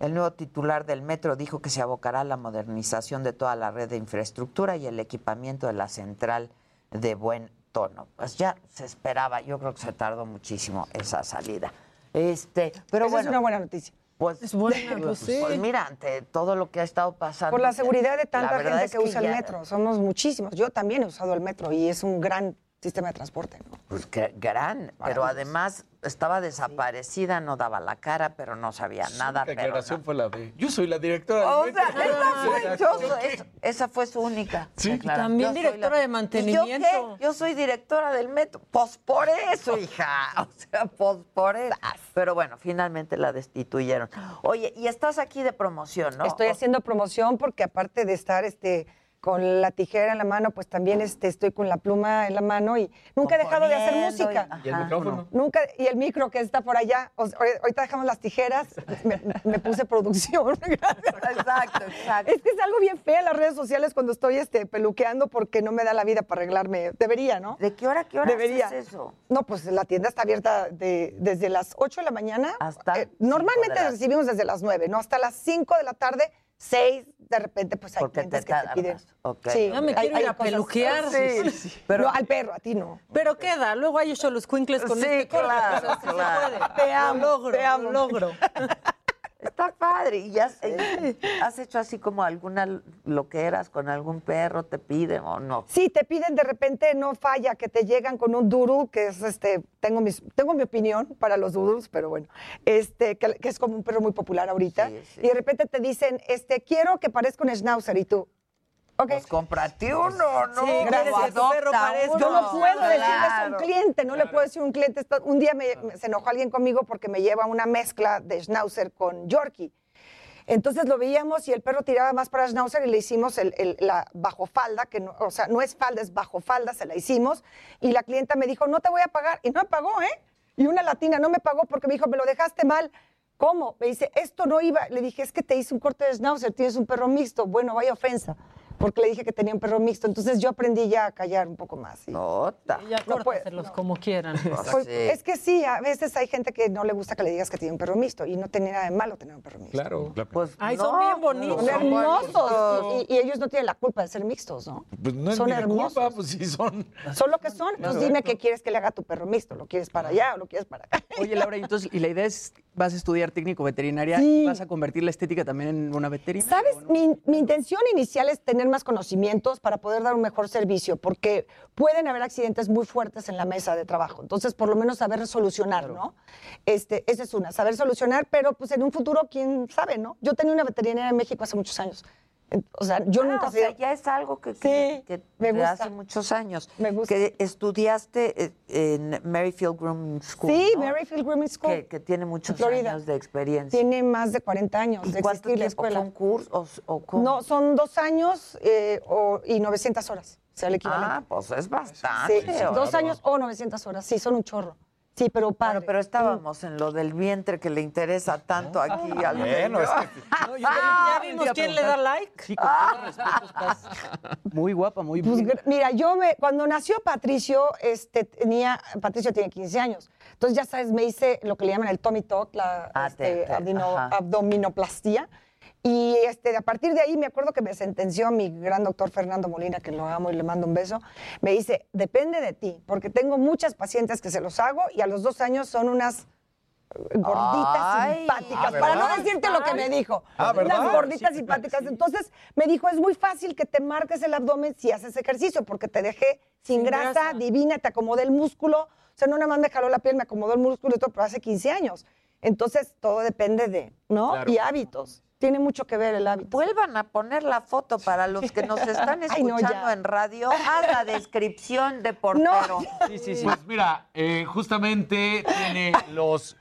S3: el nuevo titular del metro dijo que se abocará a la modernización de toda la red de infraestructura y el equipamiento de la central de buen tono. Pues ya se esperaba, yo creo que se tardó muchísimo esa salida. Este, pero
S20: Esa
S3: bueno,
S20: es una buena noticia.
S3: pues,
S20: Es buena, pues, sí.
S3: pues mira, ante todo lo que ha estado pasando.
S20: Por la seguridad de
S3: la
S20: tanta
S3: verdad
S20: gente
S3: es
S20: que, usa el
S3: ya-
S20: metro. Somos muchísimos. Yo también he usado el metro y es un gran sistema de transporte. ¿no?
S3: Pues que gran, pero además estaba desaparecida, no daba la cara, pero no sabía nada.
S13: La
S3: Pero
S13: declaración fue la de. Yo soy la directora.
S3: O
S13: del
S3: sea,
S13: metro".
S3: esa fue, yo soy- es- esa fue su única. declaración.
S8: También
S3: Yo soy
S8: directora de mantenimiento.
S3: ¿Y ¿Yo qué? Yo soy directora del metro. Pues por eso, hija. O sea, pues por eso. Pero bueno, finalmente la destituyeron. Oye, y estás aquí de promoción, ¿no?
S20: Estoy
S3: O-
S20: haciendo promoción porque aparte de estar este con la tijera en la mano, pues también este, estoy con la pluma en la mano y nunca he dejado de hacer
S3: Componiendo y-
S20: música.
S3: ¿Y el ajá. micrófono?
S20: Nunca, y el micro que está por allá. O sea, ahor- ahorita dejamos las tijeras, me, me puse producción.
S3: Exacto, exacto.
S20: Es que es algo bien feo en las redes sociales cuando estoy este, peluqueando porque no me da la vida para arreglarme. Debería, ¿no?
S3: ¿De qué hora, qué hora
S20: Debería.
S3: haces eso?
S20: No, pues la tienda está abierta de- desde las 8 de la mañana.
S3: Hasta.
S20: Eh, normalmente
S3: cinco de la-
S20: recibimos desde las 9, ¿no? Hasta las 5 de la tarde, 6, de repente, pues hay clientes que te piden.
S3: Ok.
S20: Sí,
S8: Ya me
S20: hay-
S8: quiero
S20: hay
S8: ir a
S20: cosas-
S8: peluquear.
S20: Sí, sí, sí. No, al perro, a ti no.
S8: Pero queda, luego hay hecho los cuincles con
S3: Sí,
S8: este corte,
S3: claro,
S8: o sea, sí se
S3: claro.
S8: puede.
S20: Te amo,
S8: Lo logro,
S20: te amo.
S8: lo logro.
S3: Está padre. ¿Y ya has hecho así como alguna lo que eras con algún perro? ¿Te piden o no?
S20: Sí, te piden de repente, no falla, que te llegan con un duru, que es este, tengo, mis, tengo mi opinión para los durus, pero bueno, este, que, que es como un perro muy popular ahorita. Y de repente te dicen, este, quiero que parezca un schnauzer, y tú, ok.
S3: Pues cómprate uno, ¿no?
S20: Sí, gracias.
S3: O adopta uno.
S20: Yo no puedo decirles a un
S3: Claro.
S20: cliente, no le puedo decir a un cliente. esto- Un día me- me- se enojó alguien conmigo porque me lleva una mezcla de schnauzer con Yorkie. Entonces lo veíamos y el perro tiraba más para Schnauzer y le hicimos el, el- la bajo falda, que no, o sea, no es falda, es bajo falda, se la hicimos. Y la clienta me dijo, no te voy a pagar. Y no me pagó, ¿eh? Y una latina no me pagó porque me dijo, me lo dejaste mal. ¿Cómo? Me dice, esto no iba. Le dije, es que te hice un corte de schnauzer, tienes un perro mixto. Bueno, vaya ofensa, porque le dije que tenía un perro mixto. Entonces yo aprendí ya a callar un poco más. y-
S8: Ya córtaselos como quieran.
S20: Pues, Es que sí, a veces hay gente que no le gusta que le digas que tiene un perro mixto y no tiene nada de malo tener un perro mixto.
S13: Claro.
S8: Ay, son bien bonitos.
S20: Pues, Son hermosos y, y ellos no tienen la culpa de ser mixtos, ¿no?
S13: Pues no es
S20: son
S13: mi
S20: hermosos.
S13: culpa, pues sí son.
S20: Son lo que son. Pues dime qué quieres que le haga a tu perro mixto. ¿Lo quieres para allá o lo quieres para acá?
S15: Oye, Laura, y entonces, y la idea es, vas a estudiar técnico veterinaria y vas a convertir la estética también en una veterinaria.
S20: ¿Sabes? Mi, mi intención inicial es tener más conocimientos para poder dar un mejor servicio, porque pueden haber accidentes muy fuertes en la mesa de trabajo. Entonces, por lo menos saber solucionar, ¿no? Este, esa es una, saber solucionar, pero pues en un futuro, quién sabe, ¿no? Yo tenía una veterinaria en México hace muchos años. En- O sea, yo
S3: Ah,
S20: nunca
S3: o sea,
S20: ya
S3: es algo que,
S20: que
S3: de
S20: me gusta.
S3: hace muchos años. Que estudiaste eh, en Maryfield Groom School.
S20: Sí,
S3: ¿no?
S20: Maryfield Grooming School.
S3: Que, que tiene muchos
S20: Florida.
S3: años de experiencia.
S20: Tiene más de 40 años de
S3: ¿Cuánto
S20: existir la
S3: tiempo fue
S20: escuela.
S3: un curso o, o cómo?
S20: No, son dos años eh, o- y 900 horas. O sea, el equivalente.
S3: Ah, pues es bastante.
S20: Sí, dos años o 900 horas. Sí, son un chorro. Sí, pero padre. Mm.
S3: pero estábamos en lo del vientre que le interesa tanto aquí al
S20: Pues Ah, Bueno,
S3: señor.
S20: es
S8: ya vimos quién le da like. pues,
S15: Muy guapa, muy
S20: Pues, gr- mira, yo me, cuando nació Patricio, este, tenía, Patricio tiene 15 años. Entonces, ya sabes, me hice lo que le llaman el tummy tuck, la
S3: Ah, te-
S20: este,
S3: te-
S20: abdino-
S3: ajá.
S20: abdominoplastía. Y este, a partir de ahí me acuerdo que me sentenció mi gran doctor Fernando Molina, que lo amo y le mando un beso. Me dice, depende de ti, porque tengo muchas pacientes que se los hago y a los dos años son unas gorditas
S3: Ay.
S20: simpáticas.
S3: Ah,
S20: para no
S3: ¿verdad?
S20: decirte lo que me dijo.
S3: Ah, ¿verdad?
S20: Unas gorditas simpáticas. Entonces me dijo, es muy fácil que te marques el abdomen si haces ejercicio, porque te dejé sin,
S8: Sin
S20: grasa,
S8: grasa.
S20: divina, te acomodé el músculo. O sea, no nada más me jaló la piel, me acomodó el músculo y todo, pero hace 15 años. Entonces todo depende de, ¿no?
S3: Claro.
S20: Y hábitos. Tiene mucho que ver el hábito.
S3: Vuelvan a poner la foto para los que nos están
S20: Ay, no,
S3: escuchando
S20: ya.
S3: en radio. Haz la descripción de portero.
S13: Sí, sí, sí. Pues mira, eh, justamente tiene los,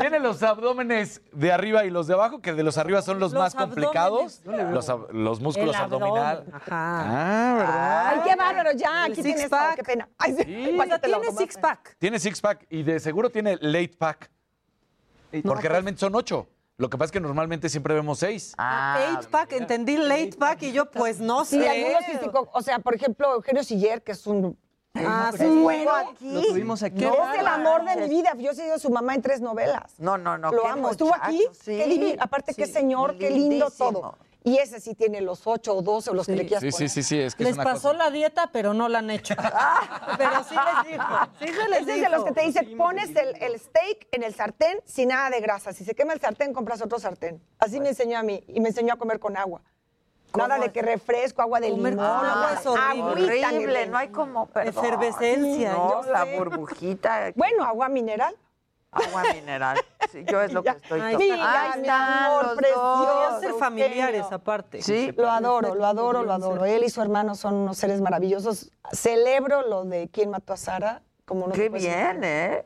S13: tiene los abdómenes de arriba y los de abajo, que de los arriba son los,
S8: Los
S13: más complicados.
S8: abdómenes. Yo le
S13: Los, ab- los músculos
S8: El abdomen.
S13: abdominales.
S8: Ajá.
S13: Ah, ¿verdad?
S20: Ay, qué bárbaro, ya,
S8: El
S20: aquí
S8: six
S20: tienes todo,
S8: pack.
S20: qué pena. Ay, sí,
S8: Sí.
S20: pásatelo,
S8: Tiene
S20: nomás.
S8: six pack.
S13: Tiene six pack y de seguro tiene late pack.
S8: pues
S13: Porque realmente son ocho. Lo que pasa es que normalmente siempre vemos seis.
S8: Eight pack, entendí late pack y yo pues no
S20: Sí,
S8: sé.
S20: algunos sí, sí, co- o sea, por ejemplo, Eugenio Siller, que es un...
S8: Ah,
S20: es
S8: sí.
S20: bueno
S8: Lo
S20: aquí.
S8: tuvimos aquí.
S20: No, es el
S8: Qué
S20: amor de mi
S8: manches.
S20: vida. Yo he sido su mamá en tres novelas.
S3: No, no, no.
S20: Lo
S3: qué
S20: amo. Estuvo aquí.
S3: muchacho, sí.
S20: qué divino. Aparte, qué
S3: Sí,
S20: señor, qué lindo
S3: lindísimo.
S20: todo. Y ese sí tiene los ocho o doce o los que le quieras
S13: Sí, sí,
S20: poner.
S13: sí, sí, es que es
S8: Les
S13: una
S8: pasó la dieta, pero no la han hecho. pero sí les dijo. Sí se
S20: Ah. Ese
S8: les
S20: es de los
S8: dijo.
S20: que te dicen, pones el, el steak en el sartén sin nada de grasa. Si se quema el sartén, compras otro sartén. Así me enseñó a mí. Y me enseñó a comer con agua. Nada de que refresco, agua de
S8: Comer
S20: limón.
S8: con agua es horrible.
S20: agüita, mi
S3: Horrible,
S20: reina.
S3: no hay como perdón.
S8: Efervescencia,
S3: No,
S8: yo
S3: la
S8: sé.
S3: burbujita,
S20: Bueno, agua mineral.
S3: agua mineral. Sí, yo es lo que estoy
S8: Ay,
S3: tomando.
S20: Mira,
S3: Ahí
S20: mi
S3: están
S20: amor,
S3: los
S20: precioso.
S3: dos.
S8: Podrían ser familiares aparte.
S3: Sí.
S20: Lo adoro, lo adoro, lo adoro.
S8: ser.
S20: Él y su hermano son unos seres maravillosos. Celebro lo de quién mató a Sara. Como no te
S3: Qué
S20: puedes imaginar.
S3: bien, ¿eh?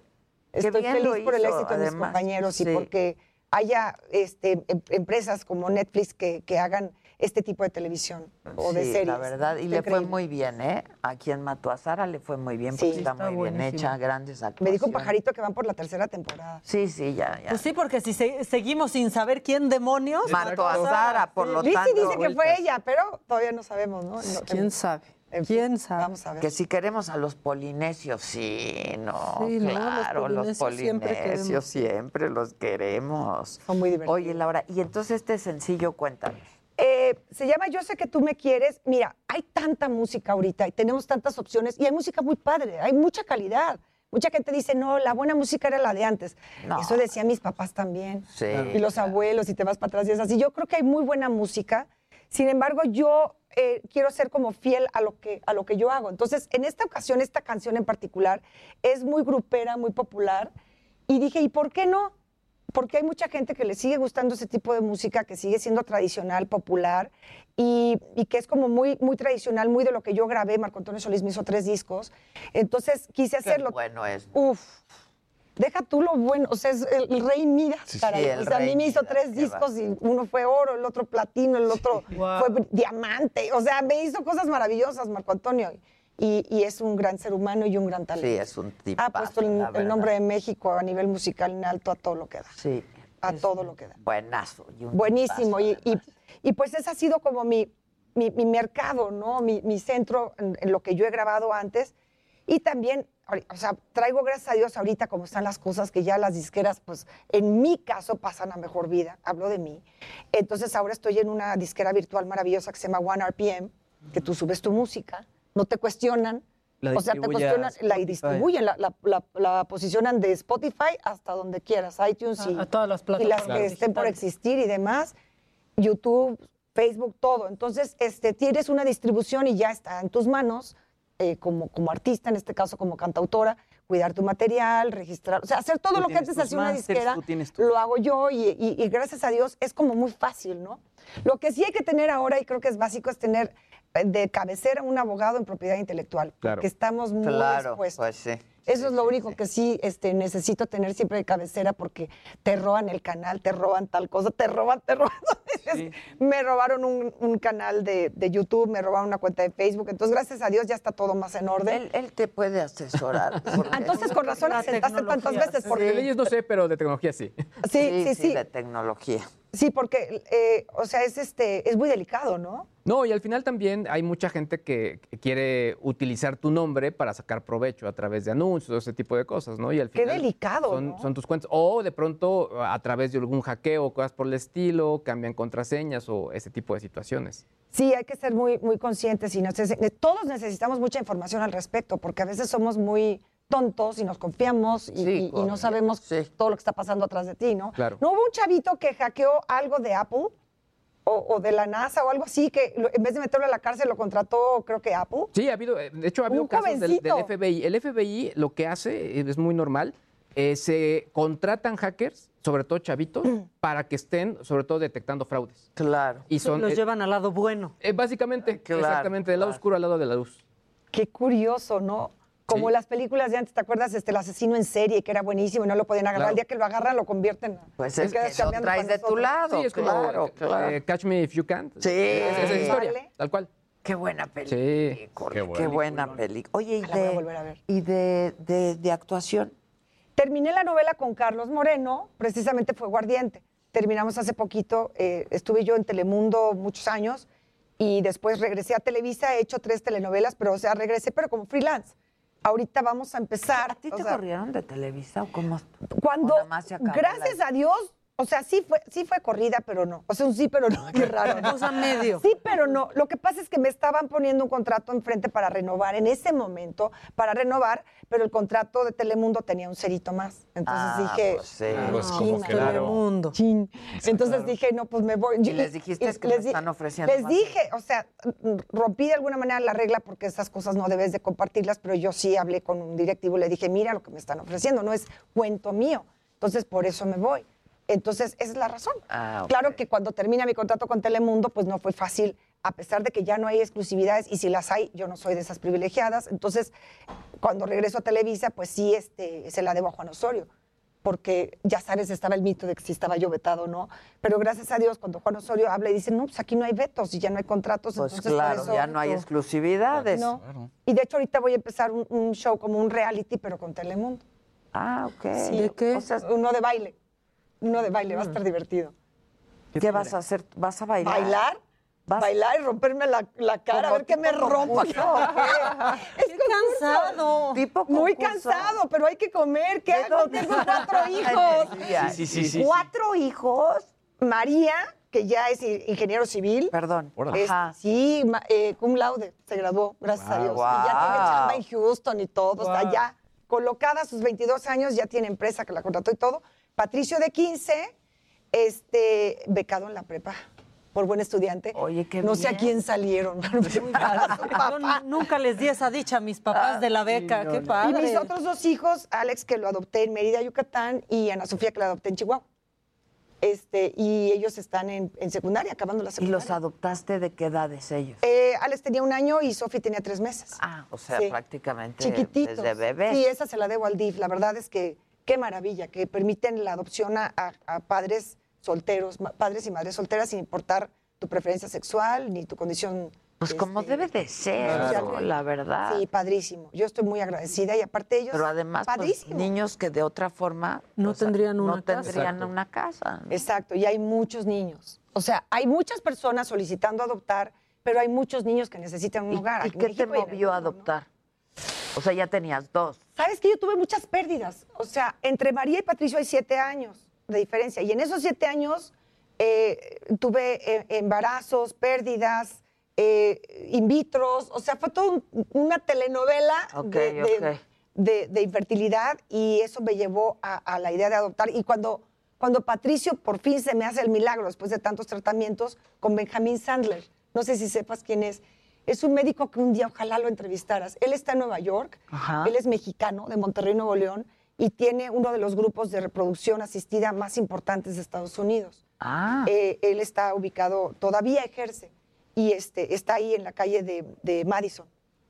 S3: Qué
S20: Estoy
S3: bien
S20: feliz
S3: lo
S20: por el
S3: hizo,
S20: éxito de mis
S3: además.
S20: compañeros
S3: Sí.
S20: y porque haya este, em- empresas como Netflix que, que hagan este tipo de televisión o de
S3: Sí,
S20: series.
S3: La verdad,
S20: Está
S3: y le
S20: increíble.
S3: fue muy bien, ¿eh? A quien mató a Sara le fue muy bien,
S20: Sí.
S3: porque está,
S20: Está
S3: muy bien
S20: buenísimo.
S3: hecha, grandes
S20: Me
S3: actuaciones.
S20: dijo Pajarito que van por la tercera temporada.
S3: Sí, sí, ya, ya.
S8: Pues sí, porque si se- seguimos sin saber quién demonios
S3: Mató a Sara, por lo
S20: Lizzy
S3: tanto.
S20: dice que fue ella, pero todavía no sabemos, ¿no? No,
S8: Pues, ¿Quién
S20: en-
S8: sabe?
S20: en fin,
S8: ¿Quién sabe?
S20: Vamos a ver.
S3: Que si queremos a los polinesios, sí, no,
S8: Sí, no, los
S3: claro, los polinesios,
S8: polinesios siempre queremos.
S3: siempre los queremos.
S20: Son muy divertidos.
S3: Oye, Laura, y entonces este sencillo, cuéntanos.
S20: Eh, se llama Yo sé que tú me quieres. Mira, hay tanta música ahorita y tenemos tantas opciones y hay música muy padre, hay mucha calidad. Mucha gente dice, no, la buena música era la de antes.
S3: No.
S20: Eso decían mis papás también.
S3: Sí.
S20: Y los abuelos, y te vas para atrás y es así. Yo creo que hay muy buena música. Sin embargo, yo eh, quiero ser como fiel a lo, que, a lo que yo hago. Entonces, en esta ocasión, esta canción en particular es muy grupera, muy popular. Y dije, ¿y por qué no? porque hay mucha gente que le sigue gustando ese tipo de música que sigue siendo tradicional, popular y, y que es como muy, muy tradicional, muy de lo que yo grabé. Marco Antonio Solís me hizo tres discos. Entonces quise
S3: Qué
S20: hacerlo.
S3: bueno es.
S20: Uf. Deja tú lo bueno, o sea, es el rey Midas.
S3: Sí, sí.
S20: caray.
S3: Sí, el
S20: o sea, a
S3: rey
S20: mí me hizo tres
S3: qué
S20: discos y uno fue oro, el otro platino, el otro fue br- diamante. O sea, me hizo cosas maravillosas, Marco Antonio. Y, y es un gran ser humano y un gran talento.
S3: Sí, es un tipo.
S20: ha puesto el, el nombre de México a nivel musical en alto a todo lo que da.
S3: Sí.
S20: A todo lo que da.
S3: Buenazo. y un
S20: Buenísimo. Y, y- y, pues ese ha sido como mi, mi, mi mercado, ¿no? Mi, mi centro en, en lo que yo he grabado antes. Y también, ahori- o sea, traigo gracias a Dios ahorita como están las cosas que ya las disqueras, pues en mi caso pasan a mejor vida. Hablo de mí. Entonces ahora estoy en una disquera virtual maravillosa que se llama One RPM, que tú subes tu música, no te cuestionan.
S15: La
S20: o sea, te
S15: distribuye a
S20: cuestionan, la
S15: Spotify.
S20: distribuyen, la, la- la- la posicionan de Spotify hasta donde quieras, iTunes y,
S8: A- a todas las
S20: y las que
S8: plataformas
S20: estén por existir y demás. YouTube, Facebook, todo. Entonces, este, tienes una distribución y ya está en tus manos, eh, como, como artista, en este caso como cantautora, cuidar tu material, registrar, o sea, hacer todo
S15: Tú
S20: lo que
S15: tienes
S20: antes
S15: tus
S20: hacía una
S15: masters,
S20: disquera,
S15: tú tienes
S20: lo hago yo y, y- y gracias a Dios es como muy fácil, ¿no? Lo que sí hay que tener ahora, y creo que es básico, es tener eh, de cabecera un abogado en propiedad intelectual,
S3: Claro.
S20: que estamos muy
S3: Claro,
S20: expuestos.
S3: pues sí.
S20: Eso es lo único que sí este, necesito tener siempre de cabecera porque te roban el canal, te roban tal cosa, te roban, te roban. me robaron un, un canal de, de YouTube, me robaron una cuenta de Facebook. Entonces, gracias a Dios ya está todo más en orden. Ah,
S3: Él, él te puede asesorar. porque-
S20: Entonces, con razón aceptaste tantas veces.
S14: De
S20: Porque,
S14: leyes no sé, pero de tecnología sí.
S20: sí, sí, sí.
S3: de tecnología.
S20: Sí, porque, eh, o sea, es, este, es muy delicado, ¿no?
S14: No, y al final también hay mucha gente que quiere utilizar tu nombre para sacar provecho a través de anuncios, ese tipo de cosas, ¿no? Y al
S20: Qué
S14: final
S20: delicado,
S14: Son, son tus cuentas. O de pronto a través de algún hackeo, cosas por el estilo, cambian contraseñas o ese tipo de situaciones.
S20: Sí, hay que ser muy, muy conscientes y neces- ne- todos necesitamos mucha información al respecto, porque a veces somos muy tontos y nos confiamos y, y- y no sabemos todo lo que está pasando atrás de ti, ¿no?
S14: Claro.
S20: ¿No hubo un chavito que hackeó algo de Apple o, o de la NASA o algo así, que lo- en vez de meterlo a la cárcel lo contrató, creo que Apple?
S14: Sí, ha habido, eh, de hecho, ha habido
S20: Un
S14: casos del, del
S20: jovencito.
S14: FBI. El FBI lo que hace, eh, es muy normal, eh, se contratan hackers, sobre todo chavitos, para que estén, sobre todo, detectando fraudes.
S3: Claro.
S14: Y son,
S8: Los
S14: eh,
S8: llevan al lado bueno.
S13: Eh,
S14: básicamente,
S8: Claro,
S14: exactamente, del lado oscuro al lado de la luz.
S20: Qué curioso, ¿no? Como las películas de antes, ¿te acuerdas? Este, el asesino en serie, que era buenísimo y no lo podían agarrar.
S14: Claro.
S20: El día que lo agarran, lo convierten.
S3: Pues
S20: te
S3: es
S20: quedas
S3: que lo
S20: chambeando
S3: traes
S20: para
S3: de tu
S20: nosotros.
S3: lado.
S14: Sí, es como
S3: claro,
S14: eh,
S3: claro.
S14: eh, Catch Me If You Can.
S3: Sí.
S14: Esa es la historia,
S3: Vale.
S14: tal cual.
S3: Qué buena película.
S14: Sí.
S3: Qué, buena película. Oye, y de, y de, de- de actuación.
S20: Terminé la novela con Carlos Moreno, precisamente fue Guardiente. Terminamos hace poquito, eh, estuve yo en Telemundo muchos años y después regresé a Televisa, he hecho tres telenovelas, pero o sea, regresé pero como freelance. Ahorita vamos a empezar.
S3: ¿A ti
S20: o
S3: te
S20: sea,
S3: corrieron de Televisa o cómo?
S20: cuando,
S3: o nada más se acabó la-
S20: gracias a Dios, o sea, sí fue, sí fue corrida, pero no. O sea, un sí, pero no, qué raro. ¿no?
S8: Puso a medio.
S20: Sí, pero no. Lo que pasa es que me estaban poniendo un contrato enfrente para renovar, en ese momento, para renovar, pero el contrato de Telemundo tenía un cerito más. Entonces
S3: Ah,
S20: dije,
S3: pues sí.
S20: "Ah,
S3: Pues
S20: chin,
S3: como que
S20: madre".
S3: claro.
S20: Chin. Entonces dije, no, pues me voy.
S3: Y les dijiste, "Es que me
S20: di-
S3: están ofreciendo
S20: Les
S3: más".
S20: dije, o sea, rompí de alguna manera la regla porque esas cosas no debes de compartirlas, pero yo sí hablé con un directivo y le dije, mira lo que me están ofreciendo, no es cuento mío. Entonces, por eso me voy. Entonces, esa es la razón.
S3: Ah, ok.
S20: Claro que cuando termina mi contrato con Telemundo, pues no fue fácil, a pesar de que ya no hay exclusividades y si las hay, yo no soy de esas privilegiadas. Entonces, cuando regreso a Televisa, pues sí, este, se la debo a Juan Osorio, porque ya sabes, estaba el mito de que si estaba yo vetado o no. Pero gracias a Dios, cuando Juan Osorio habla y dice, no, pues aquí no hay vetos y ya no hay contratos.
S3: Pues
S20: entonces, por
S3: claro,
S20: eso-
S3: ya no hay exclusividades.
S20: No. Y de hecho, ahorita voy a empezar un, un show como un reality, pero con Telemundo.
S3: Ah, ok.
S20: Sí, o sea, uno de baile. Uno de baile, va a estar divertido.
S3: Mm. ¿Qué, vas a hacer? ¿Vas a bailar?
S20: ¿Bailar? Bailar y romperme la, la cara, a
S3: Como
S20: ver qué me
S3: tipo
S20: rompo.
S3: concurso,
S20: Es concurso.
S8: cansado.
S3: Tipo
S20: Muy
S3: concurso.
S20: cansado, pero hay que comer. ¿Qué
S3: ¿De
S20: hago?
S3: dónde
S20: Tengo
S3: saca
S20: cuatro
S3: energía?
S20: hijos.
S3: Sí, sí, sí, sí,
S20: Cuatro hijos. María, que ya es i- ingeniero civil.
S3: Perdón.
S20: Es-
S3: Ajá.
S20: sí, ma- eh, cum laude, se graduó, gracias a
S3: Wow.
S20: Dios. Y ya tiene
S3: Wow.
S20: chamba en Houston y todo. O sea,
S8: Wow.
S20: ya colocada a sus 22 años, ya tiene empresa que la contrató y todo. Patricio de 15, este, becado en la prepa por buen estudiante.
S3: Oye, qué
S20: No sé a
S3: bien. Pues
S20: quién salieron. a su papá.
S8: Yo n- nunca les di esa dicha a mis papás de la beca. Qué padre.
S20: Y mis otros dos hijos, Alex, que lo adopté en Mérida, Yucatán, y Ana Sofía, que la adopté en Chihuahua. Este, y ellos están en, en secundaria, acabando la
S3: ¿Y
S20: secundaria.
S3: los adoptaste de qué edades ellos?
S20: Eh, Alex tenía un año y Sofi tenía tres meses.
S3: Ah, o sea,
S20: Sí.
S3: prácticamente
S20: Chiquititos.
S3: desde bebé.
S20: Sí, esa se la debo al DIF. La verdad es que, qué maravilla, que permiten la adopción a, a- a padres solteros, ma- padres y madres solteras sin importar tu preferencia sexual ni tu condición. este,
S3: Pues como debe de ser,
S20: Claro.
S3: ¿no? la verdad.
S20: Sí, padrísimo. Yo estoy muy agradecida y aparte ellos.
S3: Pero además, pues,
S20: padrísimo.
S3: niños que de otra forma no
S20: tendrían
S3: no tendrían una casa. ¿no?
S20: Exacto, y hay muchos niños. O sea, hay muchas personas solicitando adoptar, pero hay muchos niños que necesitan un hogar.
S3: ¿Y
S20: Aquí en
S3: qué te
S20: México y en el
S3: movió a adoptar? O sea, ya tenías dos.
S20: Sabes que yo tuve muchas pérdidas. O sea, entre María y Patricio hay siete años de diferencia. Y en esos siete años eh, tuve eh, embarazos, pérdidas, eh, in vitros. O sea, fue toda una telenovela
S3: Ok,
S20: de, de-
S3: ok.
S20: de- de infertilidad y eso me llevó a, a la idea de adoptar. Y cuando, cuando Patricio por fin se me hace el milagro después de tantos tratamientos con Benjamín Sandler, no sé si sepas quién es. Es un médico que un día ojalá lo entrevistaras. Él está en Nueva York,
S3: Ajá.
S20: él es mexicano, de Monterrey, Nuevo León, y tiene uno de los grupos de reproducción asistida más importantes de Estados Unidos.
S3: Ah.
S20: Eh, él está ubicado, todavía ejerce, y este, está ahí en la calle de, de Madison.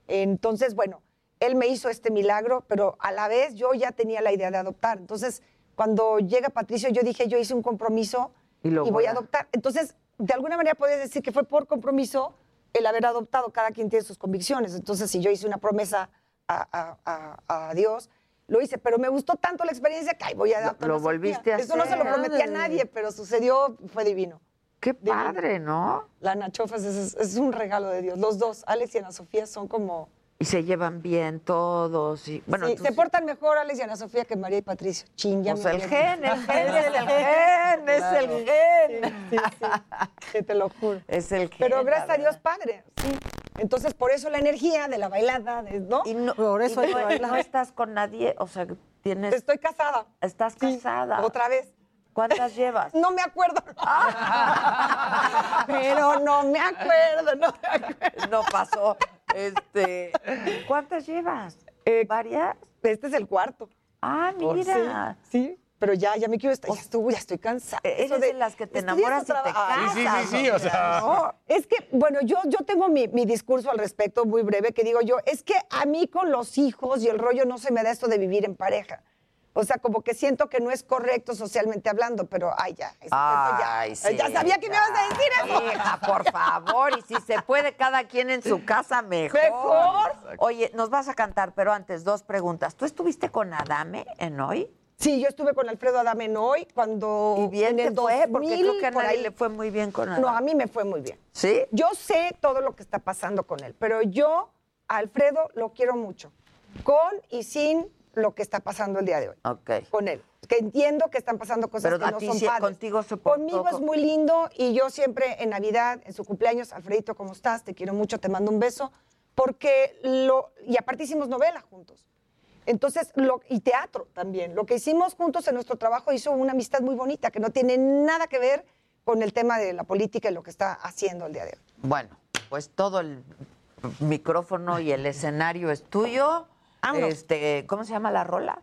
S20: Entonces, bueno, él me hizo este milagro, pero a la vez yo ya tenía la idea de adoptar. Entonces, cuando llega Patricio, yo dije, yo hice un compromiso
S3: Y
S20: y,
S3: lo voy
S20: voy
S3: a-
S20: a adoptar. Entonces, de alguna manera puedes decir que fue por compromiso el haber adoptado, cada quien tiene sus convicciones. Entonces, si yo hice una promesa a, a- a- a Dios, lo hice, pero me gustó tanto la experiencia que ay, voy a adoptar.
S3: lo
S20: a Sofía.
S3: volviste a
S20: Eso no se lo
S3: hacer.
S20: prometí a nadie, pero sucedió, fue divino.
S3: Qué padre, ¿no?
S20: La Nachofas es, es- es un regalo de Dios. Los dos, Alex y Ana Sofía, son como...
S3: Y se llevan bien todos. Y, bueno,
S20: sí,
S3: tú
S20: se
S3: sí.
S20: portan mejor Alex y Ana Sofía que María y Patricio. Chin, ya
S3: Pues
S20: me
S3: el
S20: dio-
S3: gen, el gen, es el gen, es el gen.
S20: Sí, sí, sí, que te lo juro.
S3: Es el gen.
S20: Pero
S3: la
S20: gracias a
S3: verdad.
S20: Dios Padre, sí. Entonces, por eso la energía de la bailada, de- ¿no?
S3: Y no,
S20: por
S3: y no- no estás con nadie, o sea, tienes...
S20: Estoy casada.
S3: Estás casada.
S20: Otra vez.
S3: ¿Cuántas llevas? Ah.
S20: No me acuerdo. Pero no me acuerdo, no me acuerdo.
S3: No pasó. Este, ¿Cuántas llevas? ¿Varias?
S20: Eh, Este es el cuarto.
S3: Ah, mira.
S20: Sí, sí, pero ya, ya me quiero estar. Ya estuvo, ya estoy cansada.
S3: Eh,
S20: Eso
S3: eres de las que te
S20: estudias
S3: enamoras
S20: o
S3: y te
S20: trabajas.
S3: casas, Sí, sí, sí, sí, o o sea, sea.
S20: No, Es que, bueno, yo, yo tengo mi, mi discurso al respecto muy breve que digo yo, es que a mí con los hijos y el rollo no se me da esto de vivir en pareja. O sea, como que siento que no es correcto socialmente hablando, pero ay, ya. ese cuento ya. Eh,
S3: Ay, sí,
S20: ya sabía que me ibas a decir eso.
S3: Hija, por favor, y si se puede cada quien en su casa, mejor.
S20: Mejor.
S3: Oye, nos vas a cantar, pero antes, dos preguntas. ¿Tú estuviste con Adame en hoy?
S20: Sí, yo estuve con Alfredo Adame en hoy cuando
S3: Y bien
S20: en el
S3: te fue,
S20: 2000,
S3: porque creo que a
S20: por
S3: nadie
S20: ahí.
S3: le fue muy bien con Adame.
S20: No, a mí me fue muy bien.
S3: ¿Sí?
S20: Yo sé todo lo que está pasando con él, pero yo a Alfredo lo quiero mucho, con y sin lo que está pasando el día de hoy
S3: Ok.
S20: con él. Que entiendo que están pasando cosas
S3: Pero a
S20: que no
S3: ti
S20: son
S3: sí,
S20: padres.
S3: contigo se portó
S20: Conmigo es
S3: con-
S20: muy lindo y yo siempre en Navidad, en su cumpleaños, Alfredito, ¿cómo estás? Te quiero mucho, te mando un beso. Porque lo. Y aparte hicimos novela juntos. Entonces, lo, y teatro también. Lo que hicimos juntos en nuestro trabajo hizo una amistad muy bonita que no tiene nada que ver con el tema de la política y lo que está haciendo el día de hoy.
S3: Bueno, pues todo el micrófono y el escenario es tuyo.
S20: Vámonos.
S3: Este, ¿cómo se llama la rola?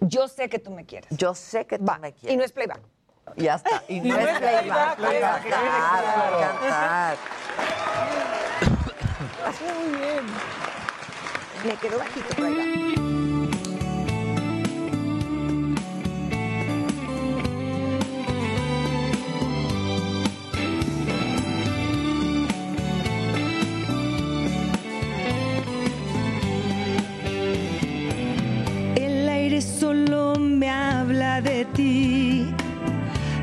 S20: Yo sé que tú me quieres.
S3: Yo sé que tú me quieres.
S20: Y no es playback.
S3: Ya está. Y no, es playback,
S20: playback,
S3: va a
S20: playback,
S3: cantar,
S20: claro.
S3: va a cantar.
S20: Muy bien. Me quedó bajito, pero ahí va.
S21: El aire solo me habla de ti,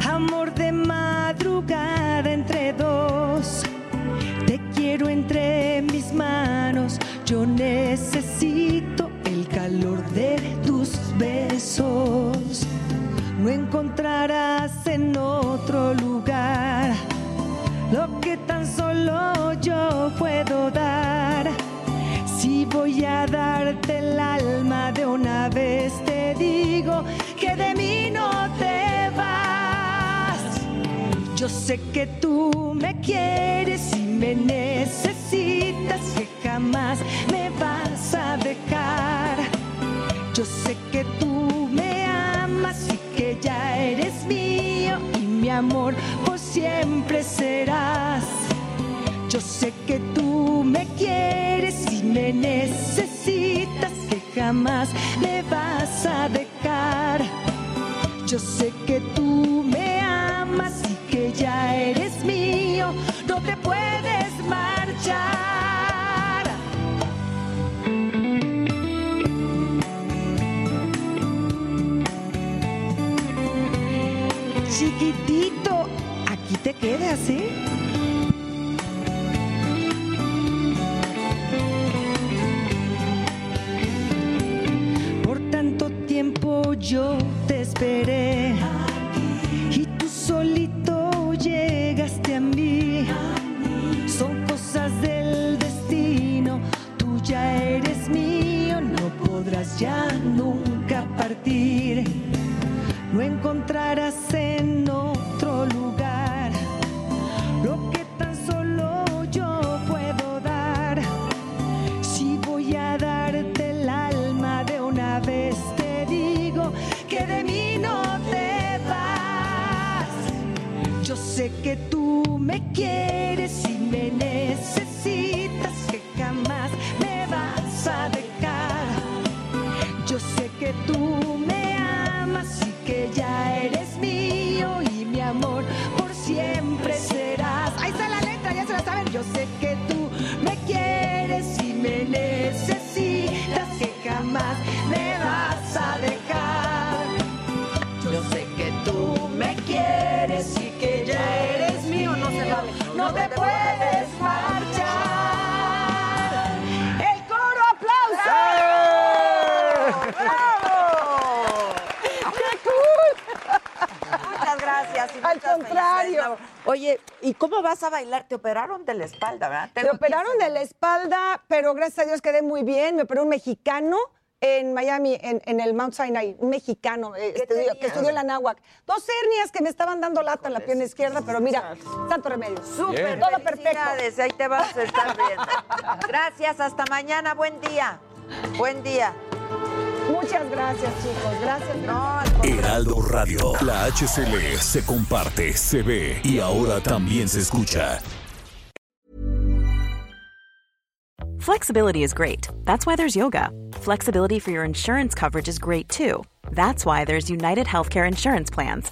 S21: amor de madrugada entre dos. Te quiero entre mis manos, yo necesito el calor de tus besos. No encontrarás en otro lugar lo que tan solo yo puedo dar. Si voy a darte el alma de una vez, te digo que de mí no te vas. Yo sé que tú me quieres y me necesitas, que jamás me vas a dejar. Yo sé que tú me amas y que ya eres mío y mi amor por siempre serás. Yo sé que tú me quieres y me necesitas, que jamás me vas a dejar. Yo sé que tú me amas y que ya eres mío, no te puedes marchar. Chiquitito, aquí te quedas, ¿eh? Por tanto tiempo yo te esperé y tú solito llegaste a mí. Son cosas del destino, tú ya eres mío, no podrás ya nunca partir. No encontrarás en otro lugar lo que tan solo yo puedo dar. Si voy a darte el alma de una vez, te digo que de mí no te vas. Yo sé que tú me quieres y me necesitas, que jamás me vas a dejar. Yo sé que tú me amas y que ya eres mío y mi amor por siempre serás. Ahí está la letra, ya se la saben. Yo sé que tú me quieres y me necesitas, que jamás me vas a dejar. Yo sé que tú me quieres y que ya eres mío, no se vale. No te puedes marchar. El coro aplauso.
S3: ¡Bravo! ¡Qué cool! Muchas gracias. y
S20: Al
S3: muchas
S20: contrario.
S3: felicidades, Laura. Oye, ¿y cómo vas a bailar? Te operaron de la espalda, ¿verdad?
S20: Me operaron de la espalda, pero gracias a Dios quedé muy bien. Me operó un mexicano en Miami, en, en el Mount Sinai, un mexicano eh, estudió- que estudió en la náhuac. Dos hernias que me estaban dando lata en la pierna izquierda, pero mira, santo remedio.
S3: Súper,
S20: Todo perfecto.
S3: felicidades, ahí te vas a estar viendo. Gracias, hasta mañana, buen día. Buen día.
S20: Muchas gracias, chicos. Gracias.
S12: Heraldo Radio. La HCL se comparte, se ve y ahora también se escucha.
S6: Flexibility is great. That's why there's yoga. Flexibility for your insurance coverage is great too. That's why there's United Healthcare Insurance Plans.